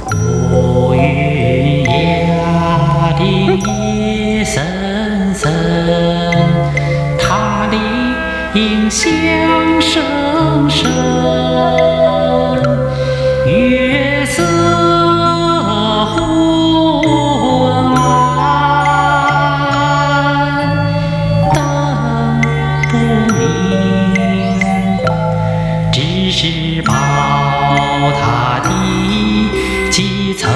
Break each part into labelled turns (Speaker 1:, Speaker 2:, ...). Speaker 1: 浮云压地深深，它的影响深深。月色昏暗，灯不明。只是宝塔的几层。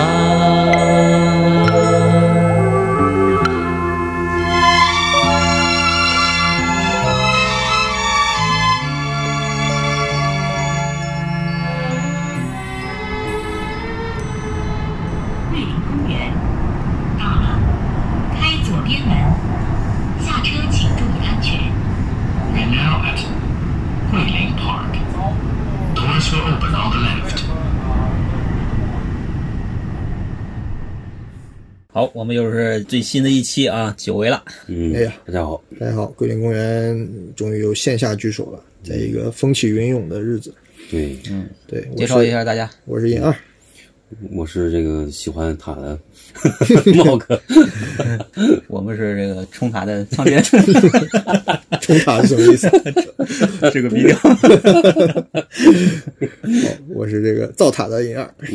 Speaker 2: 桂林公园。到了，开左边门，下车请注意安全。
Speaker 3: We're now at Guilin Park. Doors will open on the left.
Speaker 4: 好，我们又是最新的一期啊，久违了。
Speaker 5: 嗯，
Speaker 6: 哎呀
Speaker 5: 大家好，
Speaker 6: 大家好，桂林公园终于有线下聚首了，在一个风起云涌的日子。
Speaker 5: 对，
Speaker 6: 对，我
Speaker 4: 介绍一
Speaker 6: 是
Speaker 4: 下大家，
Speaker 6: 我是尹二，
Speaker 5: 我是这个喜欢塔的茂哥，
Speaker 4: 我们是这个冲塔的仓田，
Speaker 6: 冲塔是什么意思？
Speaker 4: 这个逼调。
Speaker 6: 我是这个造塔的尹二。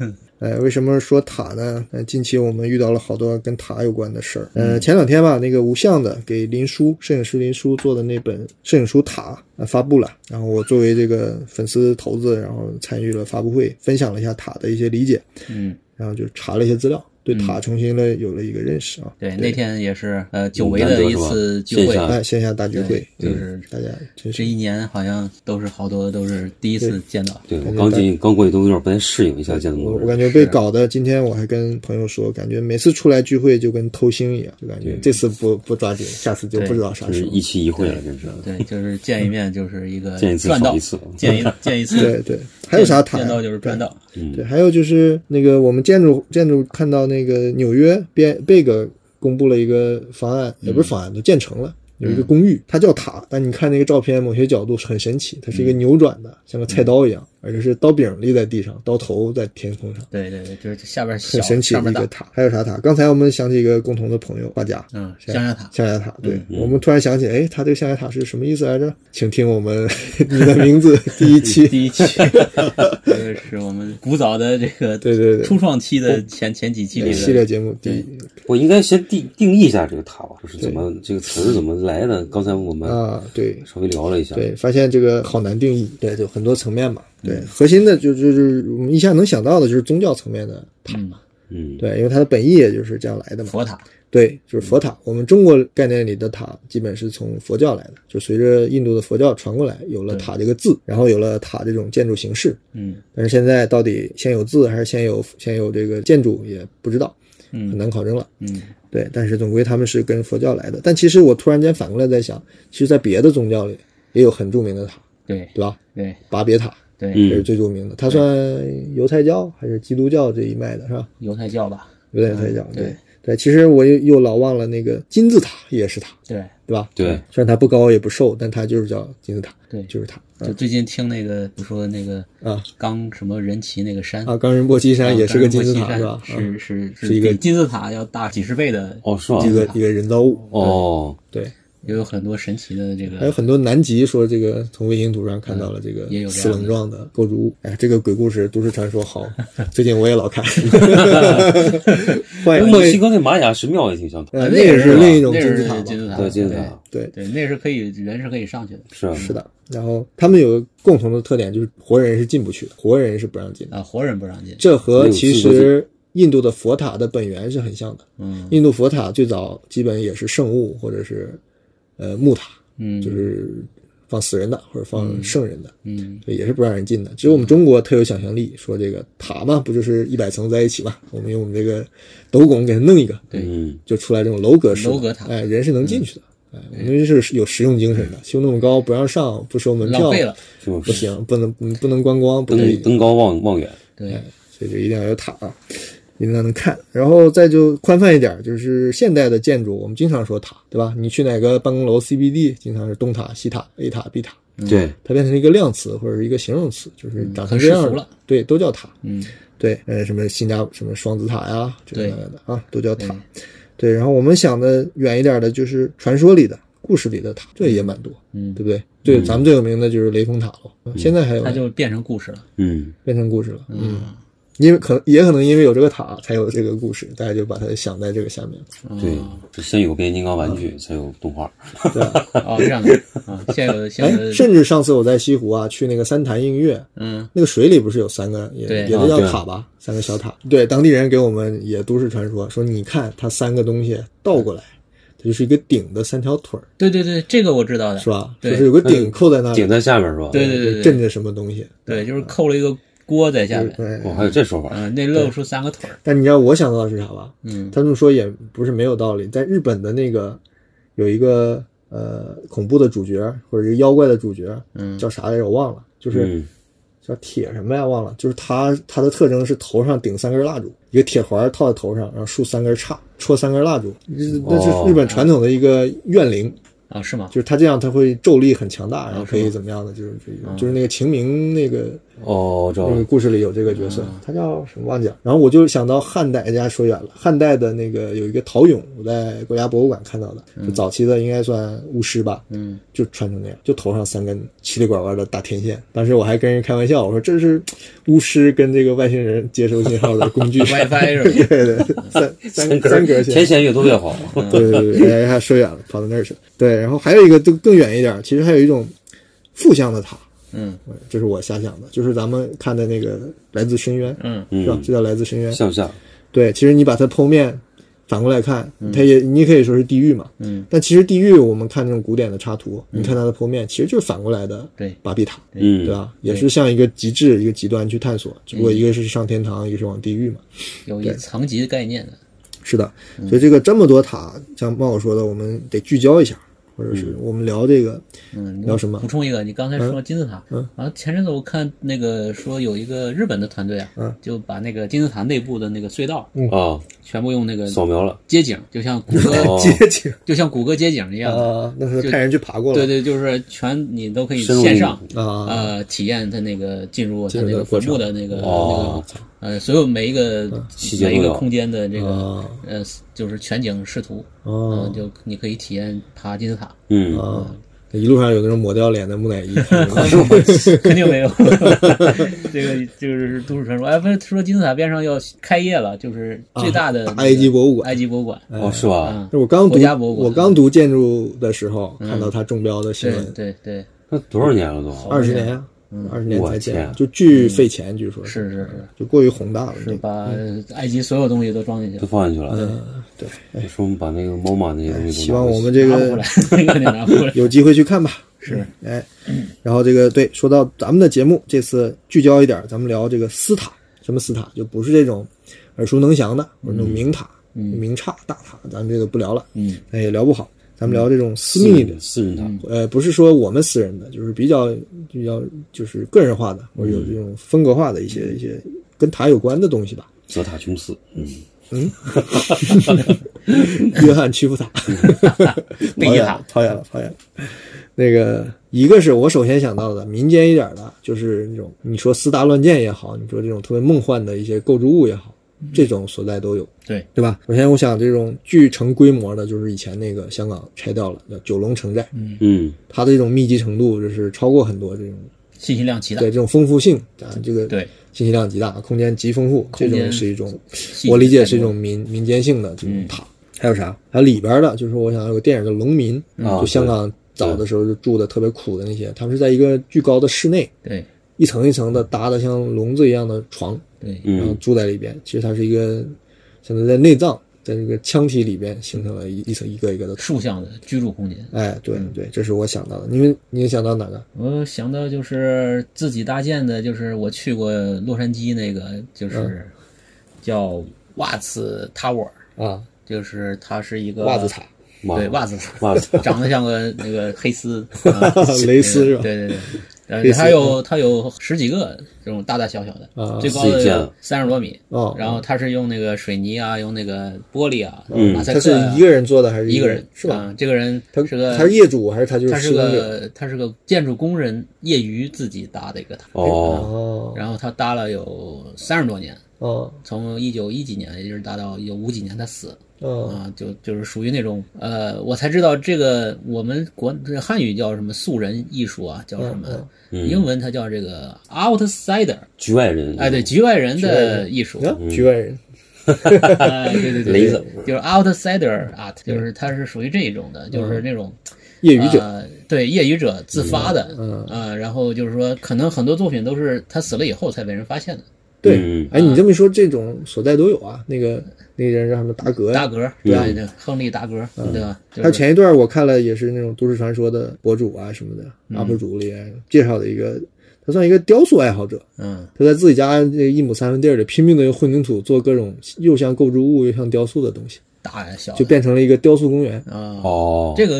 Speaker 5: 嗯，
Speaker 6: 哎，为什么说塔呢？呃，近期我们遇到了好多跟塔有关的事儿。呃，
Speaker 4: 嗯
Speaker 6: 前两天吧，那个无相的给林叔摄影师林叔做的那本摄影书《塔》呃发布了，然后我作为这个粉丝头子，然后参与了发布会，分享了一下塔的一些理解，
Speaker 4: 嗯，
Speaker 6: 然后就查了一些资料，对塔重新了有了一个认识啊。
Speaker 4: 对，那天也是呃久违的一次聚会
Speaker 5: 嗯难得是吧线，下
Speaker 6: 哎，线下大聚会，
Speaker 4: 就
Speaker 6: 嗯
Speaker 4: 是
Speaker 6: 大家
Speaker 4: 这
Speaker 6: 真是
Speaker 4: 一年好像都是好多都是第一次见到。
Speaker 5: 对我刚进刚过去都有点不太适应，一下见那么
Speaker 6: 我
Speaker 5: 多
Speaker 6: 我
Speaker 5: 人，
Speaker 6: 感觉被
Speaker 4: 啊
Speaker 6: 搞的，今天我还跟朋友说，感觉每次出来聚会就跟偷腥一样，就感觉
Speaker 5: 对
Speaker 6: 这次不不抓紧，下次就
Speaker 4: 对
Speaker 6: 不知道啥
Speaker 5: 真
Speaker 6: 时
Speaker 5: 是
Speaker 6: 候
Speaker 5: 一。期一会了，真是。
Speaker 4: 对，就是见一面就是一个
Speaker 5: 见一次
Speaker 4: 赚到
Speaker 5: 少一次，
Speaker 4: 见一见一次，
Speaker 6: 对对，还有啥塔呀？
Speaker 4: 嗯见到就是赚到。
Speaker 5: 嗯
Speaker 6: 对。对，还有就是那个我们建筑建筑看到那个纽约变贝格公布了一个方案，也不是方案，都建成了。有一个公寓，它叫塔，但你看那个照片，某些角度很神奇，它是
Speaker 4: 嗯
Speaker 6: 一个扭转的，像个菜刀一样，而且是刀柄立在地上，刀头在天空上。
Speaker 4: 对对对，就是下边小
Speaker 6: 很神奇
Speaker 4: 上
Speaker 6: 的
Speaker 4: 面
Speaker 6: 一
Speaker 4: 大
Speaker 6: 个，塔。还有啥塔？刚才我们想起一个共同的朋友画家，
Speaker 4: 嗯，象牙塔。嗯
Speaker 6: 象牙塔。对、我们突然想起，哎，他这个象牙塔是什么意思来着？请听我们 你的 名字第一期。
Speaker 4: 嗯 第一期，这个是我们古早的这个
Speaker 6: 对对对哦
Speaker 4: 初创期的前前几期里的
Speaker 6: 系列节目第一
Speaker 5: 我应该先定定义一下这个塔吧，就是怎么这个词儿怎么来的。刚才我们
Speaker 6: 啊，对
Speaker 5: 稍微聊了一下，
Speaker 6: 对，发现这个好难定义，对，就很多层面嘛。
Speaker 4: 嗯
Speaker 6: 对，核心的就就是我们一下能想到的就是宗教层面的塔，
Speaker 5: 嗯，
Speaker 6: 对，因为它的本意也就是这样来的嘛。
Speaker 4: 佛塔，
Speaker 6: 对，
Speaker 4: 嗯
Speaker 6: 就是佛塔。我们中国概念里的塔，基本是从佛教来的，就随着印度的佛教传过来，有了塔这个字，然后有了塔这种建筑形式。
Speaker 4: 嗯
Speaker 6: 但是现在到底先有字还是先有先有这个建筑也不知道，很
Speaker 4: 嗯
Speaker 6: 难考证了。
Speaker 4: 嗯，
Speaker 6: 对，但是总归他们是跟佛教来的。但其实我突然间反过来在想，其实，在别的宗教里也有很著名的塔，
Speaker 4: 对
Speaker 6: 对吧？
Speaker 4: 对
Speaker 6: 巴别塔
Speaker 4: 对，
Speaker 6: 这是
Speaker 5: 嗯，
Speaker 6: 最著名的，它算犹太教还是基督教这一脉的，是吧？
Speaker 4: 犹太教吧，
Speaker 6: 犹太教
Speaker 4: 嗯对
Speaker 6: 对对，其实我又又老忘了那个金字塔也是塔，
Speaker 4: 对
Speaker 6: 对吧？
Speaker 5: 对
Speaker 6: 虽然它不高也不瘦，但它就是叫金字塔，
Speaker 4: 对，
Speaker 6: 就是塔
Speaker 4: 就最近听那个不说那个
Speaker 6: 啊
Speaker 4: 刚什么人齐那个山
Speaker 6: 啊！冈仁波齐山也是个金字
Speaker 4: 冈
Speaker 6: 塔，
Speaker 4: 仁
Speaker 6: 是
Speaker 4: 波
Speaker 6: 吧
Speaker 4: 齐？
Speaker 6: 嗯
Speaker 4: 山是是
Speaker 6: 是一个
Speaker 4: 比金字塔要大几十倍的，
Speaker 5: 哦，是吧？
Speaker 6: 一个一个人造物，
Speaker 5: 哦，
Speaker 6: 对。
Speaker 4: 也有很多神奇的这
Speaker 6: 还有
Speaker 4: 个，啊
Speaker 6: 很多南极说这个从卫星图上看到了这个
Speaker 4: 嗯也有这样的
Speaker 6: 四棱状的构筑物。哎，这个鬼故事、都市传 说好，最近我也老看。换
Speaker 5: 跟
Speaker 6: 一
Speaker 5: 哎墨
Speaker 6: 个
Speaker 5: 西哥那玛雅神庙也挺相同，
Speaker 6: 呃，
Speaker 4: 啊
Speaker 6: 那
Speaker 4: 也
Speaker 6: 也
Speaker 4: 是
Speaker 6: 是另一种
Speaker 4: 那
Speaker 6: 金
Speaker 4: 是
Speaker 6: 字塔嘛。
Speaker 4: 金字塔，
Speaker 5: 对金字塔，
Speaker 6: 嗯对，
Speaker 4: 对，那是可以人是可以上去的
Speaker 5: 是啊，
Speaker 6: 是的。然后他们有个共同的特点，就是活人是进不去的，活人是不让进的。
Speaker 4: 啊，活人不让进，
Speaker 6: 这和其实印度的佛塔的本源是很像的。
Speaker 4: 嗯
Speaker 6: 印度佛塔最早基本也是圣物或者是呃木塔，
Speaker 4: 嗯，
Speaker 6: 就是放死人的或者放圣人的。
Speaker 4: 嗯
Speaker 6: 对，也是不让人进的。只有我们中国特有想象力，说这个塔嘛，不就是一百层在一起嘛？我们用我们这个斗拱给它弄一个，
Speaker 4: 对
Speaker 5: 嗯，
Speaker 6: 就出来这种楼阁式的。
Speaker 4: 楼阁塔嗯
Speaker 6: 哎，人是能进去的。哎，我们是有实用精神的，修那么高不让上，不收门票，
Speaker 4: 浪费了，
Speaker 5: 就
Speaker 6: 不
Speaker 5: 是
Speaker 6: 行，不能不能观光，不可以
Speaker 5: 登。登高望望远，
Speaker 4: 对
Speaker 6: 哎，所以就一定要有塔啊。你那能看。然后再就宽泛一点，就是现代的建筑，我们经常说塔，对吧？你去哪个办公楼 CBD，经常是东塔、西塔、A 塔、B 塔，
Speaker 5: 对，
Speaker 6: 它变成一个量词或者是一个形容词，就是长成
Speaker 4: 很
Speaker 6: 这
Speaker 4: 世
Speaker 6: 样
Speaker 4: 俗
Speaker 6: 的
Speaker 4: 了
Speaker 6: 对，都叫塔。
Speaker 4: 嗯，
Speaker 6: 对，呃，什么新加什么双子塔呀，这个
Speaker 4: 对
Speaker 6: 那个的啊，都叫塔。对，然后我们想的远一点的，就是传说里的、故事里的塔，这也蛮多，
Speaker 4: 嗯
Speaker 6: 对不对？对，咱们最有名的就是雷峰塔了，现在还有
Speaker 4: 它就变成故事了。
Speaker 5: 嗯，
Speaker 6: 变成故事了，嗯，因为可能也可能因为有这个塔，才有这个故事，大家就把它想在这个下面 了。
Speaker 5: 对，这先有变形金刚玩具，才有动画。
Speaker 4: 哦，这样的啊，现在有现在
Speaker 6: 哎，
Speaker 4: 有
Speaker 6: 甚至上次我在西湖啊，去那个三潭映月，
Speaker 4: 嗯，
Speaker 6: 那个水里不是有三个，也
Speaker 4: 对
Speaker 6: 也都
Speaker 5: 啊
Speaker 6: 叫
Speaker 5: 对
Speaker 6: 塔吧，三个小塔。对，当地人给我们也都市传说，说你看它三个东西倒过来，它就是一个顶的三条腿儿，
Speaker 4: 对对对，这个我知道的，
Speaker 6: 是吧？
Speaker 4: 对
Speaker 6: 就是有个顶扣在那里
Speaker 5: 顶，在下面是吧？
Speaker 4: 对对对
Speaker 6: 就
Speaker 4: 对
Speaker 6: 镇着什么东西。
Speaker 4: 对，就是扣了一个锅在下面，
Speaker 6: 对，
Speaker 5: 哦，还有这说法。
Speaker 4: 嗯、那露出三个腿儿，
Speaker 6: 但你知道我想到的是啥吧？
Speaker 4: 嗯，
Speaker 6: 他这么说也不是没有道理。在日本的那个有一个呃恐怖的主角或者一个妖怪的主角，
Speaker 4: 嗯
Speaker 6: 叫啥来着我忘了，就是。
Speaker 5: 嗯，
Speaker 6: 叫铁什么呀？忘了，就是它它的特征是头上顶三根蜡烛，一个铁环套在头上，然后竖三根叉，戳三根蜡烛，这那
Speaker 5: 哦
Speaker 6: 是日本传统的一个怨灵，
Speaker 4: 啊，是吗
Speaker 6: 就？是它这样它会咒力很强大，然后可
Speaker 4: 是
Speaker 6: 以
Speaker 4: 吗
Speaker 6: 怎么样的，就是
Speaker 4: 哦
Speaker 6: 就是那个秦明那个
Speaker 5: 哦，我知道
Speaker 6: 那个
Speaker 5: 了。
Speaker 6: 故事里有这个角色，他叫什么忘记了。然后我就想到汉代，人家说远了，汉代的那个有一个陶俑，我在国家博物馆看到的，就早期的应该算巫师吧，
Speaker 4: 嗯，
Speaker 6: 就穿成那样，就头上三根奇里拐弯的大天线。当时我还跟人开玩笑，我说这是巫师跟这个外星人接收信号的工具
Speaker 4: WiFi 是吧？
Speaker 6: 对对，三三三格线
Speaker 5: 天，线越多越好。
Speaker 6: 对对对，哎，还说远了，跑到那儿去了。对，然后还有一个更更远一点，其实还有一种负向的塔，呃
Speaker 4: 嗯
Speaker 6: 这是我瞎想的，就是咱们看的那个《来自深渊》，
Speaker 4: 嗯
Speaker 6: 是吧？
Speaker 5: 嗯，
Speaker 6: 这叫《来自深渊》。
Speaker 5: 向不像？
Speaker 6: 对，其实你把它剖面反过来看，它也你可以说是地狱嘛。
Speaker 4: 嗯，
Speaker 6: 但其实地狱，我们看那种古典的插图，你看它的剖面，其实就是反过来的
Speaker 4: 对
Speaker 6: 巴比塔，
Speaker 5: 嗯，
Speaker 6: 对啊吧？也是向一个极致、一个极端去探索，只不过一个是上天堂，一个是往地狱嘛。
Speaker 4: 有一层级概念的，
Speaker 6: 是的，
Speaker 4: 嗯
Speaker 6: 所以这个这么多塔，像茂哥说的，我们得聚焦一下，或者是我们聊这个，
Speaker 4: 嗯，
Speaker 6: 聊什么
Speaker 4: 补充一个，你刚才说金字塔，
Speaker 6: 嗯
Speaker 4: 然后前阵子我看那个说有一个日本的团队啊，
Speaker 6: 嗯
Speaker 4: 就把那个金字塔内部的那个隧道
Speaker 5: 啊，
Speaker 4: 全部用那个
Speaker 5: 扫描了。
Speaker 4: 街景，就像谷歌，
Speaker 5: 哦，
Speaker 6: 街景
Speaker 4: 就像谷歌街景一样的，
Speaker 6: 啊，那是
Speaker 4: 就
Speaker 6: 派人去爬过了，
Speaker 4: 对对，就是全你都可以
Speaker 5: 深入
Speaker 4: 线上。
Speaker 6: 啊，
Speaker 4: 呃，体验它那个进入它
Speaker 6: 进入
Speaker 4: 那
Speaker 6: 的
Speaker 4: 个
Speaker 6: 过
Speaker 4: 坟
Speaker 6: 程
Speaker 4: 墓的那个、
Speaker 5: 哦
Speaker 4: 嗯那个呃，所有每一个、
Speaker 5: 细节
Speaker 4: 每一
Speaker 5: 都
Speaker 4: 个
Speaker 5: 有
Speaker 4: 空间的这个、
Speaker 6: 啊
Speaker 4: 呃，就是全景视图，嗯、
Speaker 6: 哦
Speaker 4: 就你可以体验爬金字塔，
Speaker 5: 嗯，
Speaker 6: 啊，一路上有那种抹掉脸的木乃伊，是吧
Speaker 4: 肯定没有。 这个就是都市传说。哎，不是说金字塔边上要开业了，就是最大的、
Speaker 6: 啊大埃及博物馆啊
Speaker 4: 埃及博物馆。
Speaker 5: 哦，是吧？
Speaker 4: 嗯，
Speaker 6: 我刚读
Speaker 4: 国家博物馆
Speaker 6: 我刚读建筑的时候，看到它中标的新
Speaker 4: 对
Speaker 6: 闻，
Speaker 4: 对对，
Speaker 5: 那多少年了都？
Speaker 6: 二十年啊，二十年才
Speaker 5: 我
Speaker 6: 建
Speaker 5: 天，
Speaker 6: 就巨费钱，据说
Speaker 4: 嗯是是是，
Speaker 6: 就过于宏大了。
Speaker 4: 是把呃埃及所有东西都装进去
Speaker 5: 都
Speaker 4: 了。
Speaker 5: 放进去了。
Speaker 6: 对，哎
Speaker 5: 你说我们把那个 MoMA 那些东西都拿回去
Speaker 6: 希望我们这
Speaker 4: 拿不回来， 那
Speaker 6: 个
Speaker 4: 个得拿不回来。
Speaker 6: 有机会去看吧。是，哎，然后这个对，说到咱们的节目，这次聚焦一点，咱们聊这个斯塔，什么斯塔，就不是这种耳熟能详的，或者那种名塔、名刹、大塔，咱们这个不聊了，
Speaker 4: 嗯，
Speaker 6: 哎，也聊不好。咱们聊这种私
Speaker 5: 私
Speaker 6: 密的
Speaker 5: 人，私人塔，
Speaker 6: 呃，不是说我们私人的，就是比较比较就是个人化的，或者有这种风格化的一些、一些跟塔有关的东西吧。
Speaker 5: 泽塔琼斯。嗯，
Speaker 6: 约翰屈 服塔，
Speaker 4: 贝
Speaker 6: 跑
Speaker 4: 吉
Speaker 6: 远
Speaker 4: 塔
Speaker 6: 了，跑远了，跑远了。那个一个是我首先想到的民间一点的，就是那种你说四大乱建也好，你说这种特别梦幻的一些构筑物也好，这种所在都有。
Speaker 4: 嗯对
Speaker 6: 对吧？首先，我想这种巨城规模的，就是以前那个香港拆掉了叫九龙城寨，
Speaker 5: 嗯，
Speaker 6: 它的这种密集程度就是超过很多这种
Speaker 4: 信息量极大
Speaker 6: 对。这种丰富性啊，这个
Speaker 4: 对
Speaker 6: 信息量极大，空间极丰富，这
Speaker 4: 空间
Speaker 6: 种是一种
Speaker 4: 细节
Speaker 6: 我理解
Speaker 4: 太
Speaker 6: 是一
Speaker 4: 多
Speaker 6: 种民民间性的这
Speaker 4: 嗯
Speaker 6: 种塔。还有啥？还有里边的，就是我想有个电影叫《农民》，
Speaker 4: 嗯
Speaker 5: 啊
Speaker 4: 哦
Speaker 6: 就香港早的时候就住的特别苦的那些，他们是在一个巨高的室内，
Speaker 4: 对
Speaker 6: 一层一层的搭的像笼子一样的床，
Speaker 4: 对，
Speaker 5: 嗯
Speaker 6: 然后住在里边。其实它是一个相当于在内脏，在这个腔体里边形成了一一层一个一个的塔。
Speaker 4: 竖向的居住空间。
Speaker 6: 哎，对
Speaker 4: 嗯
Speaker 6: 对，这是我想到的。你们你也想到哪个？
Speaker 4: 我想到就是自己搭建的，就是我去过洛杉矶那个，就是
Speaker 6: 嗯
Speaker 4: 叫袜子 Tower，
Speaker 6: 啊，
Speaker 4: 就是它是一个
Speaker 6: 袜子啊塔，
Speaker 5: 妈
Speaker 4: 对袜子塔，
Speaker 5: 袜子塔
Speaker 4: 长得像个那个黑丝，啊
Speaker 6: 蕾丝是吧
Speaker 4: 对对对，呃
Speaker 6: 类，似
Speaker 4: 它有它有十几个这种大大小小的，
Speaker 6: 啊
Speaker 4: 最高
Speaker 5: 自己建
Speaker 4: 的三十多米。
Speaker 6: 哦
Speaker 4: 然后它是用那个水泥啊，用那个玻璃啊，
Speaker 5: 嗯
Speaker 4: 马赛
Speaker 6: 他
Speaker 4: 克
Speaker 6: 是
Speaker 4: 啊、
Speaker 6: 一个人做的还是
Speaker 4: 一个人
Speaker 6: 是吧？
Speaker 4: 啊这个人
Speaker 6: 他
Speaker 4: 是个
Speaker 6: 他是业主还是他就是
Speaker 4: 他是
Speaker 6: 施工者？
Speaker 4: 个他是个建筑工人，业余自己搭的一个塔。
Speaker 5: 哦，
Speaker 6: 哦
Speaker 4: 然后他搭了有三十多年，
Speaker 6: 哦
Speaker 4: 从一九一几年，也就是搭到有五几年他死
Speaker 6: 哦
Speaker 4: 啊，就就是属于那种呃，我才知道这个我们国这汉语叫什么素人艺术啊，叫什
Speaker 6: 嗯
Speaker 4: 么？
Speaker 5: 嗯
Speaker 4: 英文它叫这个 outsider，
Speaker 5: 局外人，
Speaker 4: 哎，对，，局外人
Speaker 6: 哦外
Speaker 4: 的
Speaker 6: 人
Speaker 4: 艺术，
Speaker 6: 啊，局外人
Speaker 4: 哎，对对对
Speaker 5: 雷
Speaker 4: 对
Speaker 5: 子，
Speaker 4: 就是 outsider art，就是它是属于这一种的，
Speaker 6: 哦
Speaker 4: 就是那种
Speaker 6: 业余者
Speaker 4: 呃，对业余者自发的，
Speaker 6: 嗯
Speaker 4: 呃，然后就是说，可能很多作品都是他死了以后才被人发现的。
Speaker 6: 对
Speaker 5: 嗯。
Speaker 6: 哎，
Speaker 4: 啊
Speaker 6: 你这么一说，这种所在都有啊。那个那个人叫什么达格呀
Speaker 4: 达格，
Speaker 5: 对
Speaker 4: 对
Speaker 5: 啊
Speaker 4: 对，亨利达格，
Speaker 6: 嗯
Speaker 4: 对吧？
Speaker 6: 还有
Speaker 4: 就是
Speaker 6: 前一段我看了，也是那种都市传说的博主啊什么的、UP
Speaker 4: 嗯
Speaker 6: 主里介绍的一个，他算一个雕塑爱好者，
Speaker 4: 嗯
Speaker 6: 他在自己家这一亩三分地儿里拼命的用混凝土做各种又像构筑物又像雕塑的东西，
Speaker 4: 大呀小呀
Speaker 6: 就变成了一个雕塑公园。
Speaker 4: 啊，
Speaker 5: 哦，
Speaker 4: 这个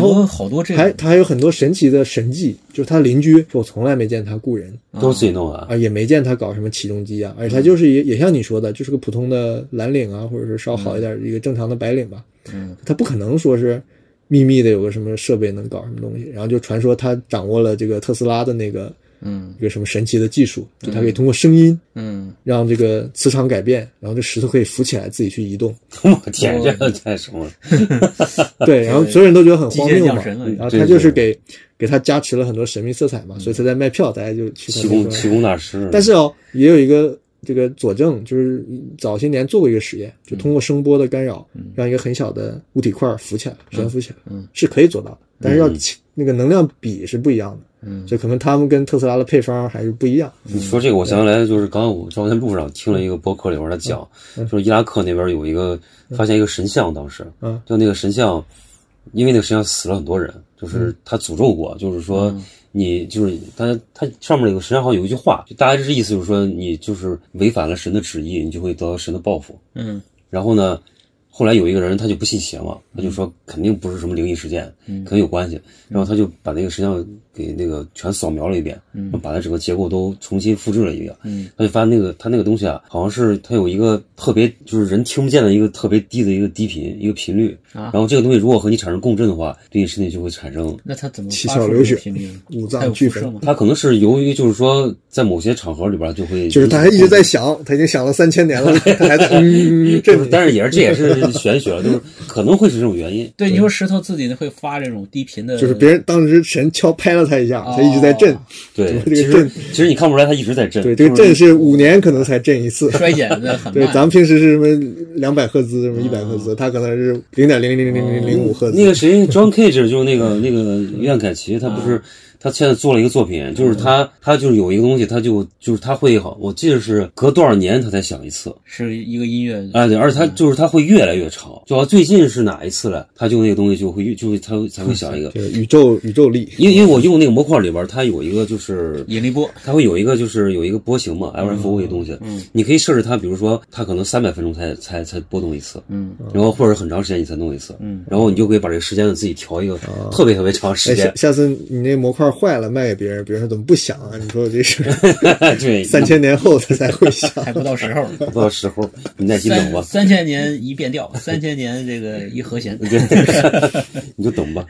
Speaker 4: 美
Speaker 6: 后
Speaker 4: 国好多这
Speaker 6: 还
Speaker 4: 个
Speaker 6: 他还有很多神奇的神迹，就是他邻居说我从来没见他雇人
Speaker 5: 都是自己弄的啊
Speaker 6: 啊，，也没见他搞什么起重机啊，而
Speaker 4: 嗯
Speaker 6: 且他就是也也像你说的，就是个普通的蓝领啊，或者是稍好一点的一个正常的白领吧，
Speaker 4: 嗯，
Speaker 6: 他不可能说是秘密的有个什么设备能搞什么东西，然后就传说他掌握了这个特斯拉的那个
Speaker 4: 嗯
Speaker 6: 一个什么神奇的技术，就他可以通过声音
Speaker 4: 嗯，
Speaker 6: 让这个磁场改变，然后这石头可以浮起来自己去移动，
Speaker 5: 我天，
Speaker 6: 哦
Speaker 5: 这个太什么了？
Speaker 6: 对， 然后所有人都觉得很
Speaker 4: 机
Speaker 6: 荒
Speaker 4: 械
Speaker 6: 谬
Speaker 4: 降
Speaker 6: 嘛，
Speaker 4: 神了
Speaker 6: 然
Speaker 4: 已经，
Speaker 6: 后他就是给给他加持了很多神秘色彩嘛，
Speaker 4: 嗯
Speaker 6: 所以他在卖票，大家就去
Speaker 5: 气
Speaker 6: 他那
Speaker 5: 功
Speaker 6: 个
Speaker 5: 气功大师，
Speaker 6: 但是哦，也有一个这个佐证，就是早些年做过一个实验，就通过声波的干扰，让一个很小的物体块浮起来，悬浮起来，
Speaker 4: 嗯
Speaker 6: 是可以做到的。但是要
Speaker 5: 嗯
Speaker 6: 起那个能量比是不一样的，
Speaker 4: 嗯
Speaker 6: 就可能他们跟特斯拉的配方还是不一样。
Speaker 5: 你说这个，我想起来就是刚刚我昨天路上听了一个博客里
Speaker 6: 嗯
Speaker 5: 边儿他讲，就是伊拉克那边有一个发现一个神像，当时
Speaker 6: 嗯，
Speaker 5: 就那个神像，因为那个神像死了很多人，
Speaker 6: 嗯
Speaker 5: 就是他诅咒过，就是说你就是他他上面有个神像好像有一句话，就大概这意思就是说你就是违反了神的旨意，你就会得到神的报复。
Speaker 4: 嗯
Speaker 5: 然后呢，后来有一个人他就不信邪嘛，他就说肯定不是什么灵异事件，可能有关系。然后他就把那个石像给那个全扫描了一遍，把它整个结构都重新复制了一遍。
Speaker 4: 嗯
Speaker 5: 他就发现那个他那个东西啊，好像是它有一个特别就是人听不见的一个特别低的一个低频一个频率。
Speaker 4: 啊
Speaker 5: 然后这个东西如果和你产生共振的话，对你身体就会产生。
Speaker 4: 那他怎么
Speaker 6: 七
Speaker 4: 发
Speaker 6: 窍
Speaker 4: 出
Speaker 6: 流
Speaker 4: 这
Speaker 6: 血
Speaker 4: 个频率呢
Speaker 6: 五脏
Speaker 4: 它有
Speaker 6: 俱
Speaker 4: 辐射
Speaker 6: 焚
Speaker 4: 吗？
Speaker 5: 它可能是由于就是说在某些场合里边就会
Speaker 6: 就是他还一直在想，他已经想了三千 年了，他还在嗯，这
Speaker 5: 就是，但是也是这也是玄学，就是可能会是这种原因。
Speaker 4: 对，你说石头自己会发这种低频的，
Speaker 6: 就是别人当时神敲拍了他一下，
Speaker 4: 哦
Speaker 6: 他一直在震。
Speaker 5: 对，
Speaker 6: 这个
Speaker 5: 其实
Speaker 6: 震
Speaker 5: 其实你看不出来他一直在震，
Speaker 6: 对，这个
Speaker 5: 就是
Speaker 6: 震是五年可能才震一次。
Speaker 4: 衰减 的很慢。
Speaker 6: 对，咱们平时是什么两百赫兹，什么一百赫
Speaker 4: 哦
Speaker 6: 兹，他可能是零点零零零零零零五赫兹。
Speaker 5: 那个谁，John Cage 就是那个那个苑凯奇，他不是他现在做了一个作品，就是他他就是有一个东西，他就就是他会好，我记得是隔多少年他才想一次，
Speaker 4: 是一个音乐，
Speaker 5: 哎对，而且他就是他会越来越长，就好像最近是哪一次了，他就那个东西就会越就会他会才会想一个，
Speaker 6: 这个宇宙宇宙力，
Speaker 5: 因为因为我用那个模块里边，它有一个就是
Speaker 4: 引力波，
Speaker 5: 它会有一个就是有一个波形嘛，LFO 一个东西，你可以设置它，比如说它可能三百分钟才才才波动一次，
Speaker 4: 嗯，
Speaker 5: 然后或者很长时间你才弄一次，嗯，然后你就可以把这个时间呢自己调一个
Speaker 4: 哦
Speaker 5: 特别特别长时
Speaker 6: 哎，下
Speaker 5: 间，
Speaker 6: 下次你那模块坏了卖给别人，别人说怎么不响啊？你说我 这是
Speaker 4: 哎
Speaker 5: 对，
Speaker 6: 三千年后它才会响。
Speaker 4: 还不到时候。
Speaker 5: 不到时候，你耐心等吧
Speaker 4: 三，三千年一变调，三千年这个一和弦。
Speaker 5: 对， 你就等吧，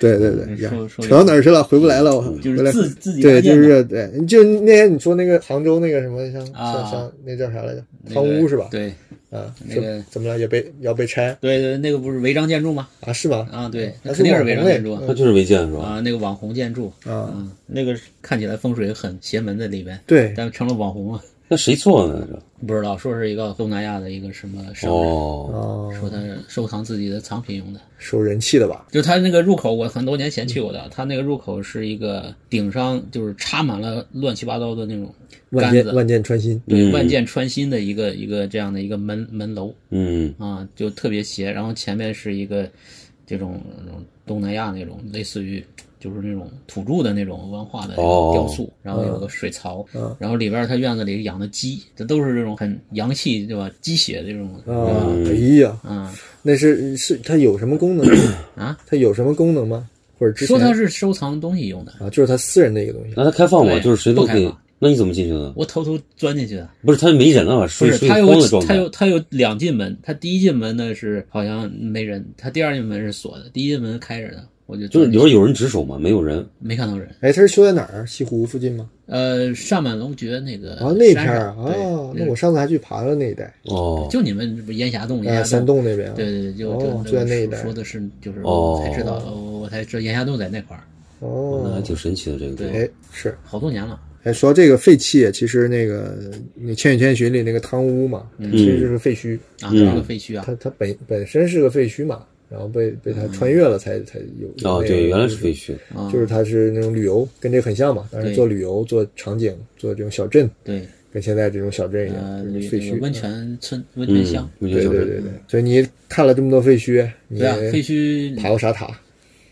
Speaker 6: 对对对，呀
Speaker 4: 嗯说说嗯
Speaker 6: 扯到哪儿去了？回不来了，我
Speaker 4: 就
Speaker 6: 回
Speaker 4: 是
Speaker 6: 来
Speaker 4: 自自己搭
Speaker 6: 对，
Speaker 4: 建的
Speaker 6: 就是对，就那天你说那个杭州那个什么，像
Speaker 4: 啊
Speaker 6: 像像那叫啥来着？
Speaker 4: 那个
Speaker 6: 汤屋是吧？
Speaker 4: 对
Speaker 6: 啊，
Speaker 4: 那个
Speaker 6: 怎怎么了？也被要被拆
Speaker 4: 对对，那个不是违章建筑吗？
Speaker 6: 啊？是吗？
Speaker 4: 啊，对，
Speaker 6: 那
Speaker 4: 那
Speaker 6: 是
Speaker 4: 肯定是
Speaker 6: 网
Speaker 4: 违章
Speaker 6: 红嗯
Speaker 4: 建筑
Speaker 5: 它就是违建是吧？
Speaker 4: 啊，那个网红建筑
Speaker 6: 啊，
Speaker 4: 嗯，那个看起来风水很邪门的里边，
Speaker 6: 对
Speaker 4: 但成了网红了，
Speaker 5: 那谁做的呢？这
Speaker 4: 不知道说是一个东南亚的一个什么商人，
Speaker 5: 哦，
Speaker 6: 啊，
Speaker 4: 说他收藏自己的藏品用的。
Speaker 6: 收人气的吧？
Speaker 4: 就他那个入口，我很多年前去过
Speaker 6: 嗯
Speaker 4: 的，他那个入口是一个顶上就是插满了乱七八糟的那种
Speaker 6: 万
Speaker 4: 杆
Speaker 6: 箭
Speaker 4: 子，
Speaker 6: 万箭穿心，
Speaker 4: 对，
Speaker 5: 嗯
Speaker 4: 万箭穿心的一个一个这样的一个门门楼
Speaker 5: 嗯，
Speaker 4: 啊，就特别邪。然后前面是一个这种那种东南亚那种类似于就是那种土著的那种文化的
Speaker 5: 哦
Speaker 4: 雕塑，然后有个水槽，
Speaker 6: 嗯
Speaker 4: 然后里边他院子里养的鸡，这都是这种很洋气对吧？鸡血这种呃
Speaker 6: 啊，哎呀，
Speaker 4: 啊，
Speaker 6: 那是是它有什么功能
Speaker 4: 啊？
Speaker 6: 它有什么功能吗？或者之前
Speaker 4: 说它是收藏东西用的，
Speaker 6: 啊，就是他私人的一个东西。
Speaker 5: 那它开放吗？
Speaker 4: 对
Speaker 5: 就是谁都
Speaker 4: 不开
Speaker 5: 可以
Speaker 4: 放。
Speaker 5: 那你怎么进去呢？
Speaker 4: 我偷偷钻进去的。
Speaker 5: 不是，他没人啊，
Speaker 4: 不
Speaker 5: 属于
Speaker 4: 是，
Speaker 5: 属于
Speaker 4: 它
Speaker 5: 荒的
Speaker 4: 有
Speaker 5: 状
Speaker 4: 它
Speaker 5: 态。
Speaker 4: 有它有两进门，它第一进门呢是好像没人，它第二进门是锁的，第一进门开着的，我就
Speaker 5: 就是
Speaker 4: 钻
Speaker 5: 里
Speaker 4: 进
Speaker 5: 边
Speaker 4: 去
Speaker 5: 有人值守吗？没有人。
Speaker 4: 没看到人。
Speaker 6: 哎，他是修在哪儿？西湖附近吗？
Speaker 4: 呃，上满龙绝那个
Speaker 6: 啊，
Speaker 4: 呃
Speaker 6: 那
Speaker 4: 山
Speaker 6: 片儿啊
Speaker 4: 上，对嗯
Speaker 6: 哦，
Speaker 4: 对
Speaker 6: 那我上次还去爬了那一带，
Speaker 5: 哦，
Speaker 4: 就你们这不烟霞洞、
Speaker 6: 啊，
Speaker 4: 烟霞
Speaker 6: 山
Speaker 4: 洞，
Speaker 6: 洞那边啊。
Speaker 4: 对对对，就
Speaker 6: 哦
Speaker 4: 就
Speaker 6: 就在那一带
Speaker 4: 说的是就是
Speaker 5: 哦
Speaker 4: 我才知道，我我才知道烟霞洞在那块儿，
Speaker 5: 那还
Speaker 6: 哦，
Speaker 5: 挺神奇的这个地方。
Speaker 6: 哎，是。
Speaker 4: 好多年了。
Speaker 6: 哎，说到这个废弃，其实那个那《千与千寻》里那个汤屋嘛，
Speaker 4: 嗯
Speaker 6: 其实就是个废墟，
Speaker 4: 啊，这是个废墟啊，
Speaker 6: 它它本本身是个废墟嘛，然后被被它穿越了才
Speaker 4: 嗯
Speaker 6: 才有。
Speaker 5: 哦，
Speaker 6: 那个
Speaker 5: 对，原来是
Speaker 6: 就
Speaker 5: 废墟。
Speaker 4: 啊
Speaker 6: 就是它是那种旅游，跟这个很像嘛，但是
Speaker 4: 对
Speaker 6: 做旅游、做场景、做这种小镇，
Speaker 4: 对，
Speaker 6: 跟现在这种小镇一
Speaker 4: 呃，
Speaker 6: 样，就
Speaker 4: 旅
Speaker 6: 是废
Speaker 4: 那个
Speaker 6: 墟
Speaker 4: 温。泉村、温泉乡
Speaker 5: 嗯，，我觉
Speaker 6: 对
Speaker 5: 得
Speaker 6: 对
Speaker 5: 就
Speaker 6: 对
Speaker 5: 是
Speaker 6: 对，所以你看了这么多废墟，你
Speaker 4: 对啊，废墟
Speaker 6: 爬过啥塔？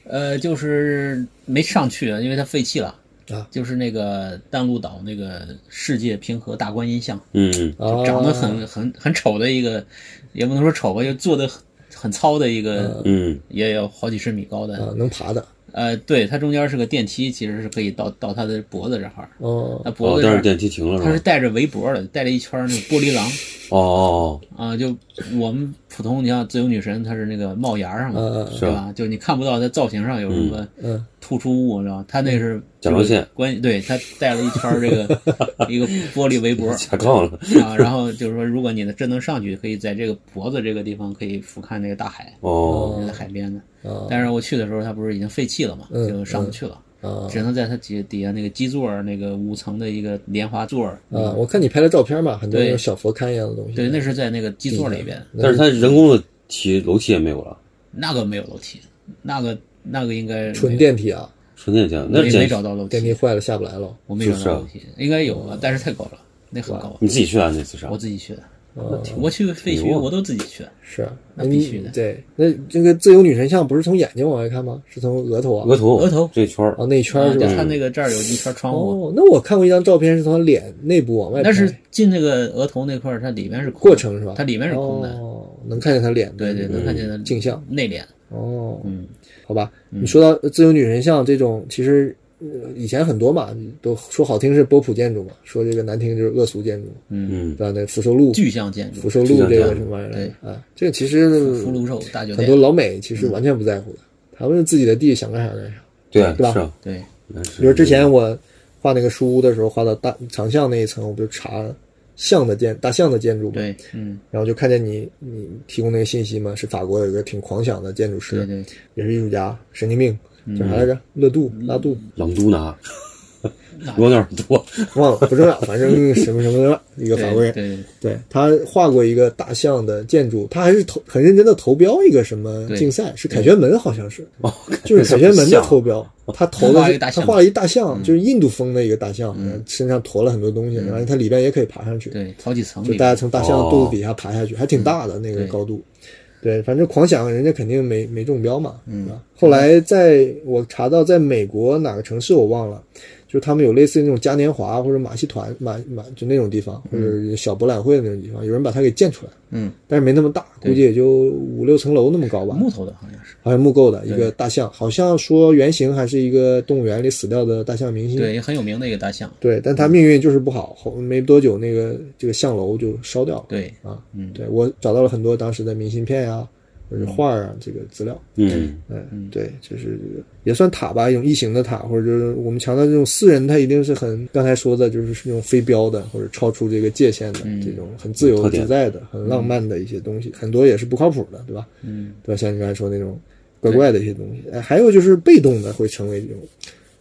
Speaker 4: 呃，就是没上去，因为它废弃了。
Speaker 6: 啊
Speaker 4: 就是那个淡路岛那个世界平和大观音像，
Speaker 5: 嗯嗯。
Speaker 6: 啊，
Speaker 4: 长得很很很丑的一个，也不能说丑吧，就做的很糙的一个，
Speaker 5: 嗯，
Speaker 4: 也有好几十米高的。
Speaker 6: 啊，能爬的
Speaker 4: 呃，对，它中间是个电梯，其实是可以到到它的脖子这儿，
Speaker 6: 哦
Speaker 4: 它脖
Speaker 5: 哦
Speaker 4: 子，这
Speaker 5: 但是
Speaker 4: 儿
Speaker 5: 电梯停了
Speaker 4: 它是
Speaker 5: 是吧？
Speaker 4: 带着围脖的，带着一圈儿那个玻璃廊
Speaker 5: 哦哦
Speaker 4: 啊、就我们普通，你像自由女神，她是那个帽檐儿上嘛，
Speaker 6: 嗯嗯嗯
Speaker 4: 对吧？就你看不到它造型上有什么
Speaker 6: 嗯
Speaker 4: 突出物，知道吧？它那是
Speaker 5: 甲状腺
Speaker 4: 关，对，它带了一圈儿这个一个玻璃围脖
Speaker 5: 哦，下杠了。
Speaker 4: 啊，然后就是说，如果你的真能上去，可以在这个脖子这个地方可以俯瞰那个大海，
Speaker 5: 哦，
Speaker 4: 就在海边的。
Speaker 6: 啊
Speaker 4: 但是我去的时候，它不是已经废弃了嘛，就上不去了。
Speaker 6: 啊
Speaker 4: 只能在它底底下那个基座儿那个五层的一个莲花座儿，
Speaker 6: 啊！我看你拍的照片嘛，很多那种
Speaker 4: 对
Speaker 6: 小佛龛一样的东西。
Speaker 4: 对，那是在那个基座里边，
Speaker 5: 但是它人工的梯楼梯也没有了，
Speaker 4: 那个没有楼梯，那个那个应该
Speaker 6: 纯电梯啊，
Speaker 5: 纯电梯。
Speaker 4: 没
Speaker 5: 那
Speaker 4: 没
Speaker 5: 是
Speaker 4: 没
Speaker 5: 简
Speaker 4: 找到楼
Speaker 6: 电梯
Speaker 4: 梯，
Speaker 6: 坏了下不来了。
Speaker 4: 我没找
Speaker 5: 是不是
Speaker 4: 到
Speaker 5: 啊
Speaker 4: 楼梯，应该有吧，但是太高了，那很高，
Speaker 5: 你自己去啊那次是吧？
Speaker 4: 我自己去的，
Speaker 6: 嗯
Speaker 4: 我去废
Speaker 5: 牛
Speaker 4: 墟
Speaker 5: 啊
Speaker 4: 我都自己去，
Speaker 6: 是，
Speaker 4: 那必须的
Speaker 6: 嗯对，那这个自由女神像不是从眼睛往外看吗？是从额头啊？
Speaker 5: 额头
Speaker 4: 额头
Speaker 5: 这圈儿
Speaker 6: 啊，那一圈儿
Speaker 4: 啊
Speaker 6: 是
Speaker 4: 就
Speaker 6: 吧？
Speaker 4: 它那个这儿有一圈窗户，
Speaker 6: 哦，那我看过一张照片，是从他脸内部往外拍，
Speaker 4: 但是进那个额头那块儿，它里面是空的
Speaker 6: 过程是吧？
Speaker 4: 它里面是空的，
Speaker 6: 哦，能看见他脸
Speaker 4: 对
Speaker 6: 的
Speaker 4: 对，
Speaker 6: 那
Speaker 4: 能
Speaker 6: 个
Speaker 4: 看见它
Speaker 6: 镜像。
Speaker 4: 内敛。
Speaker 6: 哦，
Speaker 4: 嗯，
Speaker 6: 好吧，你说到自由女神像这种，其实。呃以前很多嘛，都说好听是波普建筑嘛，说这个难听就是恶俗建筑，
Speaker 5: 嗯
Speaker 6: 对，吧？那福寿路，
Speaker 4: 具象建筑
Speaker 6: 福，寿路这个什么玩意
Speaker 4: 对
Speaker 6: 儿啊？这个其实
Speaker 4: 福禄寿大酒
Speaker 6: 很多
Speaker 4: 店，
Speaker 6: 老美其实
Speaker 4: 嗯
Speaker 6: 完全不在乎的，他们自己的地想干啥干啥。
Speaker 5: 对啊
Speaker 6: 对吧
Speaker 5: 是啊，
Speaker 4: 对，
Speaker 5: 那是
Speaker 6: 比如之前我画那个书屋的时候，画到大长巷那一层，我不就查象的建大象的建筑嘛，
Speaker 4: 对，嗯，
Speaker 6: 然后就看见你你提供那个信息嘛，是法国有一个挺狂想的建筑
Speaker 4: 对嗯
Speaker 6: 师，
Speaker 4: 对，
Speaker 6: 也是艺术家，神经病，叫啥来着？勒杜拉杜
Speaker 5: 朗都拿，罗纳尔多，
Speaker 6: 忘了不重要，反正什么什么的一个法国人，
Speaker 4: 对对
Speaker 6: 对他画过一个大象的建筑，他还是投很认真的投标一个什么竞赛，是凯旋门好像是，
Speaker 5: 哦
Speaker 6: 就是凯旋门的
Speaker 5: 像
Speaker 6: 投标，他投的
Speaker 4: 画了一
Speaker 6: 是
Speaker 4: 个大
Speaker 6: 他
Speaker 4: 象嗯
Speaker 6: 画了一大象，就是印度风的一个大象，身上驮了很多东西，然后它里边也可以爬上去，
Speaker 4: 对，好几层
Speaker 6: 就
Speaker 4: 里
Speaker 6: 大家
Speaker 4: 面，
Speaker 6: 从大象肚
Speaker 4: 哦
Speaker 6: 子底下爬下去，还挺大
Speaker 4: 嗯
Speaker 6: 的那个高度。对，反正狂想人家肯定没没中标嘛，嗯。后来在我查到，在美国哪个城市我忘了，就是他们有类似那种嘉年华或者马戏团、马马就那种地方，或者小博览会的那种地方，有人把它给建出来，
Speaker 4: 嗯，
Speaker 6: 但是没那么大，估计也就五六层楼那么高吧，
Speaker 4: 木头的好像是，
Speaker 6: 好像木构的一个大象，好像说原型还是一个动物园里死掉的大象明星，
Speaker 4: 对，很有名的一个大象，
Speaker 6: 对，但他命运就是不好，后没多久那个这个象楼就烧掉了，
Speaker 4: 对，
Speaker 6: 啊，
Speaker 4: 嗯
Speaker 6: 对我找到了很多当时的明信片啊，或者画儿啊这个资料，
Speaker 5: 嗯，
Speaker 6: 嗯，对，就是这个也算塔吧，一种异形的塔，或者就是我们强调这种私人，它一定是很刚才说的，就是是那种非标的或者超出这个界限的、这种很自由
Speaker 5: 嗯特点嗯
Speaker 6: 自在的、很浪漫的一些东西，很多也是不靠谱的，对吧？
Speaker 4: 嗯，
Speaker 6: 对吧？像你刚才说那种怪怪的一些东西，哎，还有就是被动的会成为这种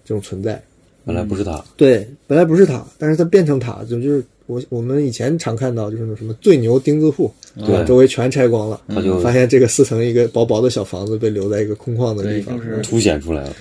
Speaker 6: 这种存在，
Speaker 5: 本来不是他，
Speaker 6: 对，本来不是塔，但是它变成塔，就就是我我们以前常看到就是那种什么最牛钉子户，
Speaker 4: 嗯
Speaker 5: 对
Speaker 6: 周围全拆光了，
Speaker 5: 它就
Speaker 6: 发现这个四层一个薄薄的小房子被留在一个空旷的地
Speaker 4: 对，
Speaker 6: 方，
Speaker 4: 就是
Speaker 5: 凸显出来了。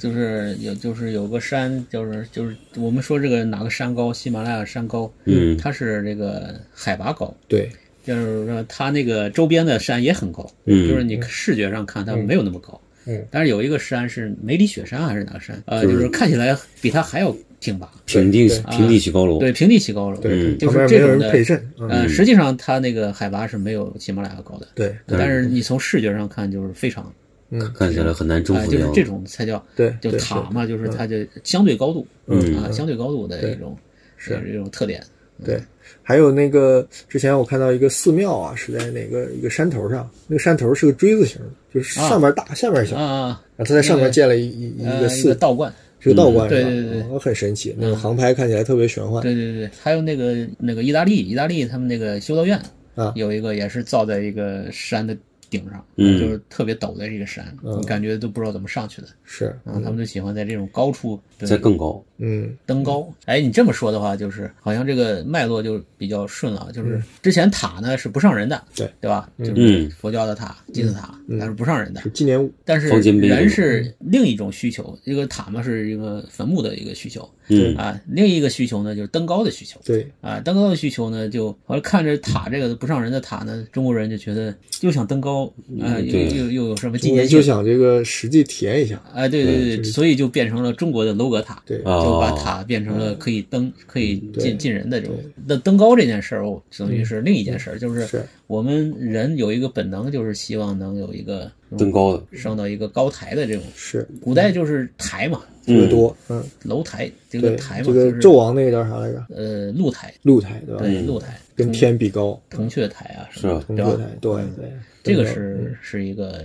Speaker 4: 就是有就是有个山，就是就是我们说这个哪个山高，喜马拉雅山高，
Speaker 5: 嗯
Speaker 4: 它是这个海拔高，
Speaker 6: 对
Speaker 4: 就是说它那个周边的山也很高，
Speaker 5: 嗯
Speaker 4: 就是你视觉上看它没有那么高，
Speaker 6: 嗯
Speaker 4: 但是有一个山是梅里雪山还是哪个山？呃，
Speaker 5: 就是
Speaker 4: 就是看起来比它还要挺拔，
Speaker 5: 平地
Speaker 6: 对
Speaker 5: 平地起高楼，
Speaker 4: 对，平地起高楼，
Speaker 6: 对，
Speaker 5: 嗯
Speaker 4: 就
Speaker 6: 旁
Speaker 4: 是
Speaker 6: 边
Speaker 4: 这
Speaker 6: 没有
Speaker 4: 种
Speaker 6: 人
Speaker 4: 的
Speaker 6: 陪衬，嗯，
Speaker 4: 呃，实际上它那个海拔是没有喜马拉雅高的，
Speaker 6: 对，
Speaker 4: 但是你从视觉上看就是非常
Speaker 6: 嗯
Speaker 5: 看起来很难征
Speaker 4: 啊，就
Speaker 5: 服的
Speaker 4: 是
Speaker 5: 样
Speaker 4: 这
Speaker 5: 子。
Speaker 4: 种才叫
Speaker 6: 对
Speaker 4: 就
Speaker 6: 对
Speaker 4: 塔
Speaker 6: 是嗯
Speaker 4: 嘛，就是它就相对高度，
Speaker 5: 嗯
Speaker 4: 啊，相对高度的一种
Speaker 6: 是
Speaker 4: 一种特点，
Speaker 6: 对，还有那个之前我看到一个寺庙啊，是在哪个一个山头上，那个山头是个锥子形的，就是上面大，下面小，然
Speaker 4: 啊，
Speaker 6: 后他在上面建了一一一
Speaker 4: 呃，
Speaker 6: 个寺，
Speaker 4: 道观，
Speaker 6: 是个道观，
Speaker 4: 对
Speaker 6: 是吧
Speaker 4: 对对对嗯
Speaker 6: 哦很神奇，那个航拍看起来特别玄幻，
Speaker 4: 对对对，对还有那个那个意大利，意大利他们那个修道院
Speaker 6: 啊
Speaker 4: 有一个也是造在一个山的顶上，
Speaker 5: 嗯
Speaker 4: 就是特别陡的一个山，
Speaker 6: 嗯
Speaker 4: 感觉都不知道怎么上去的。
Speaker 6: 是，
Speaker 4: 然后他们就喜欢在这种高处对
Speaker 5: 再更高，
Speaker 6: 嗯
Speaker 4: 登高。哎，你这么说的话，就是好像这个脉络就比较顺了。就是之前塔呢是不上人的，
Speaker 6: 嗯对嗯
Speaker 4: 对吧？就是
Speaker 5: 嗯
Speaker 4: 佛教的塔、金字塔，它是不上人的
Speaker 6: 是。嗯纪念物，
Speaker 4: 但是
Speaker 5: 方尖碑
Speaker 4: 人是另一种需求，这个塔嘛是一个坟墓的一个需求
Speaker 5: 嗯
Speaker 4: 啊，另一个需求呢就是登高的需求。
Speaker 6: 对，
Speaker 4: 啊，登高的需求呢，就好像看着塔这个不上人的塔呢，中国人就觉得又想登高，啊，
Speaker 5: 嗯
Speaker 4: 又
Speaker 5: 对
Speaker 4: 又又有什么纪
Speaker 6: 我
Speaker 4: 念
Speaker 6: 们
Speaker 4: 性
Speaker 6: 就？想这个实际体验一下，
Speaker 4: 啊，对对
Speaker 5: 对
Speaker 4: 对，所以就变成了中国的楼阁塔，
Speaker 6: 对
Speaker 4: 就把
Speaker 5: 哦
Speaker 4: 塔变成了可以登、可以
Speaker 6: 嗯对嗯
Speaker 4: 进进人的这种。那登高这件事儿，我等于是另一件事儿，就是
Speaker 6: 是
Speaker 4: 我们人有一个本能，就是希望能有一个
Speaker 5: 更高的，
Speaker 4: 上到一个高台的这种。
Speaker 6: 是
Speaker 4: 古代就是台嘛，
Speaker 6: 特别
Speaker 5: 嗯，
Speaker 6: 多，嗯，
Speaker 4: 楼台这个
Speaker 6: 对
Speaker 4: 台，嘛，
Speaker 6: 这
Speaker 4: 就
Speaker 6: 个
Speaker 4: 是
Speaker 6: 纣王嗯那个叫啥来着？
Speaker 4: 呃露台，
Speaker 6: 露台对吧？
Speaker 4: 对露台，
Speaker 6: 跟天比高，
Speaker 4: 铜雀台啊什
Speaker 5: 是
Speaker 4: 么的，
Speaker 5: 啊，
Speaker 6: 同
Speaker 4: 对吧
Speaker 6: 坐台，对对，嗯
Speaker 4: 这个
Speaker 6: 登高
Speaker 4: 是是一个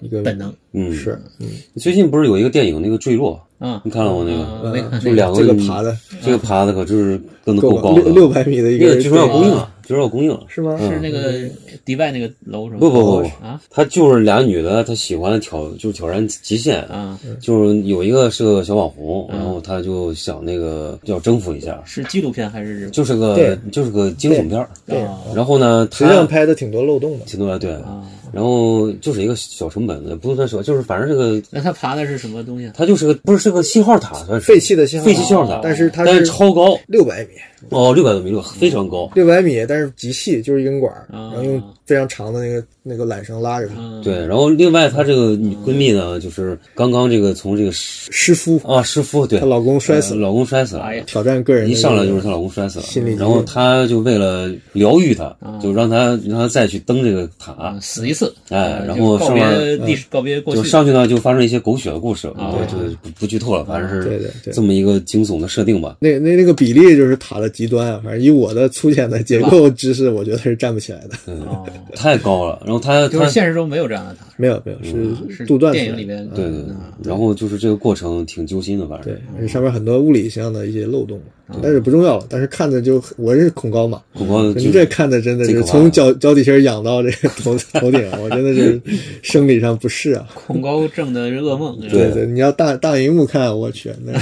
Speaker 6: 一个
Speaker 4: 本能
Speaker 5: 嗯，
Speaker 6: 是，嗯，
Speaker 5: 最近不是有一个电影那个坠落，
Speaker 4: 啊
Speaker 5: 你。看了吗？那
Speaker 4: 啊
Speaker 5: 个
Speaker 4: 没看
Speaker 5: 就两
Speaker 6: 这个
Speaker 5: 女
Speaker 6: 爬的
Speaker 5: 这个爬的可就是跟的
Speaker 6: 够
Speaker 5: 够
Speaker 6: 吧
Speaker 5: 高的，
Speaker 6: 六六百米的一
Speaker 5: 那
Speaker 6: 个
Speaker 5: 个
Speaker 6: 人，啊
Speaker 5: 据说要公映了，据说要公映了。
Speaker 6: 是吗？
Speaker 4: 是那个
Speaker 6: 嗯
Speaker 4: 迪拜那个楼是吗？
Speaker 5: 不不不不
Speaker 4: 啊，
Speaker 5: 她就是俩女的，她喜欢挑就是挑战极限，
Speaker 4: 啊，
Speaker 6: 嗯
Speaker 5: 就是有一个是个小网红，然后她就想那个要征服一下，
Speaker 4: 是纪录片还是
Speaker 5: 就是个
Speaker 6: 对
Speaker 5: 就是个惊悚片儿。
Speaker 6: 对
Speaker 4: 啊
Speaker 5: 然后呢，
Speaker 6: 实际上啊
Speaker 5: 她
Speaker 6: 拍的挺多漏洞的，
Speaker 5: 挺多的对，然后就是一个小成本的，不能算小，就是反正是个
Speaker 4: 那他爬的是什么东西啊？
Speaker 5: 它就是个不是是个信号塔，算是
Speaker 6: 废弃的信号塔
Speaker 5: 废弃信号塔，
Speaker 6: 但是它
Speaker 5: 但
Speaker 6: 是嗯
Speaker 5: 是超高
Speaker 6: 六百米，
Speaker 5: 哦，六百多米六非常高，
Speaker 6: 六百米，但是极细，就是一根管儿，
Speaker 4: 啊
Speaker 6: 然后用非常长的那个那个缆绳拉着它。
Speaker 4: 嗯，
Speaker 5: 对。然后另外她这个女闺蜜呢，就是刚刚这个从这个师
Speaker 6: 师夫，
Speaker 5: 啊师傅对
Speaker 6: 她老公摔
Speaker 5: 呃
Speaker 6: 死了，
Speaker 5: 老公摔死了，
Speaker 4: 哎呀
Speaker 6: 挑战个人的
Speaker 5: 一上来就是她
Speaker 6: 那个
Speaker 5: 老公摔死
Speaker 6: 心理
Speaker 5: 了，
Speaker 6: 疾病
Speaker 5: 然后她就为了疗愈她，
Speaker 4: 啊
Speaker 5: 就让她让她再去登这个塔
Speaker 4: 嗯，死一次，
Speaker 5: 哎
Speaker 4: 呃
Speaker 5: 然
Speaker 4: 就
Speaker 5: 后
Speaker 4: 告
Speaker 5: 上
Speaker 4: 别
Speaker 5: 面
Speaker 4: 历史，告别过
Speaker 5: 就
Speaker 4: 去，
Speaker 5: 上去呢就发生一些狗血的故事，
Speaker 4: 啊
Speaker 5: 对，就是不不剧透了，反正
Speaker 6: 对对
Speaker 5: 是
Speaker 6: 对
Speaker 5: 这么一个惊悚的设定吧。
Speaker 6: 那那那个比例就是塔的极端啊，反正以我的粗浅的结构知识，我觉得是站不起来的。
Speaker 4: 哦，
Speaker 5: 太高了，然后她
Speaker 4: 就
Speaker 5: 她
Speaker 4: 是现实中没有这样的塔，
Speaker 6: 没有没有，
Speaker 4: 是
Speaker 5: 嗯
Speaker 6: 是杜撰出来的
Speaker 4: 电影里嗯边
Speaker 6: 啊
Speaker 5: 对对，对，然后就是这个过程挺揪心的，反正
Speaker 6: 对，而且上面很多物理上的一些漏洞嘛，
Speaker 4: 嗯
Speaker 6: 但是不重要了。但是看的就我是恐高嘛，
Speaker 5: 恐高就
Speaker 6: 您嗯这看的真的
Speaker 5: 这
Speaker 6: 是
Speaker 5: 可怕了
Speaker 6: 从脚脚底心痒到这个头头顶，我真的是生理上不 适啊。
Speaker 4: 恐高症的噩梦，
Speaker 5: 对
Speaker 6: 对对，你要大大荧幕看，我去，那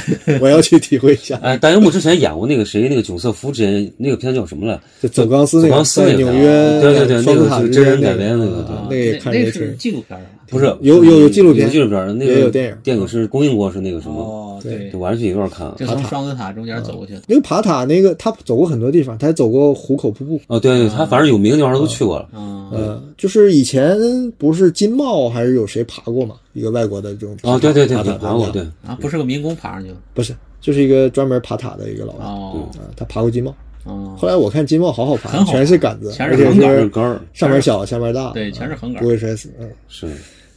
Speaker 6: 我要去体会一下。
Speaker 5: 哎，大荧幕之前演过那个谁，那个囧瑟夫之前那个片叫什么来？
Speaker 6: 就走钢丝那
Speaker 5: 走
Speaker 6: 个，
Speaker 5: 钢丝
Speaker 6: 在
Speaker 5: 那个
Speaker 6: 纽约
Speaker 5: 对对对
Speaker 6: 双
Speaker 5: 那
Speaker 6: 子
Speaker 5: 个
Speaker 6: 塔
Speaker 5: 是真
Speaker 6: 之间
Speaker 5: 人
Speaker 6: 那
Speaker 5: 改编那个对
Speaker 6: 个啊
Speaker 4: 啊
Speaker 6: 那个也看着
Speaker 4: 那
Speaker 6: 也
Speaker 4: 是
Speaker 6: 挺
Speaker 4: 纪录片儿吧？
Speaker 5: 不是
Speaker 6: 有有有纪录片
Speaker 5: 有纪录片，那个
Speaker 6: 也有电影
Speaker 5: 电影是公映过，是那个什么，
Speaker 4: 哦，对
Speaker 5: 就，晚上去一块儿看。啊
Speaker 4: 就从双子塔中间走过去的，
Speaker 6: 那个爬塔，那个他走过很多地方，他还走过虎口瀑布。
Speaker 5: 哦，对对，他反正有名的地方都去过了。
Speaker 4: 嗯，
Speaker 6: 呃，就是以前嗯不是金茂还是有谁爬过嘛？一个外国的这种
Speaker 5: 哦，对对对，
Speaker 6: 爬塔
Speaker 5: 对，爬过，
Speaker 6: 专家
Speaker 5: 对，
Speaker 4: 啊，不是个民工爬上去了，
Speaker 6: 不是，就是一个专门爬塔的一个老外啊、
Speaker 4: 哦，
Speaker 6: 他爬过金茂。
Speaker 4: 哦，
Speaker 6: 后来我看金茂好好爬，
Speaker 4: 很好爬
Speaker 6: 全是杆子，
Speaker 4: 全是
Speaker 6: 而且
Speaker 4: 横杆
Speaker 5: 这
Speaker 6: 是
Speaker 5: 杆儿
Speaker 6: 上面小下面大，
Speaker 4: 对，全是横杆
Speaker 6: 不，会摔死。嗯，
Speaker 5: 是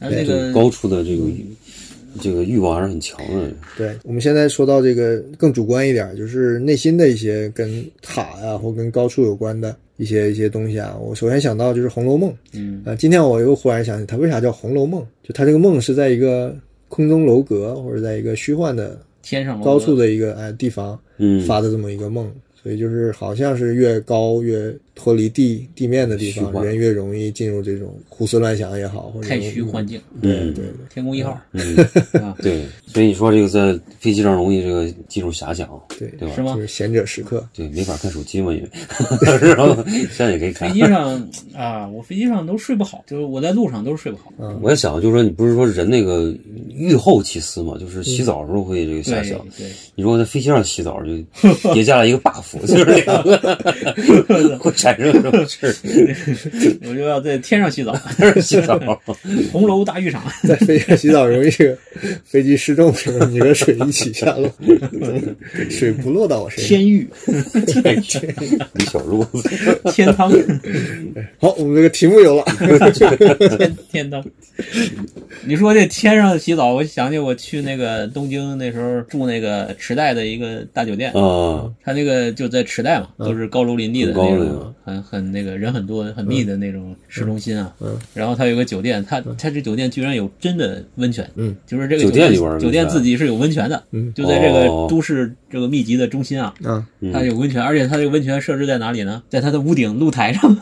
Speaker 4: 那那
Speaker 5: 对
Speaker 4: 个
Speaker 5: 高处的这个这个欲望还是很强的。
Speaker 6: 对。我们现在说到这个更主观一点，就是内心的一些跟塔呀、或跟高处有关的一些一些东西啊。我首先想到就是《红楼梦》，
Speaker 4: 嗯
Speaker 6: 呃，今天我又忽然想起它为啥叫《红楼梦》，就它这个梦是在一个空中楼阁或者在一个虚幻的
Speaker 4: 天上楼
Speaker 6: 高处
Speaker 4: 阁
Speaker 6: 的一个哎地方
Speaker 5: 嗯，
Speaker 6: 发的这么一个梦，所以就是好像是越高越脱离地地面的地
Speaker 5: 虚
Speaker 6: 方，
Speaker 5: 幻
Speaker 6: 人越容易进入这种胡思乱想也好，或者嗯
Speaker 4: 太虚幻境，嗯
Speaker 5: 对
Speaker 6: 对
Speaker 4: 天宫一号， 啊，
Speaker 5: 嗯对，所以你说这个在飞机上容易这个进入遐想，
Speaker 6: 对
Speaker 5: 对吧
Speaker 4: 是？吗
Speaker 6: 就？是贤者时刻。
Speaker 5: 对，没法看手机嘛，因为是吧？现在也可以看
Speaker 4: 飞。机上啊，我飞机上都睡不好，就是我在路上都睡不好。
Speaker 5: 我在想，就是说，你不是说人那个愈后其思嘛，就是洗澡的时候会这个
Speaker 4: 嗯对
Speaker 5: 遐想。
Speaker 4: 对，
Speaker 5: 你如果在飞机上洗澡，就叠加了一个 buff，就是 两个 会产生什么事儿？
Speaker 4: 我就要在天上洗澡，
Speaker 5: 洗澡，
Speaker 4: 红楼大浴场。
Speaker 6: 在飞机上洗澡容易这个飞机失重时候，你和水一起下落，水不落到我身上。
Speaker 4: 天域、
Speaker 5: 李小璐，
Speaker 4: 天堂、
Speaker 6: 好，我们这个题目有了，
Speaker 4: 天 天堂。你说这天上洗澡，我想起我去那个东京那时候住那个池袋的一个大酒店，
Speaker 5: 啊，
Speaker 4: 它那个就在池袋嘛，都是高楼林立的那
Speaker 5: 嗯很高
Speaker 4: 种
Speaker 5: 的，嗯
Speaker 4: 很很那个人很多、很密的那种市中心啊。
Speaker 6: 嗯
Speaker 4: 然后它有个酒店，它它这酒店居然有真的温泉，
Speaker 6: 嗯，
Speaker 4: 就是这个
Speaker 5: 酒店里边儿的
Speaker 4: 酒店
Speaker 5: 温泉
Speaker 4: 自己是有温泉的，
Speaker 6: 嗯
Speaker 4: 就在这个
Speaker 5: 哦嗯
Speaker 4: 都市这个密集的中心啊，
Speaker 6: 啊，
Speaker 4: 它有温泉，而且它这个温泉设置在哪里呢？在它的屋顶露台上，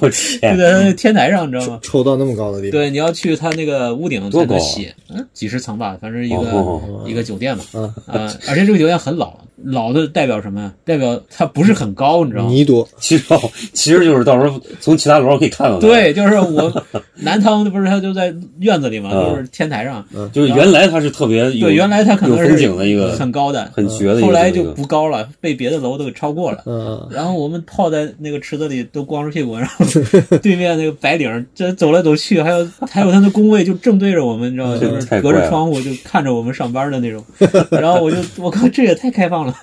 Speaker 5: 我
Speaker 4: 就
Speaker 5: 天，
Speaker 4: 在它的天台上，你知道吗？
Speaker 6: 抽到那么高的地方，
Speaker 4: 对，你要去它那个屋顶才
Speaker 5: 多高
Speaker 4: 能
Speaker 5: 啊
Speaker 4: 洗，嗯，几十层吧，反正一个、
Speaker 5: 哦
Speaker 4: 一个酒店嘛，
Speaker 6: 啊
Speaker 4: 呃，而且这个酒店很老，老的代表什么呀？代表它不是很高，你知道吗？
Speaker 6: 泥多，
Speaker 5: 其实哦，其实就是到时候从其他楼上可以看到它，
Speaker 4: 对，就是我南汤不是它就在院子里嘛，
Speaker 5: 嗯
Speaker 4: 就是天台上，
Speaker 5: 就是原来它是特别有
Speaker 4: 对，原来它可
Speaker 5: 有
Speaker 4: 能
Speaker 5: 风
Speaker 4: 是
Speaker 5: 景的一个
Speaker 4: 很高的，
Speaker 5: 很绝的一个，
Speaker 4: 后来就
Speaker 5: 这个
Speaker 4: 不高了，被别的楼都给超过了。
Speaker 6: 嗯，
Speaker 4: 然后我们泡在那个池子里都光着屁股，然后 对面那个白领这走来走去，还有还有他的工位就正对着我们，你知道吗？
Speaker 5: 这
Speaker 4: 就是
Speaker 5: 太
Speaker 4: 隔着
Speaker 5: 怪了
Speaker 4: 窗户就看着我们上班的那种。然后我就我靠，这也太开放了。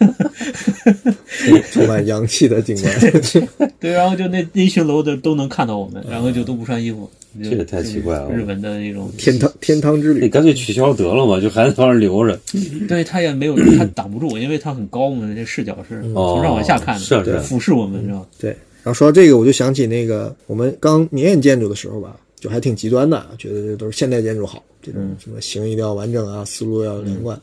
Speaker 6: 充满洋气的景观，
Speaker 4: 对，然后就那那一群楼的都能看到我们，然后就都不穿衣服。这
Speaker 5: 这也太奇怪了
Speaker 4: 日本的那种
Speaker 6: 天堂天堂之
Speaker 5: 那
Speaker 6: 旅，
Speaker 5: 干脆取消得了嘛，就还在那儿留着。
Speaker 4: 对他也没有，他挡不住，因为他很高嘛，这视角
Speaker 6: 嗯
Speaker 4: 是从上往下看的，
Speaker 5: 是啊是啊
Speaker 4: 俯视我们，你知道吗？
Speaker 6: 对。然后说到这个，我就想起那个我们刚年验建筑的时候吧，就还挺极端的，觉得这都是现代建筑好，这种什么形一定要完整啊，思路要连贯。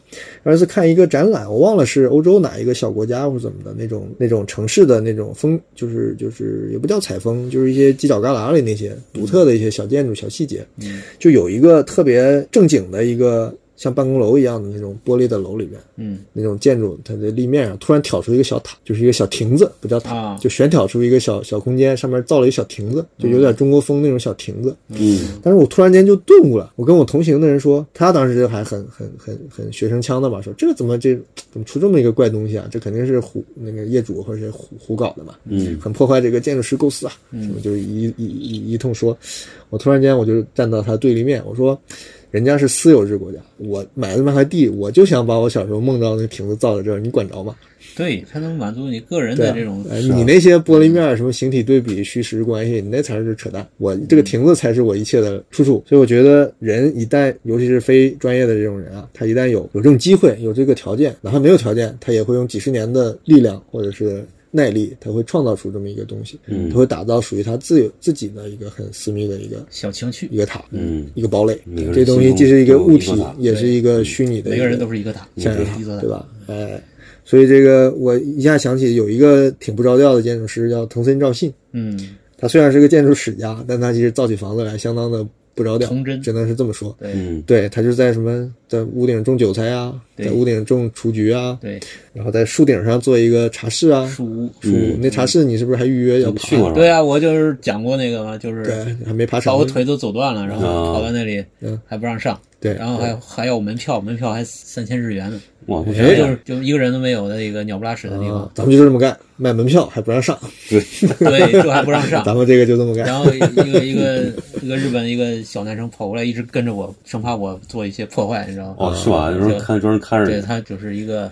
Speaker 6: 而是看一个展览，我忘了是欧洲哪一个小国家或者怎么的那种那种城市的那种风，就是就是也不叫采风，就是一些犄角旮旯里那些独特的一些小建筑、小细节。
Speaker 4: 嗯，
Speaker 6: 就有一个特别正经的一个像办公楼一样的那种玻璃的楼里面，
Speaker 4: 嗯，
Speaker 6: 那种建筑，它的立面上突然挑出一个小塔，就是一个小亭子，不叫塔，
Speaker 4: 啊
Speaker 6: 就悬挑出一个小小空间，上面造了一个小亭子，就有点中国风那种小亭子。
Speaker 5: 嗯，
Speaker 6: 但是我突然间就顿悟了，我跟我同行的人说，他当时就还很很很很学生腔的嘛，说这个怎么这怎么出这么一个怪东西啊？这肯定是胡那个业主或者是胡胡搞的嘛，
Speaker 5: 嗯，
Speaker 6: 很破坏这个建筑师构思啊，什么就是一一一一通说。我突然间我就站到他对立面，我说。人家是私有制国家，我买了那么块地，我就想把我小时候梦到那个亭子造在这儿，你管着吗？
Speaker 4: 对，他能满足你个人
Speaker 6: 对
Speaker 4: 的
Speaker 6: 啊
Speaker 4: 这种，
Speaker 6: 哎你那些玻璃面儿什么形体对比、虚实关系，你那才是扯淡。我这个亭子才是我一切的出处。所以我觉得人一旦，尤其是非专业的这种人啊，他一旦有有这种机会、有这个条件，哪怕没有条件，他也会用几十年的力量或者是。耐力，他会创造出这么一个东西，
Speaker 5: 嗯
Speaker 6: 他会打造属于他自有自己的一个很私密的一个
Speaker 4: 小情趣
Speaker 6: 一，个塔，
Speaker 5: 嗯
Speaker 6: 一个堡垒
Speaker 5: 每个。人
Speaker 6: 这东西
Speaker 5: 心中
Speaker 6: 既是一
Speaker 5: 都
Speaker 6: 个
Speaker 5: 有一
Speaker 6: 物
Speaker 5: 座
Speaker 6: 体
Speaker 5: 塔，
Speaker 6: 也是一个虚拟的
Speaker 4: 嗯
Speaker 6: 一，
Speaker 4: 每个人都是一个塔，
Speaker 6: 象
Speaker 4: 一个
Speaker 6: 牙塔
Speaker 4: 一座，塔
Speaker 6: 对？吧？哎，所以这个我一下想起有一个挺不着调的建筑师叫藤森照信，
Speaker 4: 嗯，
Speaker 6: 他虽然是个建筑史家，但他其实造起房子来相当的不着调，
Speaker 4: 童真
Speaker 6: 只能是这么说。
Speaker 4: 对
Speaker 5: 嗯，
Speaker 6: 对他就在什么在屋顶种韭菜啊，
Speaker 4: 对
Speaker 6: 在屋顶种雏菊啊，
Speaker 4: 对，
Speaker 6: 然后在树顶上做一个茶室啊，
Speaker 4: 树屋。
Speaker 6: 树屋那茶室你是不是还预约要
Speaker 5: 你去过
Speaker 6: 爬？
Speaker 5: 是吧？
Speaker 4: 对啊，我就是讲过那个嘛，就是
Speaker 6: 对，还没爬
Speaker 4: 把
Speaker 6: 成
Speaker 4: 我。腿都走断了，然后
Speaker 5: 啊
Speaker 4: 跑到那里
Speaker 6: 嗯
Speaker 4: 还不让上，
Speaker 6: 对，
Speaker 4: 然后还还要门票，门票还三千日元呢，
Speaker 5: 哇，我
Speaker 4: 然后就
Speaker 5: 天，
Speaker 4: 是就一个人都没有的一个鸟不拉屎的地
Speaker 6: 啊
Speaker 4: 方，，
Speaker 6: 咱们就这么干，卖门票还不让上，
Speaker 4: 对，就还不让上。
Speaker 6: 咱们这个就这么干。
Speaker 4: 然后一个一个一个日本一个小男生跑过来，一直跟着我，生怕我做一些破坏，你知道吗？
Speaker 5: 哦，是吧？有时候看专人看着
Speaker 4: 啊对
Speaker 5: 你
Speaker 4: 他就是一个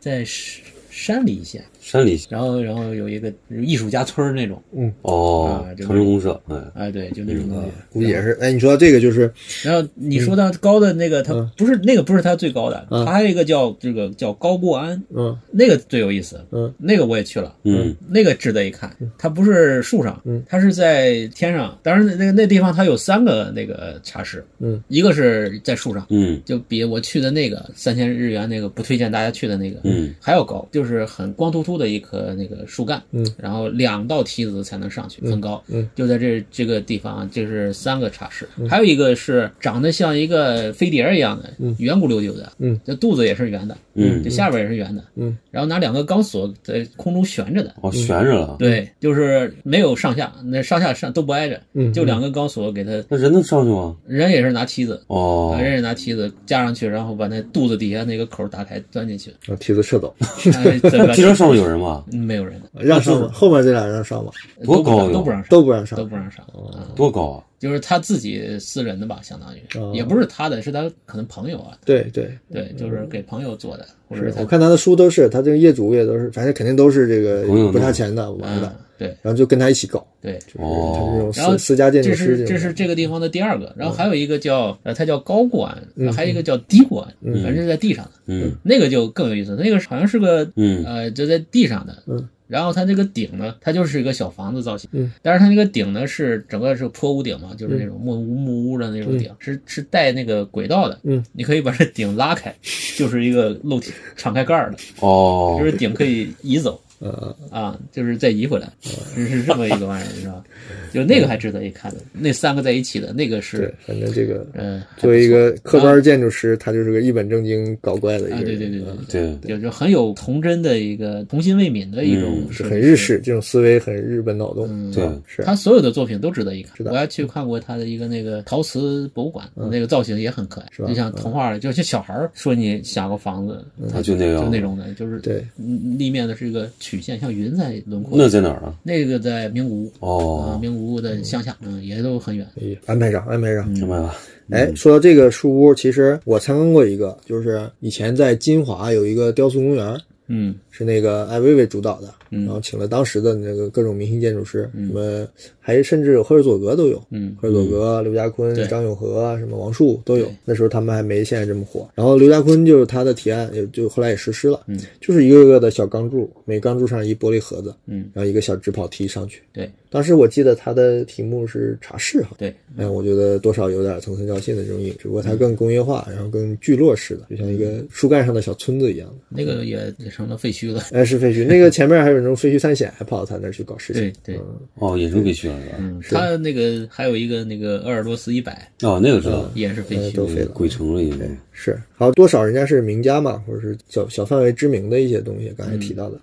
Speaker 4: 在山山里一些，
Speaker 5: 山里
Speaker 4: 然后然后有一个艺术家村儿那种，
Speaker 5: 哦
Speaker 4: 啊，这个
Speaker 5: 长城公社，哎，
Speaker 4: 哎，对，就那种东西。
Speaker 6: 估计也是，哎，你说到这个就是
Speaker 4: 然后你说到高的那个，它
Speaker 6: 嗯
Speaker 4: 不是那个不是它最高的，
Speaker 6: 嗯
Speaker 4: 它还有一个叫这个叫高过安，
Speaker 6: 嗯
Speaker 4: 那个最有意思，
Speaker 6: 嗯
Speaker 4: 那个我也去了。
Speaker 5: 嗯，
Speaker 4: 那个值得一看，它不是树上
Speaker 6: 嗯，
Speaker 4: 它是在天上。当然，那个那地方它有三个那个茶室，
Speaker 6: 嗯，
Speaker 4: 一个是在树上，
Speaker 5: 嗯
Speaker 4: 就比我去的那个三千日元那个不推荐大家去的那个，
Speaker 5: 嗯，
Speaker 4: 还要高，就是很光秃秃的一棵那个树干，
Speaker 6: 嗯，
Speaker 4: 然后两道梯子才能上去，很高，
Speaker 6: 嗯，
Speaker 4: 就在这这个地方，这是三个茶室，还有一个是长得像一个飞碟儿一样的，
Speaker 6: 嗯
Speaker 4: 圆鼓溜丢的，
Speaker 6: 嗯，
Speaker 4: 这肚子也是圆的，
Speaker 5: 嗯
Speaker 4: 这，下边也是圆的，
Speaker 6: 嗯，
Speaker 4: 然后拿两个钢索在空中悬着的。
Speaker 5: 哦，悬着
Speaker 6: 嗯
Speaker 5: 了，
Speaker 4: 对，就是没有上下，那上下上都不挨着，
Speaker 6: 嗯
Speaker 4: 就两个钢索给它，
Speaker 5: 那人能上去吗？
Speaker 4: 人也是拿梯子，
Speaker 5: 哦
Speaker 4: 啊，，人也拿梯子架上去，然后把那肚子底下那个口打开钻进 去，
Speaker 6: 让啊梯子撤走，
Speaker 4: 哎怎么
Speaker 5: 汽车上面有人吗？
Speaker 4: 没有人，
Speaker 6: 让上吧，后面这俩让上吧，
Speaker 4: 都
Speaker 5: 多
Speaker 4: 不让
Speaker 5: 高呀
Speaker 4: 都不让上，
Speaker 6: 都不让上
Speaker 4: 都。不让上啊！
Speaker 5: 多高啊？
Speaker 4: 就是他自己私人的吧，相当于、
Speaker 6: 哦
Speaker 4: 也不是他的，是他可能朋友啊，
Speaker 6: 对对，
Speaker 4: 对，就是给朋友做的，或者
Speaker 6: 是
Speaker 4: 是他
Speaker 6: 我看他的书都是，他这个业主也都是，反正肯定都是这个
Speaker 5: 朋友弄
Speaker 6: 不差钱的王
Speaker 4: 嗯
Speaker 6: 八蛋，
Speaker 4: 对
Speaker 6: 然后就跟他一起搞，
Speaker 4: 对，
Speaker 6: 就是他这
Speaker 5: 哦，
Speaker 6: 种
Speaker 4: 然后
Speaker 6: 私私家建筑
Speaker 4: 这
Speaker 6: 师
Speaker 4: 是这
Speaker 6: 种
Speaker 4: 是这个地方的第二个，然后还有一个叫呃，它叫高管，
Speaker 6: 嗯
Speaker 4: 还有一个叫低管，反正是在地上的，
Speaker 5: 嗯
Speaker 4: 那个就更有意思，那个好像是个
Speaker 5: 嗯
Speaker 4: 呃，就在地上的。
Speaker 6: 嗯
Speaker 4: 然后它这个顶呢，它就是一个小房子造型。
Speaker 6: 嗯。
Speaker 4: 但是它那个顶呢是整个是坡屋顶嘛，就是那种木屋木屋的那种顶，是是带那个轨道的。
Speaker 6: 嗯。
Speaker 4: 你可以把这顶拉开，就是一个漏体敞开盖儿的，
Speaker 5: 哦
Speaker 4: 就，是顶可以移走
Speaker 6: 呃
Speaker 4: 啊，就是再移回来，
Speaker 6: 哦
Speaker 4: 是这么一个玩意儿，你知道吧？就那个还值得一看的，那三个在一起的那个
Speaker 6: 对
Speaker 4: 是，
Speaker 6: 反正这个
Speaker 4: 嗯。
Speaker 6: 作为一个科班建筑师，他就是个一本正经搞怪的一个
Speaker 4: 啊，
Speaker 6: 人，
Speaker 4: 对对对对
Speaker 6: 嗯，
Speaker 5: 对，
Speaker 4: 就就很有童真的一个童心未泯的一种
Speaker 5: 嗯
Speaker 4: 设计，
Speaker 6: 是很日式，这种思维很日本脑洞，
Speaker 4: 嗯
Speaker 5: 对
Speaker 6: 是
Speaker 4: 他所有的作品都值得一看
Speaker 6: 是。的
Speaker 4: 我还去看过他的一个那个陶瓷博物馆，那个造型也很可爱，
Speaker 6: 吧
Speaker 4: 就像童话里，就像小孩儿说你想个房子，
Speaker 5: 他就那
Speaker 4: 就
Speaker 5: 样
Speaker 4: 那。种的，就是
Speaker 6: 对
Speaker 4: 嗯，立面的是一个曲线，像云在轮廓。
Speaker 5: 那在哪儿啊？
Speaker 4: 那个在名古屋啊，
Speaker 5: 哦，
Speaker 4: 名古屋的乡下，嗯，也都很远。
Speaker 6: 哎呀安排上安排上，
Speaker 4: 嗯
Speaker 5: 明白了。
Speaker 6: 哎，说到这个树屋，其实我参观过一个，就是以前在金华有一个雕塑公园，
Speaker 4: 嗯
Speaker 6: 是那个艾薇薇主导的，
Speaker 4: 嗯
Speaker 6: 然后请了当时的那个各种明星建筑师，什么还甚至有赫尔佐格都有，
Speaker 4: 嗯
Speaker 6: 赫尔佐格、刘家坤
Speaker 4: 对、
Speaker 6: 张永和、啊什么王树都有
Speaker 4: 对。
Speaker 6: 那时候他们还没现在这么火。然后刘家坤就是他的提案，也就后来也实施了，
Speaker 4: 嗯
Speaker 6: 就是一个个的小钢柱，每钢柱上一玻璃盒子，
Speaker 4: 嗯，
Speaker 6: 然后一个小直跑梯上去。
Speaker 4: 对
Speaker 6: 当时我记得他的题目是茶室哈，
Speaker 4: 对，
Speaker 6: 哎，我觉得多少有点层层交信的这种影，只不过它更工业化，然后更聚落式的，就像一
Speaker 4: 嗯
Speaker 6: 个树干上的小村子一样的。
Speaker 4: 那个也也成了废墟了。
Speaker 6: 哎，是废墟，那个前面还有那种废墟探险，还跑到他那儿去搞事情。
Speaker 4: 对对，
Speaker 5: 哦，野猪必须了是吧？
Speaker 4: 嗯，他那个还有一个那个鄂尔多斯一百
Speaker 5: 哦，那个知道，
Speaker 4: 也是废
Speaker 6: 呃都
Speaker 4: 墟。
Speaker 6: 废了。
Speaker 5: 鬼城了已经。
Speaker 6: 是，还有多少人家是名家嘛，或者是小小范围知名的一些东西，刚才提到的。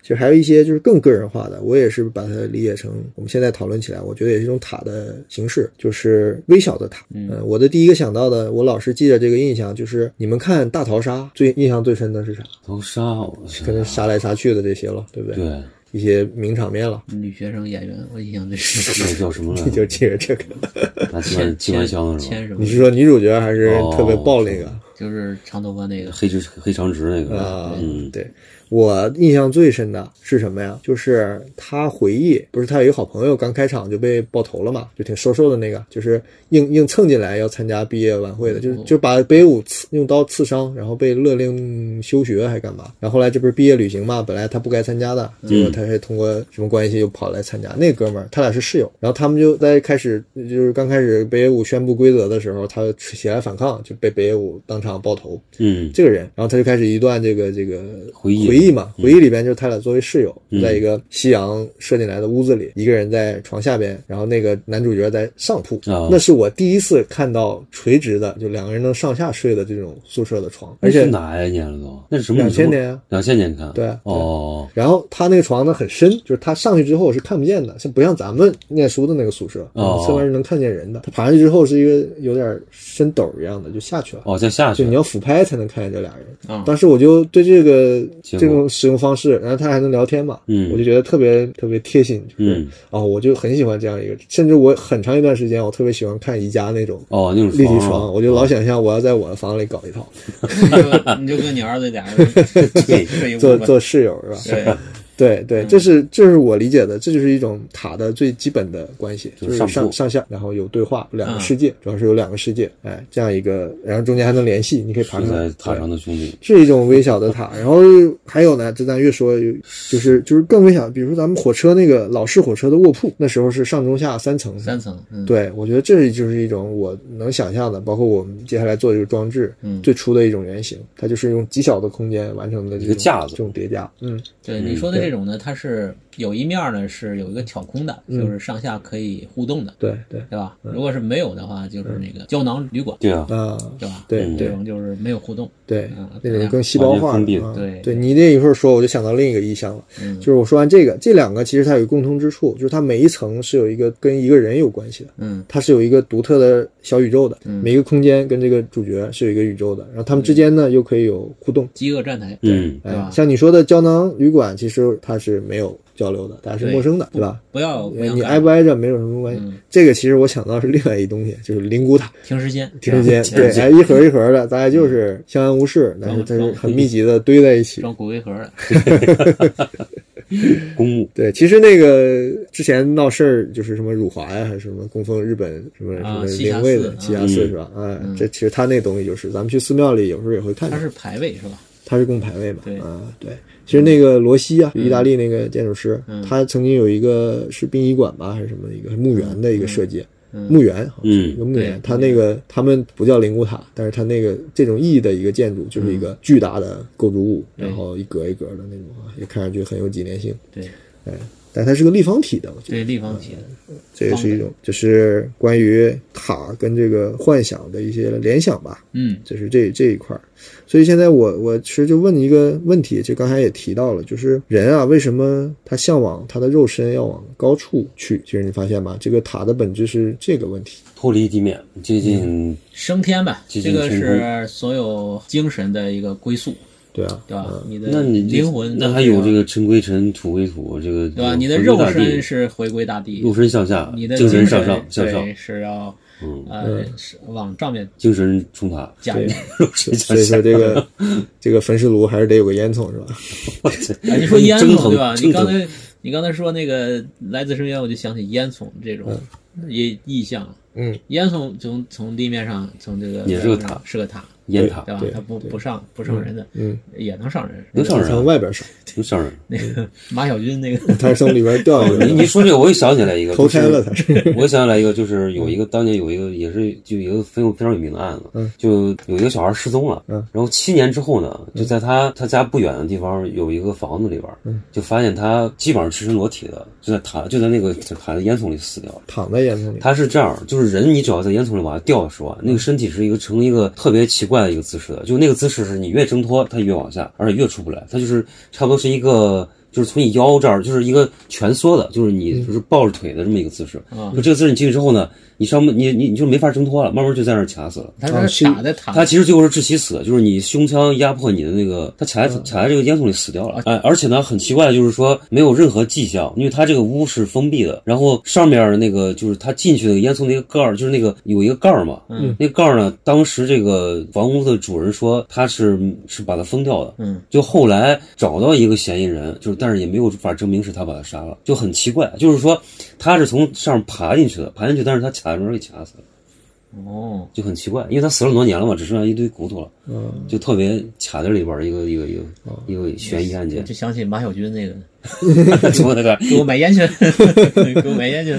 Speaker 6: 其实还有一些就是更个人化的，我也是把它理解成我们现在讨论起来，我觉得也是一种塔的形式，就是微小的塔。嗯、我的第一个想到的，我老是记着这个印象，就是你们看大逃杀最印象最深的是啥？
Speaker 5: 头纱，我
Speaker 6: 可能杀来杀去的这些了，对不对？
Speaker 5: 对，
Speaker 6: 一些名场面了，
Speaker 4: 女学生演员，我印象最深。
Speaker 5: 那叫什么来
Speaker 6: 你就
Speaker 5: 着？
Speaker 6: 记着这个。
Speaker 5: 拿机关机关枪的是吧？
Speaker 4: 牵什么
Speaker 6: 你？是说女主角还是特别啊爆那个？
Speaker 4: 就是长头发那个。
Speaker 5: 黑直黑长直那
Speaker 6: 啊
Speaker 5: 个，，嗯，
Speaker 6: 对我印象最深的是什么呀？就是他回忆，不是他有一个好朋友刚开场就被爆头了嘛，就挺瘦瘦的那个，就是硬硬蹭进来要参加毕业晚会的，就是就把北舞刺用刀刺伤，然后被勒令休学还干嘛？然后后来这不是毕业旅行嘛，本来他不该参加的，结果他是通过什么关系又跑来参加。那哥们儿他俩是室友，然后他们就在开始就是刚开始北野武宣布规则的时候，他起来反抗就被北野武当场爆头。
Speaker 5: 嗯，
Speaker 6: 这个人，然后他就开始一段这个这个
Speaker 5: 回忆嗯
Speaker 6: 回忆嘛，回忆里边就是他俩作为室友，在一个西洋射进来的屋子里，一个人在床下边，然后那个男主角在上铺，
Speaker 5: 啊
Speaker 6: 那是我第一次看到垂直的，就两个人能上下睡的这种宿舍的床，而
Speaker 5: 那
Speaker 6: 且
Speaker 5: 是哪一年了都？那是什么？
Speaker 6: 2000年啊，
Speaker 5: 两千年看。
Speaker 6: 对对
Speaker 5: 哦，
Speaker 6: 然后他那个床呢很深，就是他上去之后是看不见的，像不像咱们念书的那个宿舍，
Speaker 5: 哦
Speaker 6: 侧面是能看见人的。他爬上去之后是一个有点深斗一样的，就下去了。
Speaker 5: 哦，再下去
Speaker 6: 啊就你要俯拍才能看见这俩人。
Speaker 5: 嗯
Speaker 4: 啊
Speaker 6: 当时我就对这个
Speaker 5: 结
Speaker 6: 这
Speaker 5: 果
Speaker 6: 种使用方式，然后他还能聊天嘛，
Speaker 5: 嗯
Speaker 6: 我就觉得特别特别贴心，就是、
Speaker 5: 嗯
Speaker 6: 哦，我就很喜欢这样一个，甚至我很长一段时间我特别喜欢看宜家那种
Speaker 5: 哦，那种
Speaker 6: 立体
Speaker 5: 啊
Speaker 6: 床，我就老想象我要在我的房里搞一套，
Speaker 4: 你就你就跟你儿子俩 人睡一屋
Speaker 6: 做
Speaker 4: 吧
Speaker 6: 做室友是吧？
Speaker 4: 对，
Speaker 6: 对对，
Speaker 5: 嗯
Speaker 6: 这是这是我理解的，这就是一种塔的最基本的关系，
Speaker 5: 就
Speaker 6: 就是是
Speaker 5: 上
Speaker 6: 上
Speaker 5: 铺
Speaker 6: 上下，然后有对话，两
Speaker 4: 嗯
Speaker 6: 个世界，主要是有两个世界，哎，这样一个，然后中间还能联系，你可以爬
Speaker 5: 住
Speaker 6: 上
Speaker 5: 在
Speaker 6: 来
Speaker 5: 塔
Speaker 6: 对
Speaker 5: 上的兄弟，
Speaker 6: 是一种微小的塔。然后还有呢，这咱越说越就是就是更微小，比如说咱们火车那个老式火车的卧铺，那时候是上中下三层。
Speaker 4: 三层，嗯，
Speaker 6: 对，我觉得这就是一种我能想象的，包括我们接下来做这个装置，
Speaker 4: 嗯
Speaker 6: 最初的一种原型，它就是用极小的空间完成的这
Speaker 5: 一个
Speaker 6: 种
Speaker 5: 架子
Speaker 6: 这种叠加，嗯，
Speaker 4: 对你说的这种呢，它是有一面呢是有一个挑空的，
Speaker 6: 嗯
Speaker 4: 就是上下可以互动的，
Speaker 6: 对对，
Speaker 4: 对吧？如果是没有的话，就是那个胶囊旅馆，
Speaker 5: 对啊，
Speaker 6: 啊、
Speaker 4: 对吧？
Speaker 6: 嗯对
Speaker 5: 嗯
Speaker 4: 这
Speaker 6: 对
Speaker 4: 种就是没有互动，
Speaker 6: 对
Speaker 4: 嗯，
Speaker 6: 那种更细胞化
Speaker 5: 完全
Speaker 6: 的
Speaker 5: 封
Speaker 6: 啊
Speaker 4: 闭对
Speaker 6: 对你那一会儿说，我就想到另一个意象了，
Speaker 4: 嗯
Speaker 6: 就是我说完这个，这两个其实它有一个共通之处，就是它每一层是有一个跟一个人有关系的，
Speaker 4: 嗯
Speaker 6: 它是有一个独特的小宇宙的，每一个空间跟这个主角是有一个宇宙的，然后他们之间呢又可以有互动。
Speaker 4: 饥饿站台，
Speaker 5: 嗯，
Speaker 4: 嗯对
Speaker 6: 哎
Speaker 4: 吧，
Speaker 6: 像你说的胶囊旅馆，其实是它是没有交流的，大家是陌生的，对吧？
Speaker 4: 不要不要
Speaker 6: 呃你
Speaker 4: 干嗯
Speaker 6: 挨不挨着没有什么关系。这个其实我想到是另外一东西，就是灵骨塔。
Speaker 4: 停时间，
Speaker 6: 停时间，对，哎，一盒一盒的，大家就是相安无事，但是它是很密集的堆在一起。
Speaker 4: 嗯装骨灰盒的，
Speaker 5: 公墓
Speaker 6: 对，其实那个之前闹事儿就是什么辱华呀，还是什么供奉日本什么什
Speaker 4: 啊
Speaker 6: 么
Speaker 4: 栖霞
Speaker 6: 灵位的
Speaker 4: 寺
Speaker 6: 栖
Speaker 4: 啊
Speaker 6: 霞寺是吧？哎，这其实它那东西就是咱们去寺庙里有时候也会看
Speaker 4: 它
Speaker 6: 见，
Speaker 4: 是牌位是吧？
Speaker 6: 它是供牌位嘛
Speaker 4: 对，嗯
Speaker 6: 啊，对。其实那个罗西啊，意大利那个建筑师，他曾经有一个是殡仪馆吧，还是什么一个墓园的一个设计，墓园，啊好像是
Speaker 5: 嗯
Speaker 6: 一个墓园
Speaker 4: 对。
Speaker 6: 他那个他们不叫灵骨塔，但是他那个这种意义的一个建筑，就是
Speaker 4: 嗯
Speaker 6: 一个巨大的构筑物，然后一格一格的那种啊，也看上去很有纪念性。哎
Speaker 4: 对
Speaker 6: 但它是个立方体的，我觉
Speaker 4: 对，
Speaker 6: 得
Speaker 4: 立方体的，
Speaker 6: 这也是一种，就是关于塔跟这个幻想的一些联想吧。
Speaker 4: 嗯
Speaker 6: 就是这这一块儿。所以现在我我其实就问一个问题，就刚才也提到了，就是人啊，为什么他向往他的肉身要往高处去？其实你发现吧，这个塔的本质是这个问题。
Speaker 5: 脱离地面，接
Speaker 6: 嗯
Speaker 5: 近
Speaker 4: 升天吧，
Speaker 5: 接
Speaker 4: 这
Speaker 5: 近
Speaker 4: 个
Speaker 5: 天
Speaker 4: 是所有精神的一个归宿，
Speaker 6: 对啊，
Speaker 4: 对吧？你的
Speaker 5: 那你这
Speaker 4: 灵魂
Speaker 5: 那
Speaker 4: 都
Speaker 5: 还
Speaker 4: 是
Speaker 5: 有
Speaker 4: 要
Speaker 5: 这个尘归尘，土归土，这个
Speaker 4: 对吧？你的
Speaker 5: 嗯回
Speaker 4: 肉
Speaker 5: 归大地
Speaker 4: 身是回归大地，
Speaker 5: 肉身向下，
Speaker 4: 你的
Speaker 5: 精
Speaker 4: 神
Speaker 5: 向上向上
Speaker 4: 对，是要
Speaker 5: 嗯
Speaker 4: 呃是往上面
Speaker 5: 精神冲塔，
Speaker 4: 加
Speaker 6: 对
Speaker 4: 油。
Speaker 5: 肉身
Speaker 6: 所
Speaker 5: 向下
Speaker 6: 以说。这个这个焚尸炉还是得有个烟囱是吧？
Speaker 4: 哎你说烟
Speaker 5: 蒸
Speaker 4: 囱
Speaker 5: 腾
Speaker 4: 对吧？
Speaker 5: 蒸
Speaker 4: 你刚
Speaker 5: 腾
Speaker 4: 才你刚才说那个来自深渊，我就想起烟囱这种也意象了。
Speaker 6: 嗯，
Speaker 4: 烟囱从从地面上从这个
Speaker 5: 也是个塔啊
Speaker 4: 是个塔，
Speaker 5: 烟塔
Speaker 4: 对吧
Speaker 6: 对？
Speaker 4: 它不
Speaker 6: 对
Speaker 4: 不上不上人的，
Speaker 6: 嗯，
Speaker 4: 也能上人。
Speaker 5: 能上人嗯
Speaker 6: 从
Speaker 5: 啊，
Speaker 6: 外边上，
Speaker 5: 能上人。
Speaker 4: 那个马小军那个
Speaker 6: 它是从里边掉下
Speaker 5: 你
Speaker 6: 来
Speaker 5: 你
Speaker 6: 的，
Speaker 5: 说这个，我也想起来一个，就
Speaker 6: 投
Speaker 5: 是
Speaker 6: 胎了它是。
Speaker 5: 我想起来一个，就是有一个当年有一个也是就有一个非常非常有名的案子，
Speaker 6: 嗯
Speaker 5: 就有一个小孩失踪了，
Speaker 6: 嗯
Speaker 5: 然后七年之后呢，就在他他家不远的地方有一个房子里边，嗯，就发现他基本上赤身裸体的，就在塔就在那个塔的烟囱里死掉了。
Speaker 6: 躺在烟囱里，
Speaker 5: 他是这样，就是人，你只要在烟囱里往下掉的时候啊，那个身体是一个成了一个特别奇怪的一个姿势的，就那个姿势是你越挣脱，它越往下，而且越出不来，它就是差不多是一个。就是从你腰这儿，就是一个蜷缩的，就是你就是抱着腿的这么一个姿势。
Speaker 4: 啊
Speaker 5: 就这个姿势你进去之后呢，你上不你你你就没法挣脱了，慢慢就在那儿卡死了。
Speaker 4: 他
Speaker 6: 啊
Speaker 4: 说
Speaker 6: 是
Speaker 4: 打在塔
Speaker 5: 他其实就是窒息死，就是你胸腔压迫你的那
Speaker 4: 嗯
Speaker 5: 个，他卡在卡在这个烟囱里死掉了。
Speaker 4: 啊
Speaker 5: 哎，而且呢，很奇怪的就是说没有任何迹象，因为他这个屋是封闭的，然后上面儿那个就是他进去那个烟囱那个盖儿，就是那个有一个盖儿嘛，
Speaker 4: 嗯，
Speaker 5: 那盖儿呢，当时这个房屋的主人说他是是把它封掉的，
Speaker 4: 嗯，
Speaker 5: 就后来找到一个嫌疑人，就是但是也没有法证明是他把他杀了，就很奇怪，就是说他是从上面爬进去的，爬进去，但是他卡在门儿给卡死了。
Speaker 4: 哦，
Speaker 5: 就很奇怪，因为他死了很多年了嘛，只剩下一堆骨头了，
Speaker 6: 嗯，
Speaker 5: 就特别卡在里边儿一个一个一个一个悬疑案
Speaker 4: 我
Speaker 5: 件
Speaker 4: 就，想起马小军那个，
Speaker 5: 从那个
Speaker 4: 给我买烟去， 给我买烟去。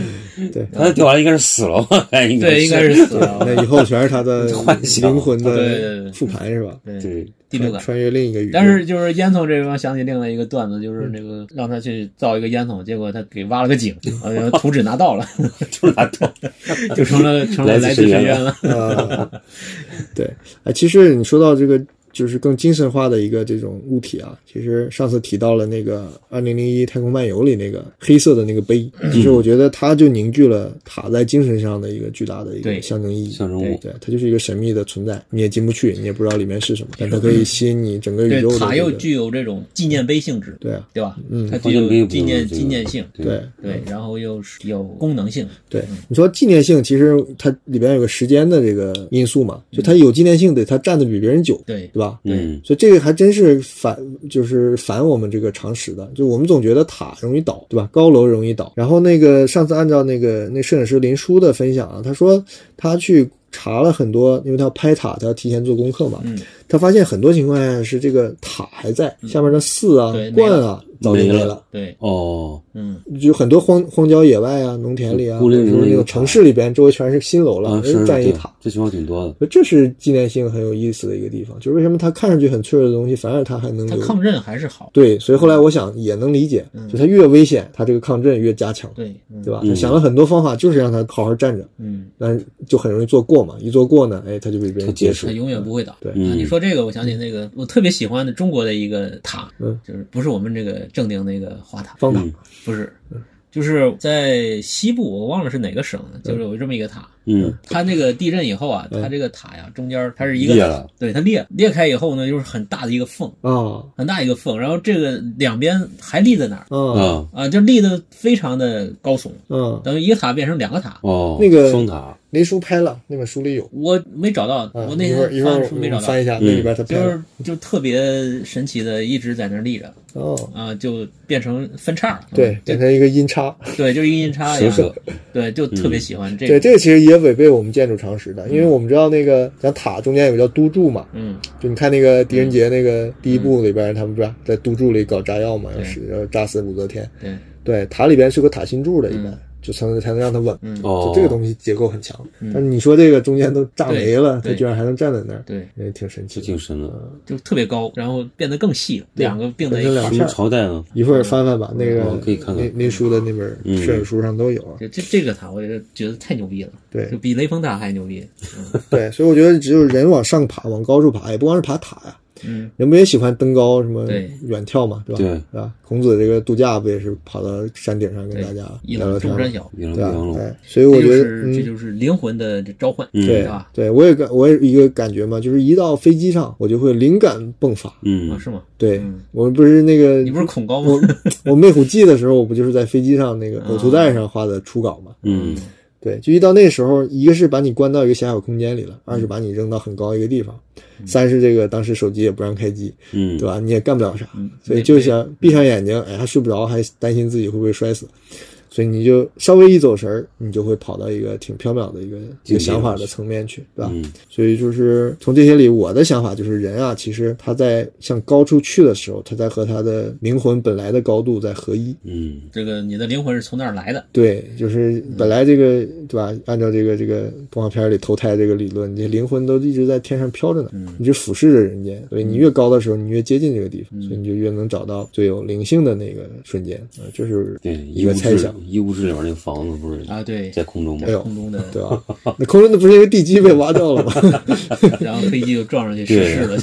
Speaker 5: 他掉下来应该是死了 吧？应该
Speaker 4: 对，应该是死了。
Speaker 6: 那以后全是他的
Speaker 5: 幻想
Speaker 6: 灵魂
Speaker 4: 对对
Speaker 6: 的
Speaker 4: 对
Speaker 6: 复盘是吧？
Speaker 4: 对，
Speaker 5: 对，
Speaker 4: 第六感。
Speaker 6: 穿越另一个宇宙，
Speaker 4: 但是就是烟囱这地方想起另外一个段子，就是那个让他去造一个烟囱，结果他给挖了个井，呃，然后图纸拿到了，
Speaker 5: 就拿掉。
Speaker 4: 就成了成了
Speaker 5: 来
Speaker 4: 来
Speaker 5: 自
Speaker 4: 自
Speaker 5: 深
Speaker 4: 深
Speaker 5: 渊
Speaker 4: 渊了。
Speaker 6: 啊， 对，哎，其实你说到这个，就是更精神化的一个这种物体啊，其实上次提到了那个《二零零一太空漫游》里那个黑色的那个杯，其实我觉得它就凝聚了塔在精神上的一个巨大的一个
Speaker 4: 对
Speaker 6: 象征意义。
Speaker 5: 象征物
Speaker 6: 对，它就是一个神秘的存在，你也进不去，你也不知道里面是什么，但它可以吸引你整 个宇宙的、
Speaker 4: 塔又
Speaker 6: 巨，
Speaker 4: 具有这种纪念碑性质，
Speaker 6: 对啊，
Speaker 4: 对吧？
Speaker 6: 嗯
Speaker 4: 它
Speaker 5: 好
Speaker 4: 具
Speaker 5: 像没有
Speaker 4: 有纪念
Speaker 5: 这个
Speaker 4: 纪念性，
Speaker 6: 对。
Speaker 4: 对，然后又是有功能性，
Speaker 6: 对，你说纪念性，其实它里边有个时间的这个因素嘛，就它有纪念性，得它站的比别人久，
Speaker 4: 对
Speaker 6: 对吧？
Speaker 5: 嗯，
Speaker 6: 所以这个还真是反，就是反我们这个常识的。就我们总觉得塔容易倒，对吧？高楼容易倒。然后那个上次按照那个那摄影师林叔的分享啊，他说他去查了很多，因为他要拍塔，他要提前做功课嘛。
Speaker 4: 嗯
Speaker 6: 他发现很多情况下是这个塔还在，下面的寺啊
Speaker 4: 对、
Speaker 6: 观啊早就
Speaker 5: 没
Speaker 6: 没
Speaker 5: 了
Speaker 6: 了。
Speaker 4: 对，
Speaker 5: 哦，
Speaker 4: 嗯，
Speaker 6: 就很多荒荒郊野外啊、农田里啊，
Speaker 5: 孤
Speaker 6: 或
Speaker 5: 零
Speaker 6: 者
Speaker 5: 零的
Speaker 6: 是
Speaker 5: 一
Speaker 6: 那
Speaker 5: 个
Speaker 6: 种
Speaker 5: 塔
Speaker 6: 城市里边，周围全是新楼
Speaker 5: 啊
Speaker 6: 了，
Speaker 5: 是，
Speaker 6: 站一
Speaker 5: 对
Speaker 6: 塔。
Speaker 5: 这情况挺
Speaker 4: 啊
Speaker 5: 多的。
Speaker 6: 这是纪念性很有意思的一个地方，就是为什么它看上去很脆弱的东西，反而它还能
Speaker 4: 它
Speaker 6: 留
Speaker 4: 抗震还是好，
Speaker 6: 嗯对，所以后来
Speaker 4: 嗯
Speaker 6: 我想也能理解，就他越危险，他这个抗震越加强，
Speaker 4: 对，嗯
Speaker 6: 对吧？
Speaker 5: 嗯
Speaker 6: 他想了很多方法，就是让他好好站着，
Speaker 4: 嗯，
Speaker 6: 但就很容易做过嘛。一做过呢，哎，他就被别
Speaker 5: 他
Speaker 6: 人
Speaker 5: 结
Speaker 6: 劫
Speaker 5: 实
Speaker 6: 持
Speaker 4: 它。永远不会倒。
Speaker 6: 对
Speaker 4: 啊你
Speaker 5: 嗯
Speaker 4: 说这个，我想起那个我特别喜欢的中国的一个塔，
Speaker 6: 嗯
Speaker 4: 就是不是我们这个正定那个花塔，
Speaker 6: 方塔
Speaker 5: 嗯
Speaker 6: 嗯
Speaker 4: 不是，就是在西部，我忘了是哪个省了，就是有这么一个塔，
Speaker 5: 嗯，
Speaker 4: 它那个地震以后啊，它这个塔呀中间它是一
Speaker 5: 裂了
Speaker 4: 个，对，它裂裂开以后呢，就是很大的一个缝，
Speaker 6: 啊
Speaker 4: 很大一个缝，然后这个两边还立在那儿
Speaker 6: 啊
Speaker 5: 啊
Speaker 4: 啊，就立得非常的高耸，
Speaker 6: 啊！
Speaker 4: 等于一个塔变成两个塔。
Speaker 5: 哦，
Speaker 6: 那个
Speaker 5: 双塔，
Speaker 6: 雷叔拍了那本书里有，
Speaker 4: 我没找到，
Speaker 6: 啊
Speaker 4: 我那
Speaker 6: 一
Speaker 4: 天
Speaker 6: 会儿一会
Speaker 4: 翻的时候没
Speaker 6: 儿
Speaker 4: 找到
Speaker 6: 翻，一下
Speaker 5: 嗯
Speaker 6: 那里边他
Speaker 4: 就
Speaker 6: 拍了
Speaker 4: 是就特别神奇的，一直在那儿立着
Speaker 6: 哦，
Speaker 4: 啊，就变成分叉了。
Speaker 6: 对，
Speaker 4: 就
Speaker 6: 变成一个音叉。
Speaker 4: 对，就是阴差
Speaker 5: 蛇
Speaker 4: 阳
Speaker 5: 舌，
Speaker 4: 对，就特别喜欢这
Speaker 6: 对，
Speaker 4: 个。
Speaker 6: 这个其实也违背我们建筑常识的，
Speaker 5: 嗯
Speaker 6: 因为我们知道那个讲塔中间有个叫都筑嘛，
Speaker 4: 嗯，
Speaker 6: 就你看那个狄仁杰那个第一部里边，他们不是在都筑里搞炸药嘛，要是要炸死武则天。
Speaker 4: 对，
Speaker 6: 对，塔里边是有个塔心柱的，一般
Speaker 4: 嗯
Speaker 6: 就才能才能让它稳。
Speaker 4: 嗯
Speaker 5: 哦
Speaker 6: 就，这个东西结构很强，
Speaker 4: 嗯
Speaker 6: 但是你说这个中间都炸没了，它
Speaker 4: 对
Speaker 6: 居然还能站在那儿，
Speaker 4: 对，
Speaker 6: 也挺神奇
Speaker 5: 这
Speaker 6: 的。
Speaker 5: 挺深
Speaker 6: 嗯
Speaker 5: 的。
Speaker 4: 就特别高，然后变得更细了，
Speaker 6: 对
Speaker 4: 两个并在一
Speaker 6: 分成
Speaker 5: 什
Speaker 6: 两
Speaker 4: 块
Speaker 5: 么
Speaker 4: 儿。
Speaker 5: 朝代呢？
Speaker 6: 一会儿翻翻吧，那个
Speaker 5: 哦可以看看嗯
Speaker 6: 那那书的那本摄影书上都有啊。
Speaker 4: 这这这个塔，我就觉得太牛逼了，
Speaker 6: 对
Speaker 4: 就 比雷锋塔还牛逼。嗯
Speaker 6: 对，所以我觉得只有人往上爬，往高处爬，也不光是爬塔呀、
Speaker 4: 嗯，
Speaker 6: 人不也喜欢登高什么
Speaker 4: 对
Speaker 6: 远眺嘛，对吧？
Speaker 5: 对
Speaker 6: 对吧？孔子这个度假不也是跑到山顶上跟
Speaker 4: 对
Speaker 6: 大家，
Speaker 4: 一
Speaker 6: 聊聊
Speaker 4: 览众
Speaker 6: 天吗？
Speaker 4: 山小，
Speaker 5: 野狼不
Speaker 6: 对吧
Speaker 5: 养？老，
Speaker 6: 哎，所以
Speaker 4: 这
Speaker 6: 我
Speaker 4: 就
Speaker 6: 觉得，
Speaker 4: 是这
Speaker 6: 嗯，
Speaker 4: 就是灵魂的这啊召唤，
Speaker 5: 嗯
Speaker 4: 对
Speaker 6: 对
Speaker 4: 吧？
Speaker 6: 对，我也感我也有一个感觉嘛，就是一到飞机上，我就会灵感迸发。
Speaker 5: 嗯
Speaker 4: 啊，，是吗？
Speaker 6: 对
Speaker 4: 嗯
Speaker 6: 我不是那个
Speaker 4: 你不是恐高
Speaker 6: 我
Speaker 4: 吗？
Speaker 6: 我《魅虎记》的时候，我不就是在飞机上那个呕吐袋上画的初稿嘛？
Speaker 5: 嗯，
Speaker 6: 对，就一到那时候，一个是把你关到一个狭小空间里
Speaker 4: 嗯
Speaker 6: 了，二是把你扔到很高一个地方，三是这个当时手机也不让开机，
Speaker 5: 嗯，
Speaker 6: 对吧？你也干不了啥，
Speaker 4: 嗯
Speaker 6: 所以
Speaker 4: 对
Speaker 6: 就想闭上眼睛，哎，还睡不着，还担心自己会不会摔死，所以你就稍微一走神儿，你就会跑到一个挺缥缈的一个一
Speaker 5: 境界
Speaker 6: 个想法
Speaker 5: 了
Speaker 6: 的层面去，对吧？
Speaker 5: 嗯
Speaker 6: 所以就是从这些里，我的想法就是，人啊，其实他在向高处去的时候，他在和他的灵魂本来的高度在合一。
Speaker 5: 嗯，
Speaker 4: 这个你的灵魂是从哪儿来的？
Speaker 6: 对，就是本来这个对吧？按照这个这个动画片里投胎这个理论，你这灵魂都一直在天上飘着呢，
Speaker 4: 嗯
Speaker 6: 你就俯视着人间。所以你越高的时候，你越接近这个地
Speaker 4: 嗯
Speaker 6: 方，所以你就越能找到最有灵性的那个瞬间啊，这是
Speaker 5: 对，
Speaker 6: 一
Speaker 5: 医务
Speaker 6: 个猜
Speaker 5: 室
Speaker 6: 想，，
Speaker 5: 医务室里边那个房子不是
Speaker 4: 啊，对，
Speaker 5: 在空中吗
Speaker 6: 哎？呦
Speaker 4: 空中的，
Speaker 6: 对吧？那空中的不是因为地基被挖掉了 吗？
Speaker 4: 然后飞机就撞上去失事了。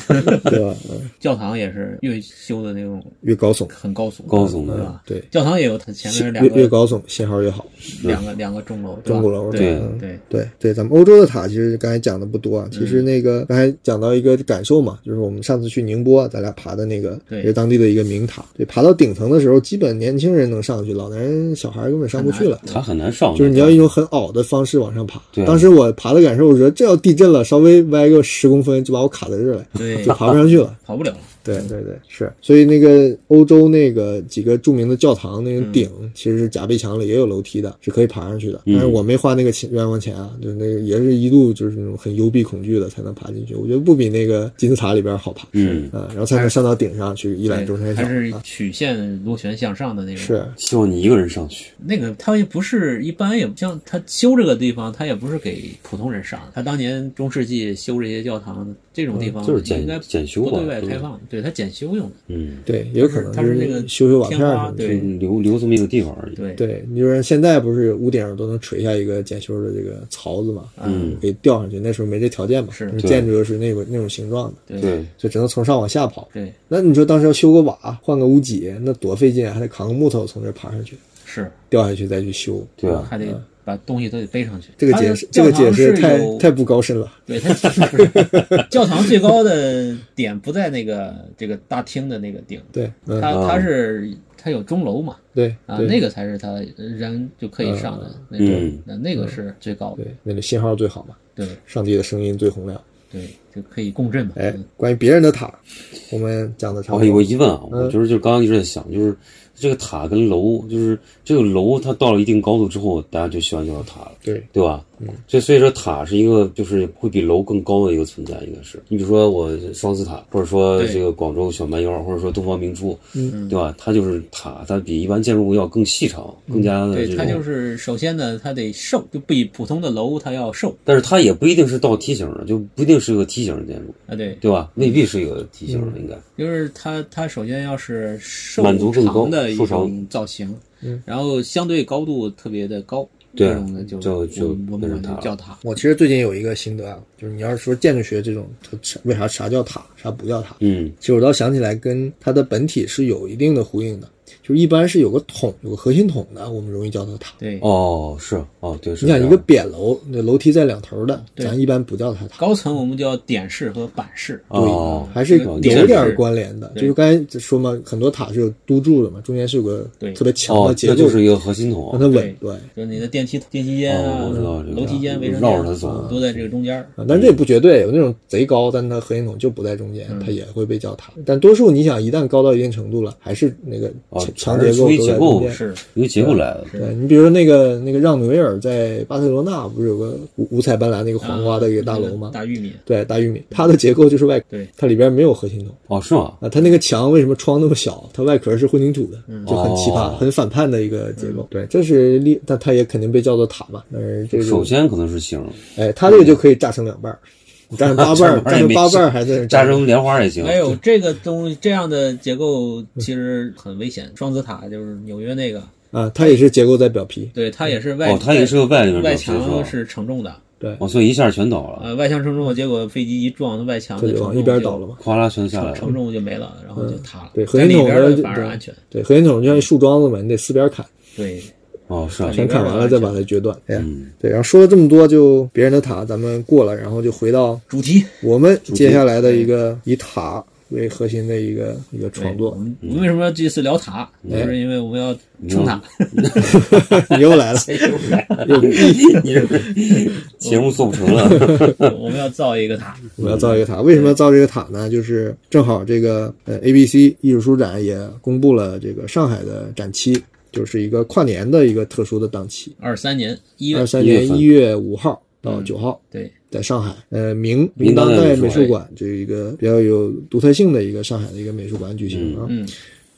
Speaker 6: 对吧？嗯
Speaker 4: 教堂也是越修的那种
Speaker 6: 越高耸，
Speaker 4: 很高耸，
Speaker 5: 高耸
Speaker 4: 对
Speaker 5: 的
Speaker 4: 吧？
Speaker 6: 对，
Speaker 4: 教堂也有，它前面是两
Speaker 6: 越越
Speaker 4: 个
Speaker 6: 高耸信号越好。
Speaker 4: 两个两个钟楼，对吧
Speaker 6: 钟鼓楼
Speaker 4: 对
Speaker 5: 对
Speaker 4: 对，
Speaker 6: 对对，咱们欧洲的塔其实刚才讲的不多啊。其实那个刚才讲到一个感受嘛，就是我们上次去宁波，啊咱俩爬的那个
Speaker 4: 对
Speaker 6: 也是当地的一个名塔。对，爬到顶层的时候，基本年轻人能上去，老年人、小孩根本上不去了。
Speaker 5: 它很难上去，
Speaker 6: 就是你要一种很拗的方式往上爬
Speaker 5: 对。啊
Speaker 6: 当时我爬的感受，我觉得这要地震了，稍微歪个十公分就把我卡在这儿了，
Speaker 4: 对
Speaker 6: 就爬不上去了。
Speaker 4: 跑不了了。
Speaker 6: 对对对，是。所以那个欧洲那个几个著名的教堂那个顶，
Speaker 4: 嗯
Speaker 6: 其实是夹壁墙里也有楼梯的，是可以爬上去的。但是我没花那个钱冤枉钱啊，就那个也是一度就是那种很幽闭恐惧的才能爬进去。我觉得不比那个金字塔里边好爬，
Speaker 5: 嗯，
Speaker 6: 啊，然后才能上到顶上去一览众山
Speaker 4: 哎还是嗯
Speaker 6: 小。啊
Speaker 4: 曲线螺旋向上的那种。
Speaker 6: 是，
Speaker 5: 希望你一个人上去，
Speaker 4: 那个，它也不是一般，也像它修这个地方，它也不是给普通人上的。它当年中世纪修这些教堂，这
Speaker 6: 嗯
Speaker 4: 种地方
Speaker 5: 就是简
Speaker 4: 应该
Speaker 5: 简修
Speaker 4: 不
Speaker 5: 吧
Speaker 4: 对外开
Speaker 5: 嗯
Speaker 4: 放，对它简修用的。
Speaker 5: 嗯，
Speaker 6: 对，也有可能
Speaker 4: 它
Speaker 6: 就是
Speaker 4: 那个
Speaker 6: 修修瓦片儿
Speaker 4: 天花
Speaker 6: 什么的。
Speaker 4: 对
Speaker 5: 就留留这么一个地方而已，
Speaker 4: 对
Speaker 6: 对，你就像现在不是屋顶上都能垂下一个检修的这个槽子嘛，
Speaker 5: 嗯，
Speaker 6: 可以吊上去。那时候没这条件嘛，
Speaker 4: 是
Speaker 6: 就是
Speaker 5: 对
Speaker 6: 建筑又是那个那种形状的，
Speaker 4: 对
Speaker 5: 对，
Speaker 6: 就只能从上往下跑。
Speaker 4: 对，
Speaker 6: 那你说当时要修个瓦，换个屋脊，那多费劲啊，还得扛个木头从这爬上去，
Speaker 4: 是
Speaker 6: 掉下去再去修。
Speaker 5: 对啊，
Speaker 4: 还得把东西都得背上去。
Speaker 6: 嗯这个
Speaker 4: 它
Speaker 6: 解释，这
Speaker 4: 教
Speaker 6: 个
Speaker 4: 堂
Speaker 6: 解释
Speaker 4: 是
Speaker 6: 太
Speaker 4: 有
Speaker 6: 太不高深了。
Speaker 4: 对，它 就是 教堂最高的点不在那个这个大厅的那个顶，
Speaker 6: 对，嗯，
Speaker 4: 它
Speaker 5: 啊
Speaker 4: 它是它有钟楼嘛，
Speaker 6: 对，
Speaker 4: 啊，
Speaker 6: 对
Speaker 4: 那个才是它人就可以上的那
Speaker 5: 嗯
Speaker 4: 种，那那个是最高的，
Speaker 6: 对，那里信号最好嘛，
Speaker 4: 对
Speaker 6: 上帝的声音最洪亮。
Speaker 4: 对，就可以共振嘛。
Speaker 6: 哎
Speaker 4: 嗯，哦
Speaker 6: 关于别人的塔，我们讲的差
Speaker 5: 我
Speaker 6: 不
Speaker 5: 还有个
Speaker 6: 多。
Speaker 5: 疑问啊，
Speaker 4: 嗯
Speaker 5: 我就是就刚刚一直在想，就是这个塔跟楼，就是这个楼它到了一定高度之后，大家就喜欢叫它塔了。
Speaker 6: 对，
Speaker 5: 对吧？嗯，这所以说塔是一个就是会比楼更高的一个存在，应该是。你比如说我双子塔，或者说
Speaker 4: 对
Speaker 5: 这个广州小蛮腰，或者说东方明珠，
Speaker 6: 嗯，
Speaker 5: 对吧？它就是塔，它比一般建筑物要更细长，更加的
Speaker 4: 嗯对，
Speaker 5: 这
Speaker 4: 它就
Speaker 5: 种。
Speaker 4: 是首先呢，它得瘦，就比普通的楼它要瘦
Speaker 5: 但是它也不一定是倒梯形的，就不一定是个梯形的建筑，
Speaker 4: 啊。对，
Speaker 5: 对吧？未必是一个梯形
Speaker 4: 嗯
Speaker 5: 的，应该。
Speaker 4: 就是它它首先要是瘦
Speaker 5: 满足更高
Speaker 4: 长的一
Speaker 5: 瘦长
Speaker 4: 种造型
Speaker 6: 嗯，
Speaker 4: 然后相对高度特别的高，
Speaker 5: 对
Speaker 4: 这种的就
Speaker 5: 就就
Speaker 4: 我们我
Speaker 5: 变成
Speaker 4: 们
Speaker 5: 塔了
Speaker 4: 叫塔。
Speaker 6: 我其实最近有一个心得啊，就是你要是说建筑学这种，它为啥啥叫塔，啥不叫塔？
Speaker 5: 嗯
Speaker 6: 其实我倒想起来，跟它的本体是有一定的呼应的。就是一般是有个筒，有个核心筒的，我们容易叫它塔。
Speaker 4: 对，
Speaker 5: 哦，是哦，对，是
Speaker 6: 你
Speaker 5: 这样
Speaker 6: 想
Speaker 5: 的。
Speaker 6: 一个扁楼，那楼梯在两头的，
Speaker 4: 对
Speaker 6: 咱一般不叫它塔。
Speaker 4: 高层我们叫点式和板式，
Speaker 5: 哦，
Speaker 6: 还是
Speaker 4: 这个
Speaker 6: 有
Speaker 4: 点
Speaker 6: 点
Speaker 4: 是
Speaker 6: 关联的，
Speaker 4: 对
Speaker 6: 就是刚才说嘛，很多塔是有督柱的嘛，中间是有个
Speaker 4: 对
Speaker 6: 特别强
Speaker 5: 哦
Speaker 6: 的，
Speaker 5: 这
Speaker 6: 结
Speaker 5: 就，
Speaker 6: 构
Speaker 5: 是一个核心筒
Speaker 6: 让它稳。
Speaker 4: 对
Speaker 6: 对，
Speaker 4: 就是你的电梯电梯间啊
Speaker 5: 哦我知道这、个
Speaker 4: 楼梯间、卫生间
Speaker 5: 绕着它走
Speaker 4: 都在这个中间儿。
Speaker 6: 啊，但这也不绝对，有那种贼高，但它核心筒就不在中间，
Speaker 4: 嗯
Speaker 6: 它也会被叫塔。但多数你想，一旦高到一定程度了，还是那个
Speaker 5: 哦
Speaker 6: 强强
Speaker 5: 还是
Speaker 6: 结构
Speaker 5: 出于
Speaker 6: 都在
Speaker 5: 结
Speaker 6: 中
Speaker 5: 构
Speaker 6: 间。
Speaker 4: 是
Speaker 5: 一个结构来的，
Speaker 6: 对你比如说那个那个让努维尔在巴塞罗那不是有个五五彩斑斓那个黄瓜的一个大楼吗？
Speaker 4: 啊呃大玉米，
Speaker 6: 对，大玉米，它的结构就是外，
Speaker 4: 对，
Speaker 6: 它里边没有核心筒
Speaker 5: 哦，是吗？
Speaker 6: 啊，它那个墙为什么窗那么小？它外壳是混凝土的，就很奇葩、
Speaker 5: 哦
Speaker 6: 很反叛的一个结构。对，这是立，但它也肯定被叫做塔嘛。但是这个
Speaker 5: 首先可能是 形，
Speaker 6: 哎，它这个就可以炸成两半儿，炸成八瓣儿，
Speaker 5: 炸
Speaker 6: 炸
Speaker 5: 成
Speaker 6: 成
Speaker 5: 八
Speaker 6: 八
Speaker 5: 瓣儿也没
Speaker 6: 瓣
Speaker 5: 事
Speaker 6: 儿还在那
Speaker 5: 扎成莲花也行。
Speaker 4: 还有这个东西这样的结构其实很危险。双子塔就是纽约那个，
Speaker 6: 啊，它也是结构在表皮，
Speaker 4: 对，它也是外，
Speaker 5: 哦，它也是个外面
Speaker 4: 外
Speaker 5: 表皮是
Speaker 4: 墙
Speaker 5: 吧？
Speaker 4: 是承重的，
Speaker 6: 对，
Speaker 5: 哦，所以一下全倒了，
Speaker 4: 呃，外墙承重，结果飞机一撞，它外墙
Speaker 6: 它
Speaker 4: 的
Speaker 6: 就
Speaker 4: 承
Speaker 6: 往
Speaker 4: 重
Speaker 6: 一边
Speaker 4: 就
Speaker 6: 倒了嘛。嗯
Speaker 5: 哗啦全下来
Speaker 4: 承
Speaker 5: 了。
Speaker 4: 重就没了，然后就塌了。
Speaker 6: 对，核
Speaker 4: 在
Speaker 6: 心
Speaker 4: 里
Speaker 6: 筒
Speaker 4: 边的
Speaker 6: 它
Speaker 4: 反而安全。
Speaker 6: 对，核心筒就像树桩子嘛，你得四边砍，
Speaker 4: 对，
Speaker 5: 哦，是啊，
Speaker 4: 里
Speaker 6: 全
Speaker 4: 边
Speaker 6: 砍完了
Speaker 4: 安
Speaker 6: 再
Speaker 4: 全
Speaker 6: 把它决断。哎呀，
Speaker 5: 嗯，
Speaker 6: 对，然后说了这么多，就别人的塔咱们过了，然后就回到
Speaker 4: 主题
Speaker 6: 我们接下来的一个以塔为核心的一个一个创作嗯
Speaker 4: 我。们我们为什么要这次聊塔？就
Speaker 6: 哎
Speaker 4: 是因为我们要冲塔。
Speaker 6: 你 又来了，
Speaker 4: 哎
Speaker 6: 又
Speaker 5: 你这
Speaker 4: 嗯
Speaker 5: 节目做不成 了。
Speaker 6: 嗯
Speaker 4: 我们要造一个塔。
Speaker 6: 我要造一个塔。为什么要造这个塔呢？就是正好这个呃 ABC 艺术书展也公布了这个上海的展期，就是一个跨年的一个特殊的档期，
Speaker 4: 二三年一月
Speaker 6: 二，三
Speaker 5: 一月
Speaker 6: 年
Speaker 5: 份嗯
Speaker 6: 一月五号到九号。
Speaker 4: 对，
Speaker 6: 在上海，呃，明
Speaker 5: 明当
Speaker 6: 当
Speaker 5: 代
Speaker 6: 代
Speaker 5: 美
Speaker 6: 美
Speaker 5: 术
Speaker 6: 术馆这一个比较有独特性的一个上海的一个美术馆举行啊。
Speaker 4: 嗯嗯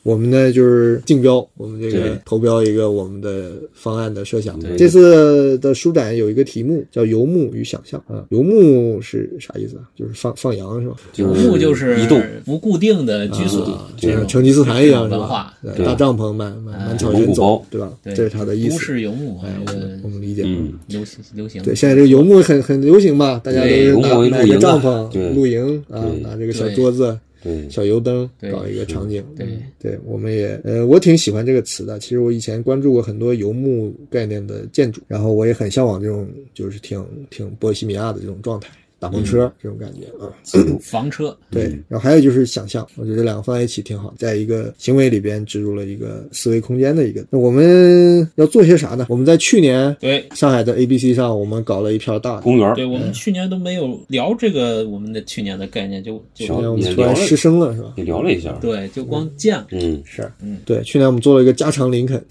Speaker 6: 我们呢就是竞标，我们这个
Speaker 5: 对
Speaker 6: 投标一个我们的方案的设想
Speaker 5: 对。
Speaker 6: 这次的书展有一个题目叫“游牧与想象”
Speaker 5: 嗯
Speaker 6: 啊，游牧是啥意思啊？就是放放羊是吧？
Speaker 5: 就
Speaker 4: 木
Speaker 5: 是
Speaker 4: 就是
Speaker 5: 移动，
Speaker 4: 不固定的居所
Speaker 6: 呃啊，，
Speaker 4: 这
Speaker 6: 就
Speaker 4: 种
Speaker 6: 像成吉思汗一样是
Speaker 4: 文
Speaker 6: 吧
Speaker 4: 化？
Speaker 5: 对啊
Speaker 6: 大帐篷满满满草原
Speaker 5: 蒙古包
Speaker 6: 走，对吧？
Speaker 4: 对
Speaker 6: 这是它的意
Speaker 4: 都
Speaker 6: 思。
Speaker 4: 市游牧
Speaker 6: 哎，，
Speaker 4: 这
Speaker 6: 我们我
Speaker 4: 个
Speaker 6: 们理解。
Speaker 5: 嗯，
Speaker 4: 流行流行。
Speaker 6: 对，现在这个游牧很很流行嘛，大家都
Speaker 4: 对
Speaker 6: 是
Speaker 5: 游牧为
Speaker 6: 拿
Speaker 5: 露
Speaker 6: 买
Speaker 5: 营
Speaker 6: 个
Speaker 5: 啊
Speaker 6: 帐篷
Speaker 5: 对
Speaker 6: 露营啊
Speaker 5: 对，
Speaker 6: 拿这个小
Speaker 4: 对
Speaker 6: 桌子、
Speaker 5: 对，
Speaker 6: 小油灯
Speaker 4: 对
Speaker 6: 搞一个场景。
Speaker 4: 对
Speaker 6: 嗯对，我们也呃，我挺喜欢这个词的。其实我以前关注过很多游牧概念的建筑，然后我也很向往这种就是挺挺波西米亚的这种状态，大篷车这种感觉啊。
Speaker 5: 自由
Speaker 4: 房车，
Speaker 6: 对，然后还有就是想象，我觉得两个放在一起挺好，在一个行为里边植入了一个思维空间的一个。那我们要做些啥呢？我们在去年
Speaker 4: 对。
Speaker 6: 上海的 ABC 上，我们搞了一票大的。
Speaker 5: 公园儿
Speaker 4: 对，我
Speaker 6: 哎
Speaker 4: 们去年都没有聊这个，我们的去年的概念就
Speaker 5: 行
Speaker 4: 就
Speaker 6: 我
Speaker 5: 也
Speaker 6: 们突
Speaker 5: 聊
Speaker 6: 然
Speaker 5: 了
Speaker 6: 失声了，是吧？
Speaker 5: 也聊了一下。
Speaker 4: 对，就光见了。
Speaker 5: 嗯，
Speaker 6: 是，
Speaker 4: 嗯，
Speaker 6: 对，去年我们做了一个加长林肯，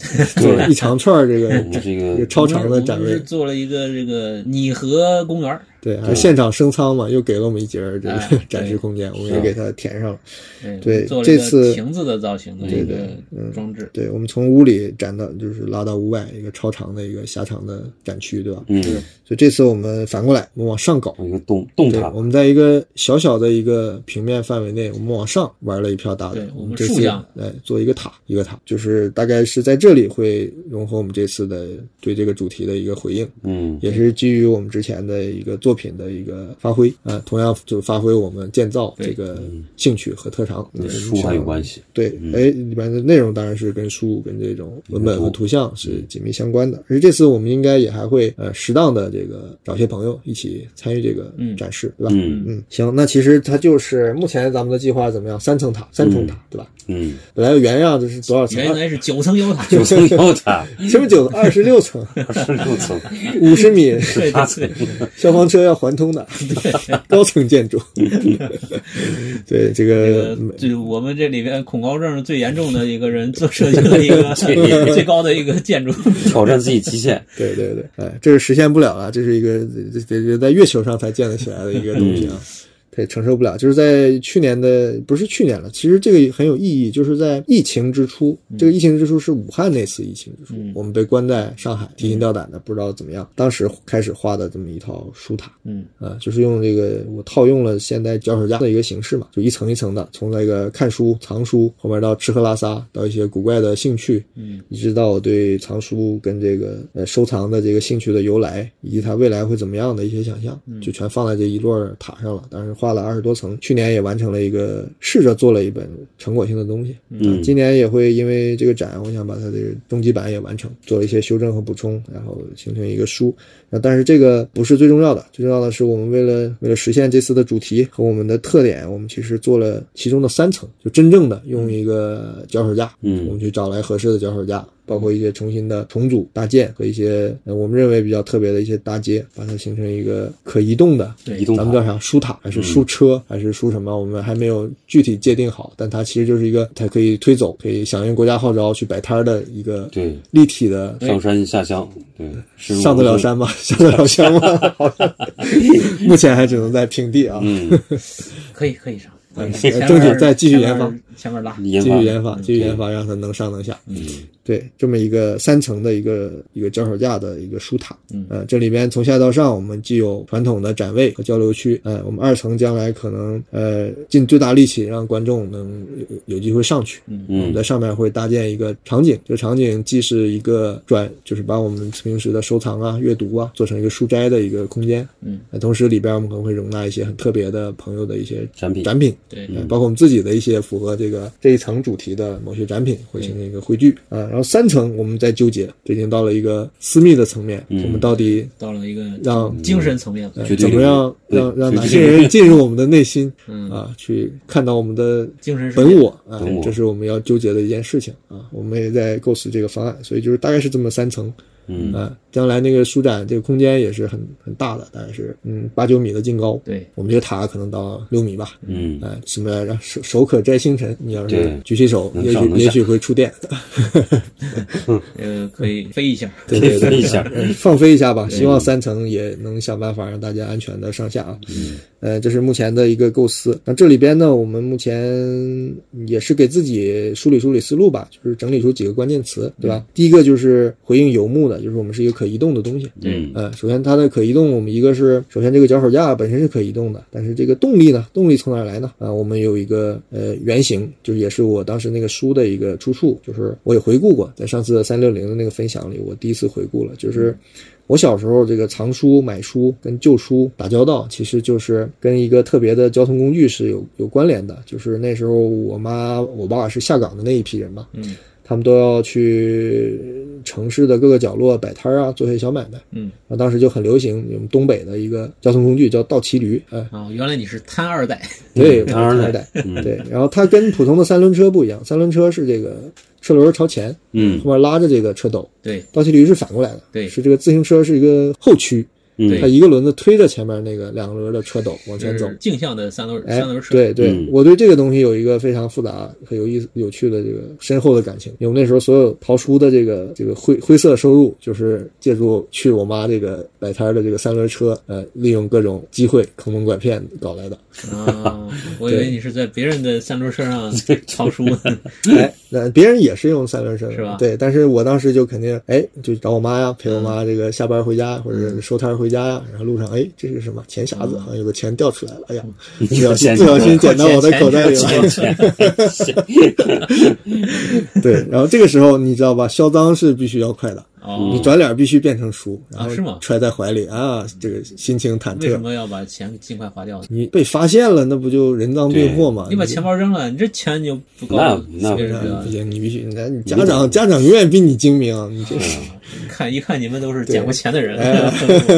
Speaker 6: 做了一长串儿这个
Speaker 5: 我们这
Speaker 6: 这个
Speaker 5: 个
Speaker 6: 超长的
Speaker 4: 我
Speaker 6: 展
Speaker 4: 们是
Speaker 6: 位，
Speaker 4: 做了一个这个拟合公园儿，
Speaker 6: 对，还现场升舱嘛，又给了我们一节儿这
Speaker 4: 哎对
Speaker 6: 个展示空间，我们也给它填上了。
Speaker 4: 哎
Speaker 6: 对
Speaker 4: 我们做了一
Speaker 6: 这次嗯
Speaker 4: 个亭子的造型的一个装置，
Speaker 6: 对，我们从屋里展到就是拉到屋外一个超长的一个狭长的展区，对吧？
Speaker 5: 嗯，
Speaker 6: 所以这次我们反过来，我们往上搞。
Speaker 5: 一个动动
Speaker 6: 对
Speaker 5: 塔，
Speaker 6: 我们在一个小小的一个平面范围内，我们往上玩了一票大的
Speaker 4: 对，我
Speaker 6: 我们
Speaker 4: 们
Speaker 6: 这
Speaker 4: 竖
Speaker 6: 次
Speaker 4: 向
Speaker 6: 哎做一个塔，一个塔，就是大概是在这里会融合我们这次的对这个主题的一个回应，
Speaker 5: 嗯，
Speaker 6: 也是基于我们之前的一个作品的一个发挥啊、呃同样就发挥我们建造这个兴趣和特长，
Speaker 5: 跟
Speaker 6: 嗯
Speaker 5: 书还有关。系。
Speaker 6: 对，哎，里面的内容当然是跟书、跟这种文本和图像是紧密相关的。而这次我们应该也还会呃适当的这个找些朋友一起参与这个
Speaker 4: 嗯
Speaker 6: 展示，对吧？
Speaker 5: 嗯
Speaker 6: 嗯，行，那其实它就是目前咱们的计划怎么样？三层塔，三重塔，对吧？
Speaker 5: 嗯，
Speaker 6: 本来原样就是多少层？啊
Speaker 4: 原来是九层妖塔，
Speaker 5: 九层妖塔，
Speaker 6: 什么九层？二十 六层，
Speaker 5: 二十六层，
Speaker 6: 五十米，
Speaker 4: 对对对，
Speaker 6: 消防车要环通的， 高层建筑。 对，这个
Speaker 4: 呃，对我们这里边恐高症最严重的一个人做设计的一 个最高的一个建筑，
Speaker 5: 挑战自己极限。
Speaker 6: 对对对，哎，这是实现不了了，这是一个这这这在月球上才建得起来的一个东西啊，它也承受不了。就是在去年的，不是去年了，其实这个也很有意义，就是在疫情之初，这个疫情之初是武汉那次疫情之初，我们被关在上海，提心吊胆的，不知道怎么样。当时开始画的这么一套书塔，
Speaker 4: 嗯，
Speaker 6: 啊，就是用这个我套用了现代脚手架的一个形式嘛，就一层一层的，从那个看书、藏书，后面到吃喝拉撒，到一些古怪的兴趣，
Speaker 4: 嗯，
Speaker 6: 一直到我对藏书跟这个呃收藏的这个兴趣的由来，以及它未来会怎么样的一些想象，就全放在这一摞塔上了。当然画画了二十多层，去年也完成了一个，试着做了一本成果性的东西。
Speaker 5: 嗯，
Speaker 6: 啊今年也会因为这个展，我想把它这个终极版也完成，做了一些修正和补充，然后形成一个书。那但是这个不是最重要的，最重要的是我们为了为了实现这次的主题和我们的特点，我们其实做了其中的三层，就真正的用一个脚手架，
Speaker 5: 嗯
Speaker 6: 我们去找来合适的脚手架，包括一些重新的重组搭建和一些呃我们认为比较特别的一些搭接，把它形成一个可移动的
Speaker 4: 对
Speaker 5: 移动
Speaker 6: 咱们
Speaker 5: 塔
Speaker 6: 叫啥书塔
Speaker 5: 嗯
Speaker 6: 还是书车、还是书什么，我们还没有具体界定好，但它其实就是一个它可以推走，可以响应国家号召去摆摊儿的一个
Speaker 5: 对
Speaker 6: 立体的。
Speaker 5: 上山下乡，对，是
Speaker 6: 上得了 山吗？下得了乡吗？ 好像目前还只能在平地啊。
Speaker 5: 嗯，
Speaker 4: 可以可以上，可以
Speaker 6: 呃
Speaker 4: 嗯前
Speaker 6: 争取
Speaker 4: 面
Speaker 6: 再继续
Speaker 4: 前
Speaker 6: 研
Speaker 4: 面前面拉，
Speaker 5: 研
Speaker 6: 继
Speaker 5: 发
Speaker 6: 续研发，继续研发，让它能上能下。嗯，对，这么一个三层的一个一个脚手架的一个书塔。嗯，呃，这里边从下到上，我们既有传统的展位和交流区，呃，我们二层将来可能呃尽最大力气让观众能有有机会上去。嗯，我们在上面会搭建一个场景，这个场景既是一个转，就是把我们平时的收藏啊、阅读啊，做成一个书斋的一个空间。
Speaker 4: 嗯，
Speaker 6: 呃同时里边我们可能会容纳一些很特别的朋友的一些
Speaker 5: 展品
Speaker 6: 展品。
Speaker 4: 对
Speaker 6: 呃包括我们自己的一些符合这个这一层主题的某些展品，
Speaker 4: 嗯
Speaker 6: 会形成一个汇聚啊。然后三层我们在纠结，这已经到了一个私密的层面，
Speaker 4: 嗯
Speaker 6: 我们到底
Speaker 4: 到了一个
Speaker 6: 让
Speaker 4: 精神层面
Speaker 6: 呃
Speaker 4: 嗯了，
Speaker 5: 绝对
Speaker 6: 怎么样
Speaker 5: 对
Speaker 6: 让让
Speaker 5: 绝对
Speaker 6: 哪些人进入我们的内心
Speaker 4: 嗯
Speaker 6: 啊，去看到我们的
Speaker 4: 精神世界
Speaker 6: 本我啊
Speaker 5: 本我，
Speaker 6: 这是我们要纠结的一件事情啊。我们也在构思这个方案，所以就是大概是这么三层。
Speaker 5: 嗯
Speaker 6: 啊，将来那个书展这个空间也是很很大的，大概是嗯八九米的净高。
Speaker 4: 对
Speaker 6: 我们这个塔可能到六米吧，
Speaker 5: 嗯，
Speaker 6: 呃，什么让手手可摘星辰，你要是
Speaker 5: 对
Speaker 6: 举起手，
Speaker 5: 能
Speaker 6: 也
Speaker 5: 上
Speaker 6: 许
Speaker 5: 能下
Speaker 6: 也许会 触电，
Speaker 4: 呃，可以飞一下，
Speaker 6: 对
Speaker 5: 可以
Speaker 6: 对
Speaker 5: 分
Speaker 6: 对
Speaker 5: 一，下，
Speaker 6: 呃放飞一下吧，希望三层也能想办法让大家安全的上下啊。嗯，呃，这是目前的一个构思。那这里边呢，我们目前也是给自己梳理梳理思路吧，就是整理出几个关键词，对
Speaker 5: 嗯
Speaker 6: 吧？第一个就是回应游牧的，就是我们是一个可移动的东西，
Speaker 5: 嗯
Speaker 6: 呃，首先它的可移动，我们一个是首先这个脚手架本身是可移动的，但是这个动力呢，动力从哪儿来呢？啊、我们有一个呃原型，就是也是我当时那个书的一个出处，就是我也回顾过，在上次三六零的那个分享里，我第一次回顾了，就是。我小时候这个藏书、买书跟旧书打交道，其实就是跟一个特别的交通工具是有有关联的。就是那时候我妈、我爸是下岗的那一批人嘛，
Speaker 4: 嗯，
Speaker 6: 他们都要去城市的各个角落摆摊儿啊，做些小买卖。
Speaker 4: 嗯，
Speaker 6: 啊，当时就很流行我们东北的一个交通工具叫倒骑驴，哎，
Speaker 4: 啊，原来你是贪二代，
Speaker 6: 对，
Speaker 5: 嗯当然
Speaker 6: 二
Speaker 5: 了
Speaker 6: 代，
Speaker 5: 嗯
Speaker 6: 对，然后它跟普通的三轮车不一样， 三轮车是这个车轮朝前，
Speaker 5: 嗯
Speaker 6: 后面拉着这个车斗，
Speaker 4: 对
Speaker 6: 倒骑驴是反过来的，
Speaker 4: 对
Speaker 6: 是这个自行车是一个后驱，
Speaker 5: 嗯
Speaker 6: 它一个轮子推着前面那个两个轮的车斗往前走
Speaker 4: 是，镜像的三轮
Speaker 6: 哎
Speaker 4: 三轮，车，
Speaker 6: 对对
Speaker 5: 嗯，
Speaker 6: 我对这个东西有一个非常复杂、很有意思、有趣的这个深厚的感情。因为我那时候所有刨出的这个这个灰灰色收入，就是借助去我妈这个摆摊儿的这个三轮车，呃，利用各种机会坑蒙拐骗搞来的。
Speaker 4: 啊，我以为你是在别人的三轮车上藏书 呢，
Speaker 6: 哎，那别人也是用三轮车的，
Speaker 4: 嗯是吧嗯
Speaker 6: 对，但是我当时就肯定，哎，就找我妈呀，陪我妈这个下班回家、或者是收摊儿回家呀，然后路上，哎，这是什么钱匣
Speaker 4: 嗯
Speaker 6: 子？好像有个钱掉出来了，哎呀，
Speaker 5: 嗯
Speaker 6: 不小心 不小心捡到我的口袋里了。对，然后这个时候你知道吧，销赃是必须要快的，
Speaker 4: 哦
Speaker 6: 你，转脸必须变成书，然
Speaker 4: 啊是吗
Speaker 6: 后揣在怀里啊，这个心情忐
Speaker 4: 为什
Speaker 6: 忑。
Speaker 4: 么要把钱尽快花掉？
Speaker 6: 你被发现了，那不就人赃并获吗？
Speaker 4: 你把钱包扔了，你这钱你就不够
Speaker 5: 那
Speaker 4: 了，
Speaker 5: 那
Speaker 4: 随便
Speaker 5: 包
Speaker 4: 扔
Speaker 6: 嗯
Speaker 4: 啊
Speaker 6: 不行，你必须，那你家长家长永远比你精明，你
Speaker 4: 嗯
Speaker 6: 这是。
Speaker 4: 看一看你们都是捡过钱的人，
Speaker 6: 哎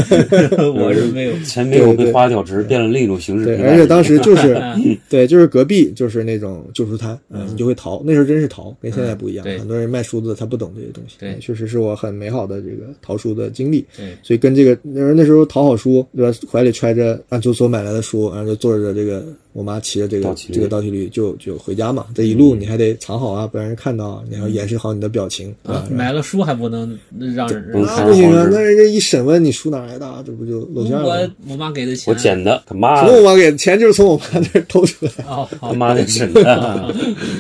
Speaker 4: 我
Speaker 5: 我
Speaker 4: 是 没有。
Speaker 5: 钱没有被花掉，只是变了另一种形式。
Speaker 6: 对，而且当时 就是，
Speaker 4: 嗯
Speaker 6: 对，就是隔壁就是那种旧书摊，嗯，你就会逃。那时候真是逃，跟现在不一样。
Speaker 4: 嗯对
Speaker 6: 很多人卖书的他不懂这些东西，
Speaker 4: 对
Speaker 6: 确实是我很美好的这个逃书的经历。
Speaker 4: 对
Speaker 6: 所以跟这个，那时候那时候讨好书，对吧？怀里揣着按就所买来的书，然后就坐着这个我妈骑着这
Speaker 5: 倒
Speaker 6: 个
Speaker 5: 骑驴
Speaker 6: 这个倒骑驴嗯就就回家嘛。这一路你还得藏好啊，不让人看到啊，你还要掩饰好你的表情
Speaker 4: 啊
Speaker 6: 啊，。然后
Speaker 4: 买了书还不能让人
Speaker 5: 嗯
Speaker 6: 那不行啊，那人家一审问你书哪来的啊，这不就露馅了
Speaker 4: 我
Speaker 6: 吗？
Speaker 4: 我妈给的钱，
Speaker 5: 我捡的，他妈
Speaker 6: 从嗯我妈给钱就是从我妈那儿偷出来的。
Speaker 4: 哦，好
Speaker 5: 他 妈的捡的，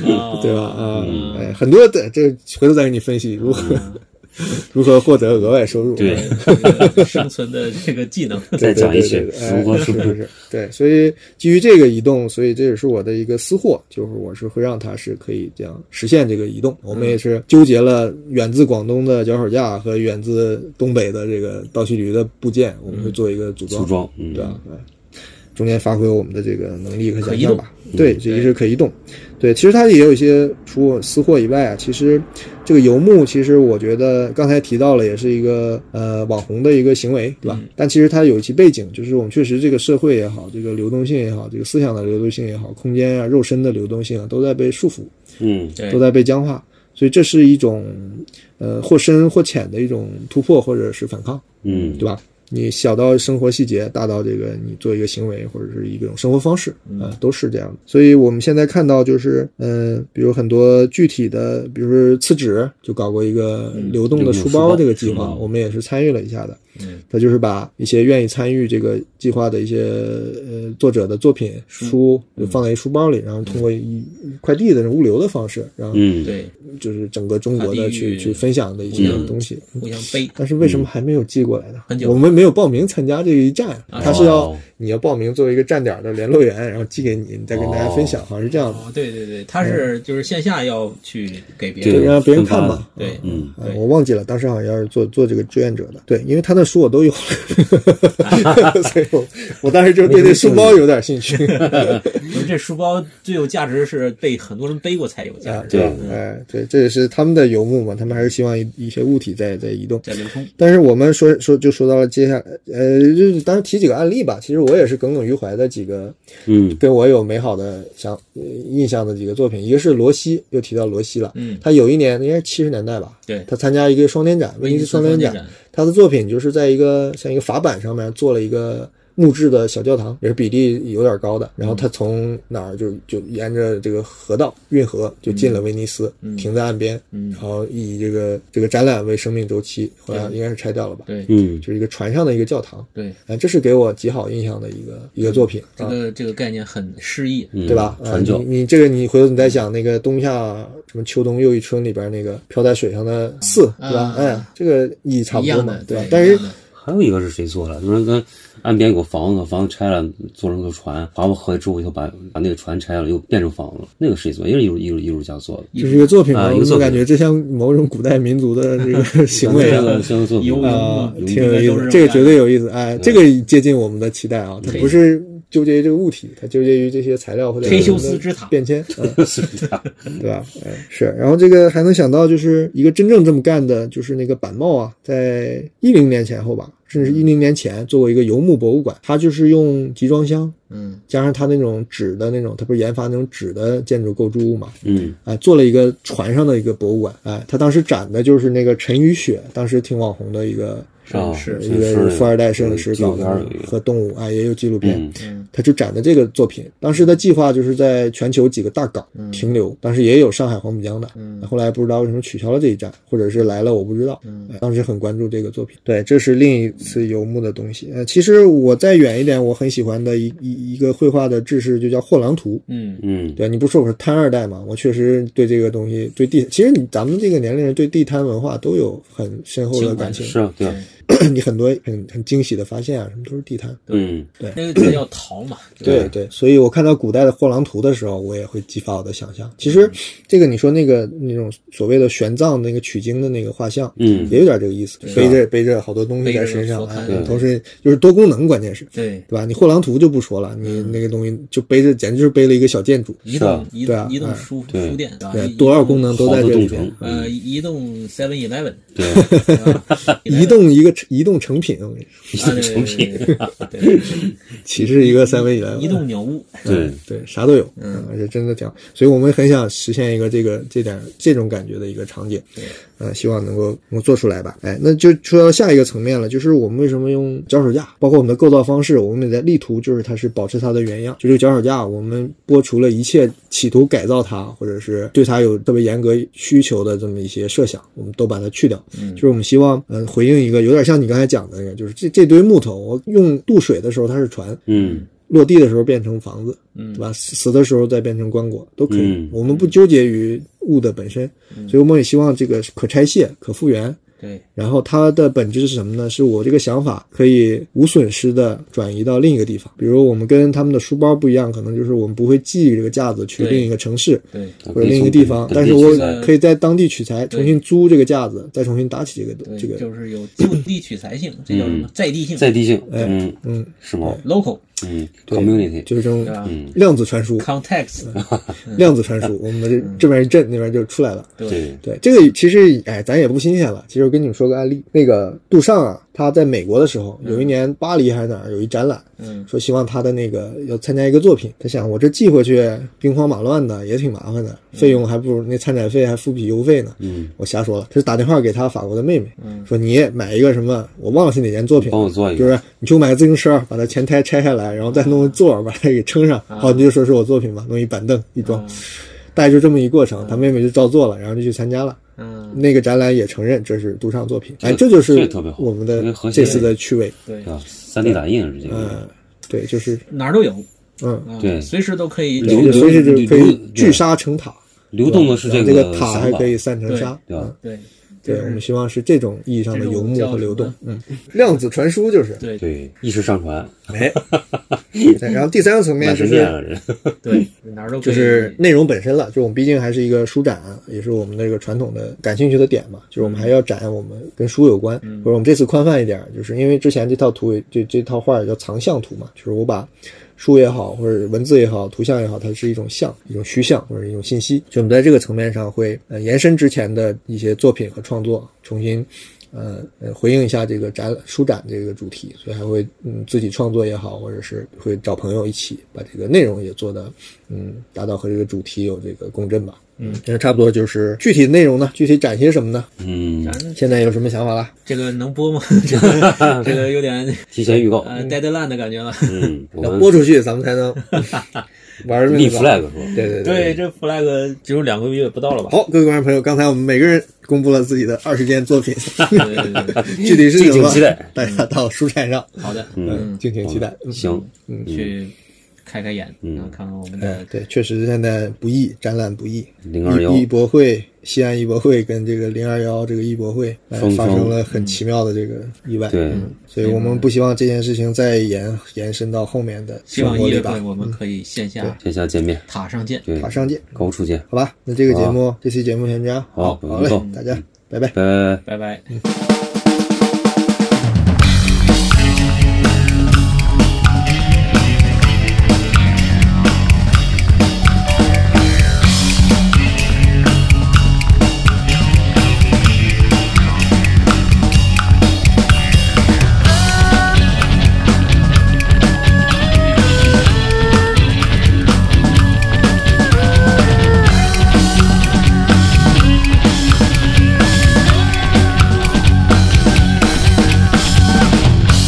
Speaker 4: 哦
Speaker 6: 对吧？啊、哎，很多的这回头再给你分析如何、 如何获得额外收入。
Speaker 5: 对，
Speaker 4: 这个生存的这个技 能，
Speaker 5: 再讲一些
Speaker 6: 对对对对
Speaker 5: 如何
Speaker 6: 哎是
Speaker 5: 是不
Speaker 6: 是
Speaker 5: 是
Speaker 6: 是，对，所以基于这个移动，所以这也是我的一个私货，就是我是会让它是可以这样实现这个移动。我
Speaker 5: 嗯
Speaker 6: 们也是纠结了远自广东的脚手架和远自东北的这个倒骑驴的部件，我们会做一个组装。
Speaker 5: 组装，嗯
Speaker 6: 对，啊，哎中间发挥我们的这个能力和
Speaker 4: 可
Speaker 6: 想
Speaker 4: 移
Speaker 6: 象
Speaker 4: 动嗯
Speaker 6: 吧。对，这
Speaker 4: 对
Speaker 6: 一是可移动。对，其实它也有一些除我私货以外啊，其实这个游牧，其实我觉得刚才提到了，也是一个呃网红的一个行为，对
Speaker 4: 嗯
Speaker 6: 吧？但其实它有其背景，就是我们确实这个社会也好，这个流动性也好，这个思想的流动性也好，空间啊、肉身的流动性啊，都在被束缚。
Speaker 5: 嗯，
Speaker 4: 对
Speaker 6: 都在被僵化，所以这是一种呃或深或浅的一种突破或者是反抗，
Speaker 5: 嗯，
Speaker 6: 对吧？你小到生活细节，大到这个你做一个行为或者是一种生活方式
Speaker 5: 嗯
Speaker 6: 啊、都是这样的。所以我们现在看到就是，嗯、比如很多具体的，比如说厕纸就搞过一个流动的
Speaker 5: 嗯流动书
Speaker 6: 书
Speaker 5: 包
Speaker 6: 包这个计划，
Speaker 5: 嗯
Speaker 6: 我们也是参与了一下的。
Speaker 4: 嗯，
Speaker 6: 他就是把一些愿意参与这个计划的一些呃作者的作品书
Speaker 5: 嗯
Speaker 6: 就放在一书包里，然后通过一快递的物流的方式，然后
Speaker 5: 嗯，
Speaker 4: 对，
Speaker 6: 就是整个中国
Speaker 4: 跨地
Speaker 6: 的去
Speaker 4: 域
Speaker 6: 去分享的一些东西。
Speaker 4: 互相背，
Speaker 6: 但是为
Speaker 5: 嗯
Speaker 6: 什么还没有寄过来呢？
Speaker 4: 很久
Speaker 6: 我们没有报名参加这一站，
Speaker 4: 啊
Speaker 6: 它是要
Speaker 5: 哦
Speaker 6: 你要报名作为一个站点的联络员，然后寄给你，你再跟大家分享，好像是这样的，
Speaker 4: 哦，对对对，
Speaker 6: 嗯
Speaker 4: 他是就是线下要去给别
Speaker 5: 对
Speaker 4: 人，
Speaker 6: 让别人看
Speaker 5: 分发
Speaker 6: 吧。
Speaker 4: 对，
Speaker 5: 嗯，
Speaker 6: 啊
Speaker 4: 对
Speaker 6: 我忘记了，当时好像要是做做这个志愿者的，对，因为他的书我 都有，所以我我当时就对这书包有 点兴趣。
Speaker 4: 因为这书包最有价值是被很多人背过才有价
Speaker 6: 啊，
Speaker 4: 值，
Speaker 5: 对
Speaker 6: 哎，对，这也是他们的游牧嘛，他们还是希望一一些物体在在移动。
Speaker 4: 在流通，
Speaker 6: 但是我们说说就说到了接下来，呃，就是当然提几个案例吧。其实我也是耿耿于怀的几个
Speaker 5: 嗯，
Speaker 6: 跟我有美好的想、呃印象的几个作品，一个是罗西，又提到罗西了。
Speaker 4: 嗯，
Speaker 6: 他有一年应该是七十年代吧，
Speaker 4: 对
Speaker 6: 他参加一个双年展，威尼斯双年
Speaker 4: 威尼斯双年
Speaker 6: 展
Speaker 4: 展，
Speaker 6: 他的作品就是在一个像一个法板上面做了一个。木质的小教堂也是比例有点高的，然后他
Speaker 4: 嗯
Speaker 6: 从哪儿就就沿着这个河道运河就进了威尼斯，停在岸边，
Speaker 4: 嗯
Speaker 6: 然后以这个这个展览为生命周期，后来应该是拆掉了吧？
Speaker 4: 对
Speaker 5: 嗯，
Speaker 6: 就是一个船上的一个教堂，
Speaker 4: 对，嗯
Speaker 6: 哎，这是给我极好印象的一个一个作品，
Speaker 4: 这
Speaker 6: 啊
Speaker 4: 个这个概念很诗意，
Speaker 5: 嗯
Speaker 6: 对吧？啊
Speaker 5: 传教
Speaker 6: 你，你这个你回头你再想那个冬夏什么秋冬又一春里边那个飘在水上的四，对吧
Speaker 4: 啊？
Speaker 6: 哎，这个意义差不
Speaker 4: 一
Speaker 6: 多
Speaker 4: 样
Speaker 6: 嘛
Speaker 4: 的，，
Speaker 6: 吧
Speaker 4: 对，？
Speaker 6: 但
Speaker 4: 一
Speaker 6: 是
Speaker 4: 样的
Speaker 5: 还有一个是谁做的？就是跟岸边有个房子，房子拆了做成个船，划过河之后又把把那个船拆了，又变成房子。那个谁做？也是艺术艺术艺术家做 的。
Speaker 6: 这是一个作品
Speaker 5: 啊
Speaker 6: 嘛，
Speaker 5: 一个
Speaker 6: 我
Speaker 5: 作
Speaker 6: 就
Speaker 5: 品嗯
Speaker 6: 感觉这像某种古代民族的这个行为
Speaker 5: 这
Speaker 6: 啊。
Speaker 5: 个像个作品
Speaker 4: 有
Speaker 6: 啊，
Speaker 4: 嗯
Speaker 6: 挺有
Speaker 4: 应
Speaker 6: 意
Speaker 4: 该都
Speaker 6: 思
Speaker 4: 是，这
Speaker 6: 这个
Speaker 4: 样
Speaker 6: 绝对有意思。哎，这个接近我们的期待啊，它不是纠结于这个物体，它纠结于这些材料或者
Speaker 4: 忒修斯之塔
Speaker 6: 变迁，嗯对吧？哎，是。然后这个还能想到，就是一个真正这么干的，就是那个板茂啊，在一零年前后吧，甚
Speaker 4: 嗯
Speaker 6: 至是一零年前做过一个游牧博物馆，它就是用集装箱。
Speaker 4: 嗯，
Speaker 6: 加上它那种纸的那种，它不是研发那种纸的建筑构筑物嘛？
Speaker 5: 嗯
Speaker 6: 哎，做了一个船上的一个博物馆。哎，他当时展的就是那个陈与雪，当时挺网红的一个
Speaker 5: 啊，
Speaker 4: 是
Speaker 6: 一个富二代摄影师
Speaker 5: 纪录
Speaker 6: 搞
Speaker 5: 片儿
Speaker 6: 的
Speaker 5: 有一个，
Speaker 6: 和动物啊，也有纪录片
Speaker 5: 嗯，
Speaker 6: 他就展的这个作品。当时的计划就是在全球几个大港停留，当时也有上海黄浦江的，后来不知道为什么取消了这一站，或者是来了我不知道。哎当时很关注这个作品，对，这是另一次游牧的东西。呃，其实我再远一点，我很喜欢的一一一个绘画的制式就叫货郎图，
Speaker 4: 嗯，
Speaker 5: 嗯，
Speaker 6: 对，你不说我是摊二代嘛？我确实对这个东西，对地，其实你咱们这个年龄人对地摊文化都有很深厚的感情，
Speaker 5: 是啊，对啊，
Speaker 6: 你很多很很惊喜的发现啊，什么都是地摊。
Speaker 5: 嗯
Speaker 4: 那个才叫陶嘛，
Speaker 6: 对对，所以我看到古代的货郎图的时候，我也会激发我的想象。其实，这个你说那个那种所谓的玄奘那个取经的那个画像，
Speaker 5: 嗯
Speaker 6: 也有点这个意思，背着背着好多东西在身上，
Speaker 4: 背着
Speaker 6: 哎
Speaker 4: 佛龛，
Speaker 6: 同时就是多功能，关键是，
Speaker 4: 对，
Speaker 6: 对吧？你货郎图就不说了，你那个东西就背着，简直就是背了一个小建筑，
Speaker 4: 移
Speaker 5: 是
Speaker 4: 动
Speaker 5: 啊
Speaker 4: 移
Speaker 6: 对啊
Speaker 4: 动移动
Speaker 6: 哎
Speaker 4: 书
Speaker 5: 对
Speaker 4: 书店，对吧
Speaker 6: 对，
Speaker 4: 移
Speaker 6: 多少功能都
Speaker 5: 好
Speaker 6: 在
Speaker 5: 多
Speaker 6: 这里
Speaker 5: 动
Speaker 6: 边
Speaker 5: 程。，
Speaker 4: 呃，
Speaker 5: 嗯，
Speaker 4: 移动 Seven Eleven，
Speaker 5: 对，
Speaker 6: 移动一个移动成品，我跟你
Speaker 4: 移
Speaker 6: 说，
Speaker 4: 动成品，对，
Speaker 6: 岂是一个三维以来
Speaker 4: 移动鸟屋，
Speaker 5: 对，
Speaker 6: 对，啥都有，嗯，而且真的挺好，所以我们很想实现一个这个这点这种感觉的一个场景，呃，希望能够能够做出来吧。哎，那就说到下一个层面了，就是我们为什么用脚手架，包括我们的构造方式，我们也在力图就是它是保持它的原样，就这个脚手架，我们剥除了一切企图改造它或者是对它有特别严格需求的这么一些设想，我们都把它去掉，就是我们希望嗯、呃回应一个有点像你刚才讲的那个，就是这这堆木头，我用渡水的时候它是船，
Speaker 5: 嗯
Speaker 6: 落地的时候变成房子，嗯，对吧？死死的时候再变成棺椁都可以。
Speaker 5: 嗯
Speaker 6: 我们不纠结于物的本身，
Speaker 4: 嗯
Speaker 6: 所以我们也希望这个是可拆卸、可复原。
Speaker 4: 对，
Speaker 6: 然后它的本质是什么呢？是我这个想法可以无损失的转移到另一个地方。比如我们跟他们的书包不一样，可能就是我们不会寄这个架子去
Speaker 4: 对
Speaker 6: 另一个城市
Speaker 4: 对，
Speaker 6: 或者另一个地方，但是我嗯可以在当地取材，
Speaker 4: 对
Speaker 6: 重新租这个架子，再重新搭起这个
Speaker 4: 对，
Speaker 6: 这个。
Speaker 4: 就是有就地取材性，这叫什么
Speaker 5: 嗯
Speaker 4: 在地性
Speaker 5: 在地性，嗯
Speaker 6: 嗯，
Speaker 5: 是吗？
Speaker 4: ，local，
Speaker 5: 嗯
Speaker 6: 对
Speaker 5: ，community
Speaker 6: 就是这种
Speaker 4: 对吧
Speaker 5: 嗯
Speaker 6: 量子传输，
Speaker 4: ？Context，
Speaker 6: 量子传输，
Speaker 4: 嗯
Speaker 6: 我们这这边一震，那边就出来了。
Speaker 4: 对，
Speaker 5: 对，
Speaker 6: 对，这个其实哎，咱也不新鲜了。其实我跟你们说个案例，那个杜尚啊，他在美国的时候，有一年巴黎还是哪儿有一展览，
Speaker 4: 嗯
Speaker 6: 说希望他的那个要参加一个作品，他想我这寄回去兵荒马乱的也挺麻烦的，
Speaker 4: 嗯
Speaker 6: 费用还不如那参展费还付不起邮费呢。
Speaker 5: 嗯，
Speaker 6: 我瞎说了，他就打电话给他法国的妹妹，
Speaker 4: 嗯哦
Speaker 6: 说你也买一个什么，我忘了是哪件作品，
Speaker 5: 帮我做一
Speaker 6: 就
Speaker 5: 个，
Speaker 6: 是你去买个自行车，把它前胎拆下来，然后再弄个座儿把它给撑上，好，你就说是我作品吧，弄一板凳一装，大概就这么一过程。他妹妹就照做了，然后就去参加了。
Speaker 4: 嗯，
Speaker 6: 那个展览也承认这是独唱作品，哎，
Speaker 5: 这
Speaker 6: 这就
Speaker 5: 这
Speaker 6: 是
Speaker 5: 特别好
Speaker 6: 我们
Speaker 5: 因为
Speaker 6: 的
Speaker 5: 核心
Speaker 6: 这次的趣味。
Speaker 4: 对，
Speaker 5: 啊，三 D 打印是这
Speaker 6: 嗯
Speaker 5: 个，，
Speaker 6: 对，就是
Speaker 4: 哪儿都有，
Speaker 6: 嗯，
Speaker 4: 嗯
Speaker 5: 对
Speaker 4: 随时都可以
Speaker 5: 流
Speaker 6: 对
Speaker 5: 流
Speaker 6: 所以就可
Speaker 5: 流
Speaker 6: 以聚沙成塔，
Speaker 5: 流动的是
Speaker 6: 然后
Speaker 5: 这
Speaker 6: 这
Speaker 5: 个
Speaker 6: 塔
Speaker 5: 想
Speaker 6: 还
Speaker 5: 法
Speaker 6: 可以散成沙。嗯
Speaker 5: 对吧？
Speaker 4: 对，就
Speaker 6: 对，我们希望是这种意义上的游
Speaker 4: 这
Speaker 6: 牧
Speaker 4: 种
Speaker 6: 和流动
Speaker 4: 叫。
Speaker 6: 嗯，量子传输就是
Speaker 4: 对
Speaker 5: 对，意识上传，
Speaker 6: 哎，对然后第三个层面
Speaker 5: 满
Speaker 6: 就
Speaker 5: 神
Speaker 6: 是
Speaker 5: 念了人，
Speaker 4: 对，哪儿都可
Speaker 6: 就
Speaker 4: 以
Speaker 6: 是内容本身了，就是我们毕竟还是一个书展，也是我们那个传统的感兴趣的点嘛，就是
Speaker 4: 嗯
Speaker 6: 我们还要展我们跟书有关，或者我们这次宽泛一点，就是因为之前这套图也这这套画也叫藏象图嘛，就是我把书也好，或者文字也好，图像也好，它是一种像，一种虚像或者一种信息，就我们在这个层面上会呃延伸之前的一些作品和创作，重新。呃呃，回应一下这个展览书展这个主题，所以还会嗯自己创作也好，或者是会找朋友一起把这个内容也做的嗯达到和这个主题有这个共振吧。嗯，这差不多就是具体的内容呢，具体展些什么呢？
Speaker 5: 嗯，
Speaker 6: 现在有什么想法啦？
Speaker 4: 这个能播 吗？这个这个有点
Speaker 5: 提前预告，
Speaker 4: 呃 deadline 的感觉了。
Speaker 5: 嗯，我
Speaker 6: 要
Speaker 5: 们
Speaker 6: 播出去，咱们 才能玩儿命
Speaker 5: 立
Speaker 6: 吧
Speaker 5: flag 是吧？
Speaker 6: 对对
Speaker 4: 对，这 flag 只有两个月不到了吧？
Speaker 6: 好，各位观众朋友，刚才我们每个人公布了自己的二十件作品，
Speaker 4: 对对对对
Speaker 6: 具体是
Speaker 5: 敬
Speaker 6: 什
Speaker 5: 请
Speaker 6: 么？
Speaker 5: 期待，
Speaker 6: 大家到书展上，
Speaker 4: 好的，
Speaker 5: 嗯，
Speaker 6: 敬请期待。嗯
Speaker 5: 行，
Speaker 4: 去开开眼，
Speaker 5: 嗯
Speaker 4: 看看我们
Speaker 6: 哎
Speaker 4: 的，
Speaker 6: 对，确实现在不易，展览不易。
Speaker 5: 零二幺
Speaker 6: 艺艺博会、西安艺博会跟这个零二幺这个艺博会、哎
Speaker 5: 双
Speaker 6: 发
Speaker 5: 双
Speaker 6: 生了很奇妙的这个意外。
Speaker 5: 对
Speaker 6: 嗯所以我们不希望这件事情再延延伸到后面的
Speaker 4: 希
Speaker 6: 生
Speaker 4: 望
Speaker 6: 活
Speaker 4: 一
Speaker 6: 里
Speaker 4: 月
Speaker 6: 吧嗯
Speaker 4: 份。我
Speaker 5: 嗯
Speaker 4: 们可以线下
Speaker 5: 线下见面，
Speaker 4: 塔上见。
Speaker 5: 对
Speaker 6: 塔，上见，
Speaker 5: 高处见，
Speaker 6: 好吧？那这个节
Speaker 5: 好啊
Speaker 6: 目，这期节目先这样。
Speaker 5: 好嗯
Speaker 6: 好嘞
Speaker 5: 好，
Speaker 6: 大家拜拜。
Speaker 4: 拜
Speaker 5: 拜拜。
Speaker 4: 拜。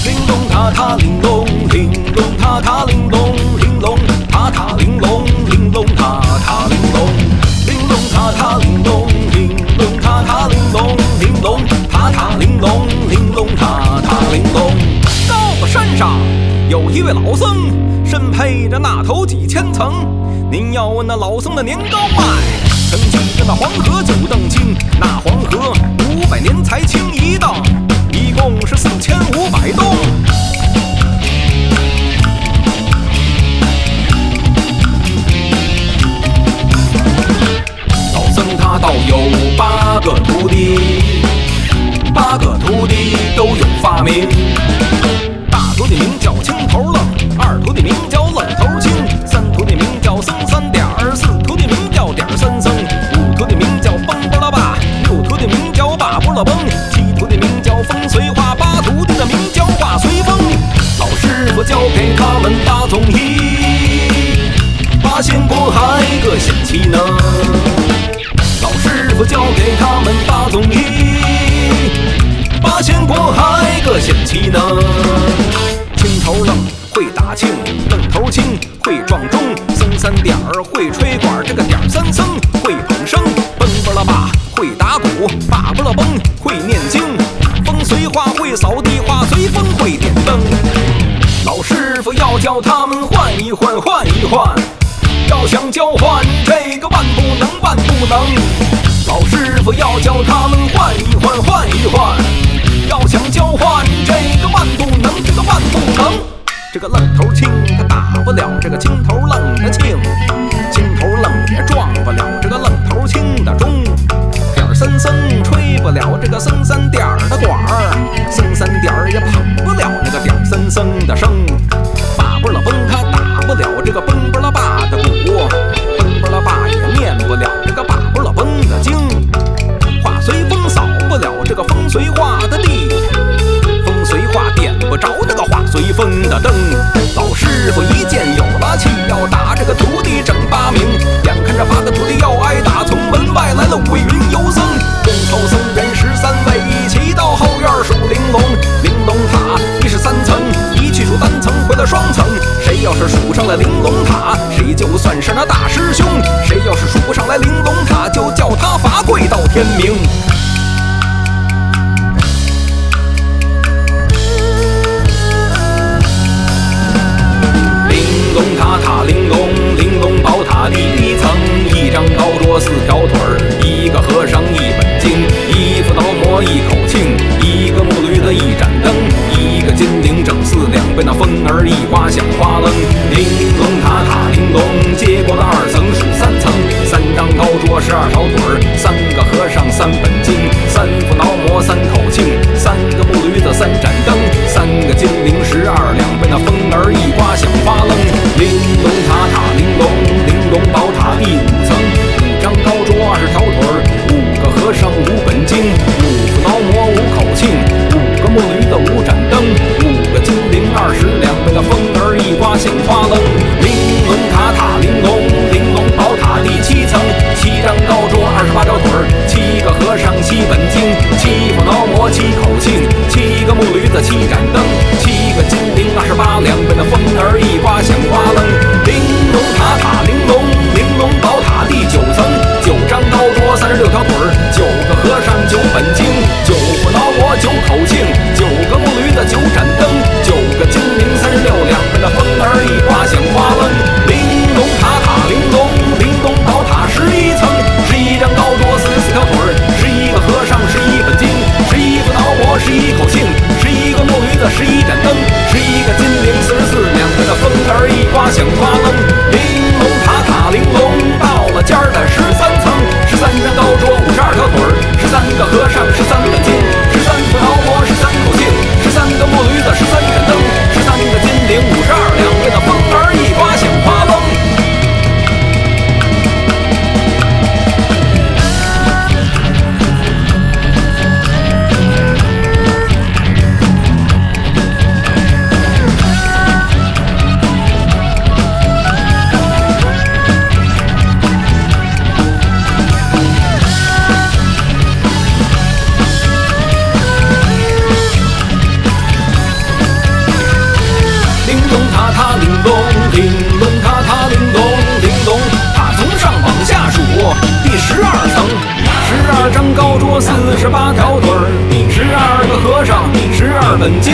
Speaker 7: 玲珑塔塔玲珑，玲珑塔塔玲珑，玲珑塔塔玲珑，玲珑塔塔玲珑，玲珑塔塔玲珑，玲珑塔塔玲珑，玲珑塔塔玲珑，玲珑塔塔玲珑。到了山上，有一位老僧，身披着那头几千层。您要问那老僧的年高迈？曾记得那黄河九邓经，那黄河五百年才清一邓，一共是四千五百洞。老僧他道有八个徒弟，八个徒弟都有发明。大徒弟名叫青头愣，二徒弟名叫愣头青，三徒弟名叫僧三点儿，四徒弟名叫点儿三僧，五徒弟名叫崩波拉霸，六徒弟名叫霸波拉崩，七徒弟名叫风随画，八徒弟的名叫画随风。老师傅教给他们八种艺，八仙过海各显其能。老师傅教给他们八种艺，八仙过海各显其能。青头愣会打磬，愣头青会撞钟，僧三点儿会吹管，这个点儿三僧会捧笙，蹦巴拉吧会打鼓，把巴拉崩会念经，风随画会扫地，画随风会点灯。老师傅要教他们换一换，换一换。要想交换，这个万不能，万不能。老师傅要教他们换一换，换一换。要想交换，这个万不能，这个万不能。这个愣头青他打不了这个青头愣的庆，青头愣也撞不了这个愣头青的钟。点儿三僧吹不了这个僧三点儿的管儿，僧三点儿也捧不了那个点儿三僧的声。把不了崩兄弟，谁要是数不上来玲珑塔，就叫他罚跪到天明。玲珑塔塔玲珑，玲珑宝塔第一层，一张高桌四条腿儿，一个和尚一本经，一副刀磨一口磬，一个木驴子一盏灯，一个金铃整四两，被那风儿一刮响哗楞。玲珑塔塔玲珑，接过了二层数三层，三张高桌十二条腿儿，三个和尚三本经，三副挠磨三口磬，三个木驴子三盏灯，三个金铃十二两，被那风儿一刮响发愣。玲珑塔塔玲珑，玲珑宝塔第五层，五张高桌二十条腿儿，五个和尚五本经，五副挠磨五口磬，五个木驴子五盏灯，五个金铃二十两，被那风儿一刮响发愣。玲珑塔塔玲珑，玲珑宝塔第七层，七张高桌二十八条腿儿，七个和尚七本经，七副挠磨七口磬，七个木驴子七盏灯，七个金铃二十八两，被那风儿一刮响哗楞。玲珑塔塔玲珑，玲珑宝塔第九层，九张高桌三十六条腿儿，九个和尚九本经，九副挠磨九口磬，九个木驴子九盏灯，九个金铃三十六两，被那风儿一刮响哗楞。玲珑塔塔玲珑，玲珑宝塔十一层，十一张高桌四十四条腿儿，十一个和尚十一本经，十一副挠磨十一口磬，十一个木驴子十一盏灯，十一个金铃四十四两，被那风儿一刮响哗楞。玲珑塔塔玲珑，到了尖儿的十三层，十三张高桌五十二条腿儿，十三个和尚十三本经，十三副挠磨十三口磬，十三个木驴子十三盏灯，十三个金铃五十二两，被那风儿一刮响哗楞。玲珑塔塔玲珑，玲珑塔塔玲珑，玲珑塔从上往下数，第十二层，十二张高桌，四十八条腿儿，十二个和尚，十二本经，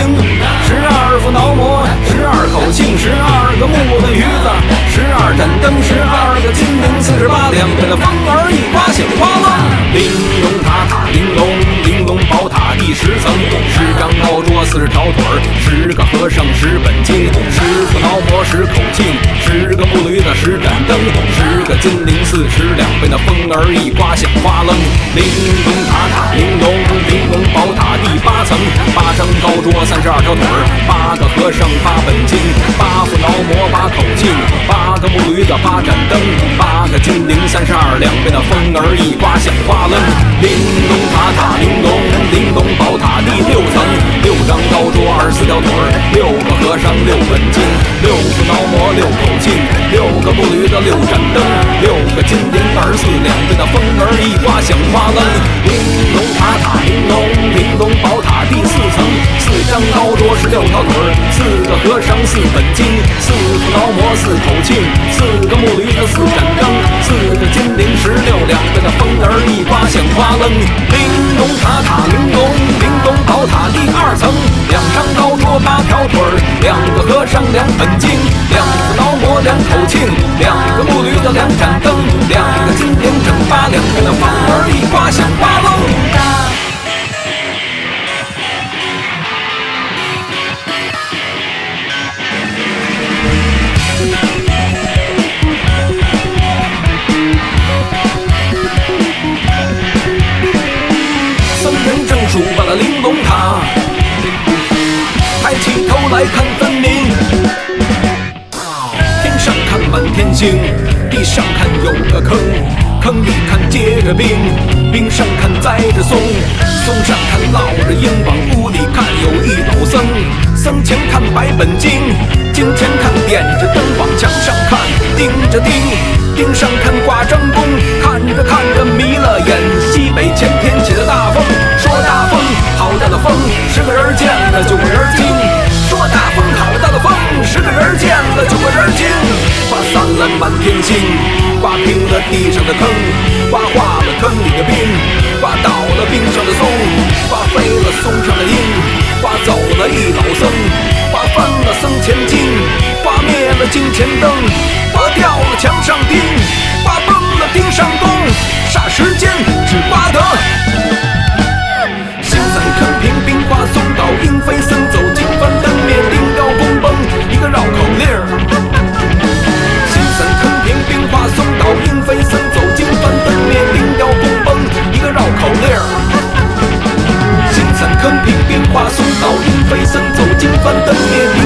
Speaker 7: 十二副挠磨，十二口磬，十二个木的驴子，十二盏灯，十二个金铃，四十八两，被那风儿一刮响哗啦，玲珑塔塔玲珑，玲珑宝塔第十层，十张高桌，四十条腿儿，十个和尚，十本经，十副挠磨，十口磬，十个木驴子，十盏灯，十个金铃，四十两，被那风儿一刮响哗楞。玲珑塔塔玲珑，玲珑宝塔第八层，八张高桌，三十二条腿儿，八个和尚，八本经，八副挠磨，八口磬，八个木驴子，八盏灯，八个金铃，三十二两，被那风儿一刮响哗楞。玲珑塔塔玲珑，玲珑宝塔第六层，六张高桌，二十四条腿儿，六个和尚，六本经，六副挠磨，六口磬，六个木驴子，六盏灯，六个金铃，二十四两，被那风儿一刮响哗楞。玲珑塔塔玲珑，玲珑宝塔第四层，四张高桌，十六条腿儿，四个和尚，四本经，四副挠磨，四口磬，四个木驴子，四盏灯，四个金铃，十六两，被那风儿一刮响哗楞。玲珑塔塔玲珑，玲珑宝塔第二层，两张高桌，八条腿儿，两个和尚，两本经，两副挠磨，两口磬，两个木驴子，两盏灯，两个金铃，整八两，被那风儿一刮响哗楞。僧人正数把那玲珑塔，抬起头来看分明。天上看满天星，地上看有个坑，坑里看结着冰，冰上看栽着松，松上看落着鹰，往屋里看有一老僧，僧前看白本经，经前看点着灯，往墙上看钉着钉，钉上看挂张弓，看着看着迷了眼，西北前天起了大风，说大风好大的风，十个人见了九个人惊，说大风好大。大的风，十个人见了九个人惊，刮散了满天星，刮平了地上的坑，刮化了坑里的冰，刮倒了冰上的松，刮飞了松上的鹰，刮走了一老僧，刮翻了僧前经，刮灭了金钱灯，刮掉了墙上钉，刮崩了钉上弓，霎时间只刮得。新伞坑平冰花松倒鹰飞僧走金翻灯灭钉雕弓崩一个绕口令儿。新伞坑平冰花松倒鹰飞僧走金翻灯灭钉雕弓崩一个绕口令儿。新伞坑平冰花松倒鹰飞僧走金翻灯灭钉